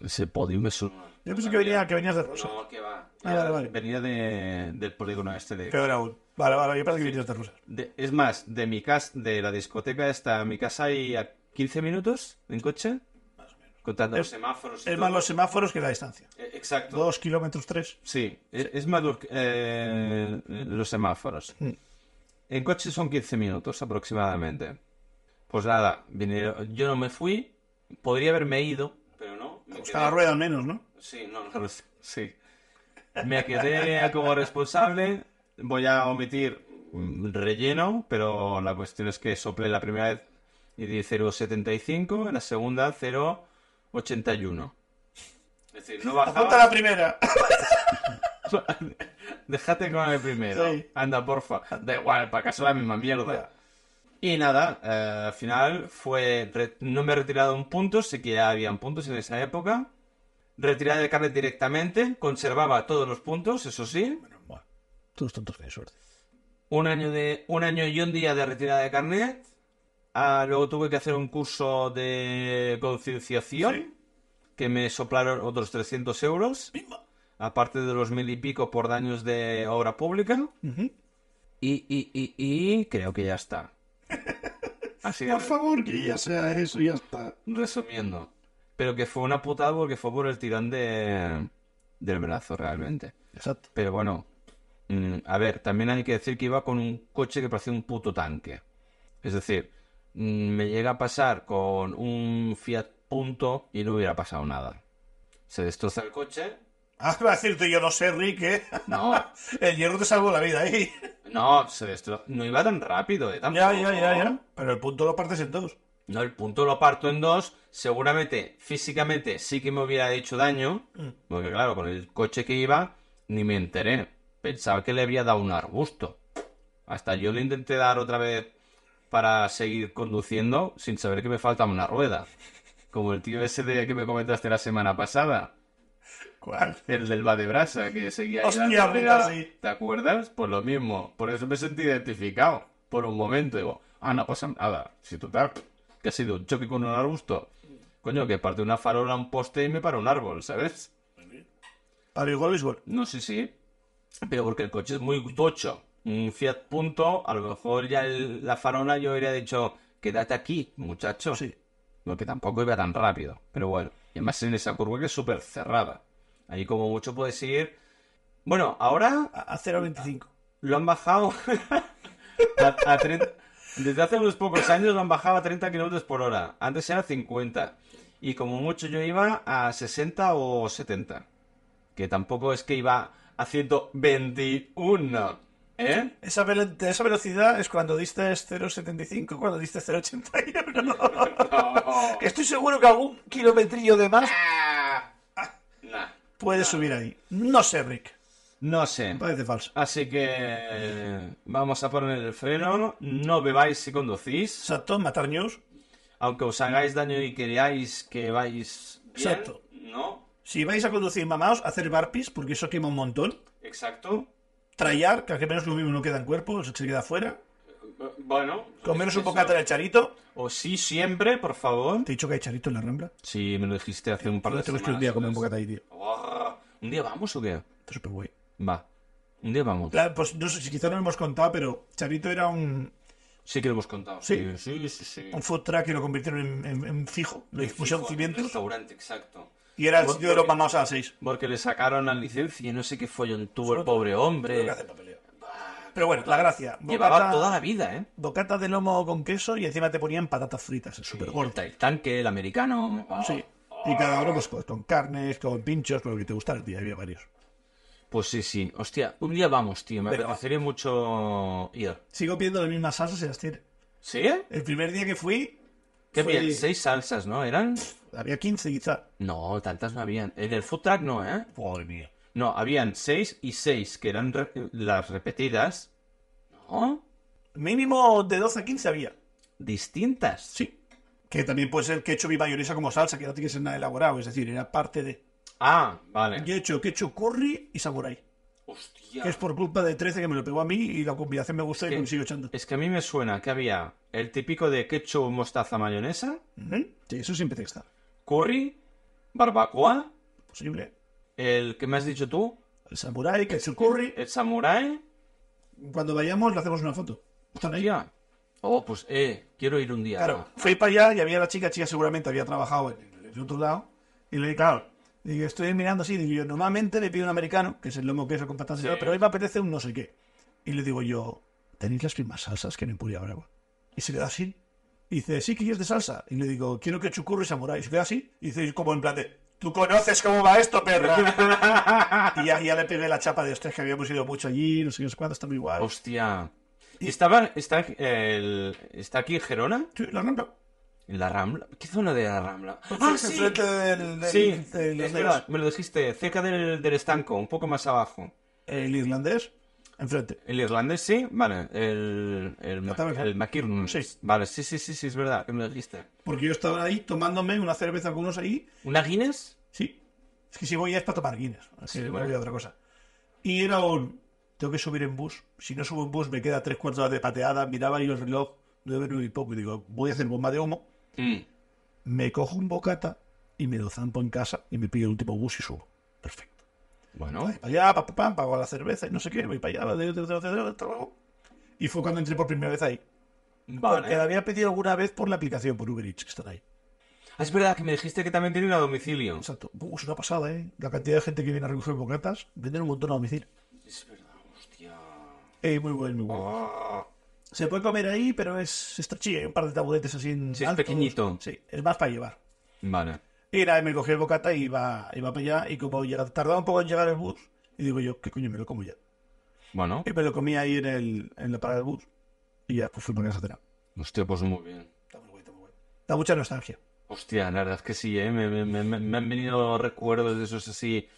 S1: Ese podio me suena.
S2: Yo pensé que, venía, que venías de Rosa.
S3: No, que va.
S2: Ah, vale, vale.
S1: Venía de, del polígono este de,
S2: Peor aún. Vale, vale, yo pensé que venías de Rosa.
S1: de- Es más, de mi casa, de la discoteca hasta mi casa hay a 15 minutos en coche. Contando
S3: Los semáforos y
S2: Es
S3: todo.
S2: más los semáforos que la distancia.
S3: Eh, Exacto.
S2: Dos kilómetros, tres.
S1: E, Sí, es, es más lo que- eh, los semáforos.
S2: Mm.
S1: En coche son 15 minutos aproximadamente. Pues nada, vinieron- yo no me fui. Podría haberme ido,
S3: Pero no. Me
S2: Buscar la rueda al menos, ¿no?
S3: Sí, no, no.
S1: Pues, Sí. Me quedé como responsable. Voy a omitir mm, relleno, pero la cuestión es que soplé la primera vez y di 0,75, en la segunda 0,81.
S3: Es decir, no
S2: Apunta
S3: bajaba.
S2: la primera.
S1: Déjate con el primero.
S2: Sí.
S1: Anda, porfa. Da igual, para acaso la misma mierda. Y nada, eh, al final fue. re- No me he retirado un punto, sé que ya habían puntos en esa época. Retirada de carnet directamente, conservaba todos los puntos, eso sí.
S2: Bueno, todos tontos tienen suerte.
S1: un año de un año y un día de retirada de carnet Ah, luego tuve que hacer un curso de concienciación que me soplaron otros 300 euros
S2: Bimba.
S1: aparte de los mil y pico por daños de obra pública
S2: Ujú.
S1: y, y, y, y creo que ya está así de
S2: Por favor, que ya sea eso, ya está.
S1: resumiendo pero que fue una putada porque fue por el tirón de del brazo realmente
S2: Exacto.
S1: pero bueno, mm, a ver, también hay que decir que iba con un coche que parecía un puto tanque. Es decir, mm, me llega a pasar con un Fiat Punto y no hubiera pasado nada. Se destroza el coche.
S2: Ah, va a decirte yo no sé, Rick, ¿eh?
S1: No,
S2: El hierro te salvó la vida ahí.
S1: no, se destroza. No iba tan rápido, eh,
S2: Ya,
S1: tampoco.
S2: ya, ya, ya. Pero el punto lo partes en dos.
S1: No, el punto lo parto en dos. Seguramente, físicamente, sí que me hubiera hecho daño. Porque claro, con el coche que iba, ni me enteré. Pensaba que le había dado un arbusto. Hasta yo le intenté dar otra vez para seguir conduciendo sin saber que me faltaba una rueda. Como el tío ese de que me comentaste la semana pasada.
S2: ¿Cuál?
S1: El del Vadebrasa, que seguía ahí
S2: Hostia,
S1: dando
S2: puta,
S1: pegas.
S2: sí.
S1: ¿Te acuerdas? Por lo mismo. Por eso me sentí identificado. Por un momento digo, ah, no pasa nada. Si total, que ha sido un choque con un arbusto. Coño, que parte una farola a un poste y me para un árbol, ¿sabes?
S2: Al igual béisbol.
S1: No sé si. Pero porque el coche es muy tocho. Un Fiat Punto, a lo mejor ya el- la farola yo hubiera dicho, quédate aquí, muchacho.
S2: Sí.
S1: Porque tampoco iba tan rápido. Pero bueno. Y además en esa curva que es súper cerrada. Ahí como mucho puedes ir. Bueno, ahora
S2: A, a 0,25.
S1: lo han bajado a, a 30 Desde hace unos pocos años lo han bajado a 30 kilómetros por hora. Antes era 50. Y como mucho yo iba a 60 o 70. Que tampoco es que iba a 121. ¿Eh?
S2: Esa, velo- esa velocidad es cuando diste 0,75, cuando diste 0,81.
S3: No.
S2: Estoy seguro que algún kilometrillo de más
S3: Ah. Nah.
S2: puede subir ahí. No sé, Rick.
S1: No sé.
S2: Me parece falso.
S1: Así que eh, vamos a poner el freno. No bebáis si conducís.
S2: Exacto, matar news.
S1: Aunque os hagáis daño y queráis que vais...
S3: Bien,
S2: Exacto.
S3: No.
S2: Si vais a conducir mamaos, hacer barpees, porque eso quema un montón.
S3: Exacto.
S2: Trallar, que al menos lo mismo no queda en cuerpo, se queda fuera.
S3: B- Bueno.
S2: Comeros
S3: es
S2: un
S3: eso.
S2: bocata del charito.
S1: O sí siempre, por favor.
S2: Te he dicho que hay charito en la rambla.
S1: Sí, me lo dijiste hace un par de
S2: Yo te lo
S1: semanas.
S2: explico un día comer un
S1: ¿sabes?
S2: bocata ahí, tío.
S3: Buah.
S1: ¿Un día vamos o qué?
S2: Está súper guay.
S1: Va. Un día vamos.
S2: La- pues no sé si quizá no lo hemos contado, pero Charito era un,
S1: Sí que lo hemos contado.
S2: Sí.
S1: sí, sí. sí.
S2: un food truck que lo convirtieron en, en- en fijo. Lo pusieron
S3: Fijo,
S2: cimientos
S3: Restaurante, exacto.
S2: y era el sitio de los mamados a las 6.
S1: Porque le sacaron la licencia y no sé qué follón tuvo el pobre hombre.
S2: Pero bueno, la gracia.
S1: Llevaba toda
S2: Bocata,
S1: la vida, ¿eh?
S2: bocata de lomo con queso y encima te ponían patatas fritas. Es súper gordo.
S1: Corta el tanque, el americano.
S2: Sí. Y cada uno pues, con, con carnes, con pinchos, con lo que te gustara, tío. Había varios.
S1: Pues sí, sí. Hostia, un día vamos, tío. Me
S2: Venga,
S1: apetecería mucho ir.
S2: Sigo pidiendo las mismas salsas y las tiene.
S1: ¿Sí?
S2: El primer día que fui,
S1: Qué
S2: Sí.
S1: bien. Seis salsas, ¿no? ¿Eran?
S2: había 15 quizá.
S1: No, tantas no habían. En el food truck no, ¿eh?
S2: Madre mía.
S1: No, habían seis y seis, que eran re- las repetidas. ¿No?
S2: Mínimo de 12 a 15 había.
S1: Distintas.
S2: Sí. Que también puede ser ketchup y mayonesa como salsa, que no tiene que ser nada elaborado. Es decir, era parte de...
S1: Ah, vale.
S2: Yo he hecho ketchup curry y samurai.
S3: Hostia.
S2: Que es por culpa de 13 que me lo pegó a mí y la combinación me gustó y
S1: ¿Qué?
S2: me sigo echando.
S1: Es que a mí me suena que había el típico de ketchup, mostaza, mayonesa,
S2: Ujú. ¿Eh? Sí, eso siempre tiene que estar.
S1: curry, barbacoa,
S2: Posible.
S1: el que me has dicho tú,
S2: El samurai, ketchup curry.
S1: el samurai.
S2: Cuando vayamos le hacemos una foto. ¿Están ahí?
S1: Hostia. Oh, pues, eh, quiero ir un día.
S2: Claro, fui para allá y había la chica, chica seguramente había trabajado en el otro lado. Y le dije, claro, digo, estoy mirando así, digo, yo normalmente le pido un americano, que es el lomo queso con patatas, y tal, pero hoy me apetece un no sé qué. Y le digo yo, ¿tenéis las mismas salsas que en Empuria Brava? Y se queda así. Y dice, sí, que es de salsa. Y le digo, quiero que chucurro y samurai. Y se queda así. Y dice, como en plan de, tú conoces cómo va esto, perra. y ya, ya le pegué la chapa de, ustedes que habíamos ido mucho allí, no sé qué, no sé cuánto, está muy guay.
S1: Hostia. ¿Y estaba, está, el, está aquí en Gerona?
S2: Sí, la rampa.
S1: ¿En la Rambla? ¿Qué zona de la Rambla?
S2: Pues
S1: Ah,
S2: Enfrente del- del-
S1: Sí, Este
S2: del- del-
S1: es verdad, me lo dijiste, cerca del, del estanco, un poco más abajo.
S2: El irlandés, enfrente.
S1: El irlandés, sí, vale. El, el, Ma-
S2: Catálogo.
S1: el McKinnon's.
S2: Sí.
S1: Vale, sí, sí, sí, sí, es verdad, que me lo dijiste.
S2: Porque yo estaba ahí tomándome una cerveza con unos ahí.
S1: ¿Una Guinness?
S2: Sí. Es que si voy ya es para tomar Guinness. Así
S1: Sí,
S2: que
S1: bueno.
S2: no voy a otra cosa. Y era un... Tengo que subir en bus. Si no subo en bus me queda tres cuartos de hora de pateada. Miraba yo el reloj. Nueve, nueve y poco. Y digo, voy a hacer bomba de humo.
S1: Mm.
S2: Me cojo un bocata y me lo zampo en casa y me pillo el último bus y subo. Perfecto.
S1: Bueno,
S2: Para allá, pa, pa, pam, pago la cerveza y no sé qué. Voy para allá. de- de- de- de- de- de- hasta luego. Y fue cuando entré por primera vez ahí. Pues, Porque la
S1: vale.
S2: había pedido alguna vez por la aplicación, por Uber Eats, que están ahí.
S1: Ah, Es verdad que me dijiste que también tienen a domicilio.
S2: Exacto. Uh, es una pasada, ¿eh? La cantidad de gente que viene a recoger bocatas. Venden un montón a domicilio.
S3: Es verdad, hostia.
S2: Eh, muy bueno, muy bueno.
S1: Oh.
S2: Se puede comer ahí, pero es estrechillo. Hay un par de taburetes así en
S1: Sí, es pequeñito.
S2: Sí, es más para llevar.
S1: Vale.
S2: Y nada, me cogí el bocata y iba, iba para allá. Y como llega- tardaba un poco en llegar el bus, y digo yo, ¿qué coño me lo como ya?
S1: Bueno,
S2: Y me lo comí ahí en, el, en la parada del bus. Y ya, pues fui para casa a cenar.
S1: hostia, pues muy bien.
S2: Está muy bueno, está muy bueno. Da mucha nostalgia.
S1: Hostia, la verdad es que sí, ¿eh? Me, me- me- me han venido recuerdos de esos así.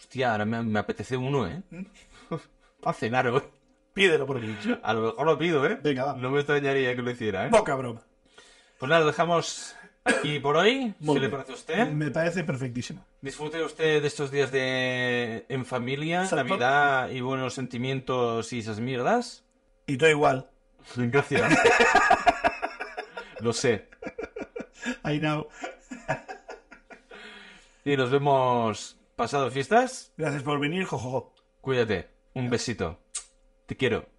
S1: Hostia, ahora me, me apetece uno, ¿eh? Para cenar, ¿eh?
S2: Pídelo por el Eats.
S1: A lo mejor lo pido, ¿eh?
S2: Venga, va.
S1: No me extrañaría que lo hiciera, ¿eh?
S2: Poca broma.
S1: Pues nada, dejamos Y por hoy,
S2: Muy
S1: si le
S2: bien.
S1: parece a usted,
S2: Me parece perfectísimo.
S1: disfrute usted de estos días de en familia,
S2: Exacto.
S1: Navidad y buenos sentimientos y esas mierdas.
S2: Y todo igual.
S1: Gracias. Lo sé.
S2: I know.
S1: Y nos vemos pasado fiestas.
S2: Gracias por venir, jojojo.
S1: Cuídate. Un besito. Te quiero.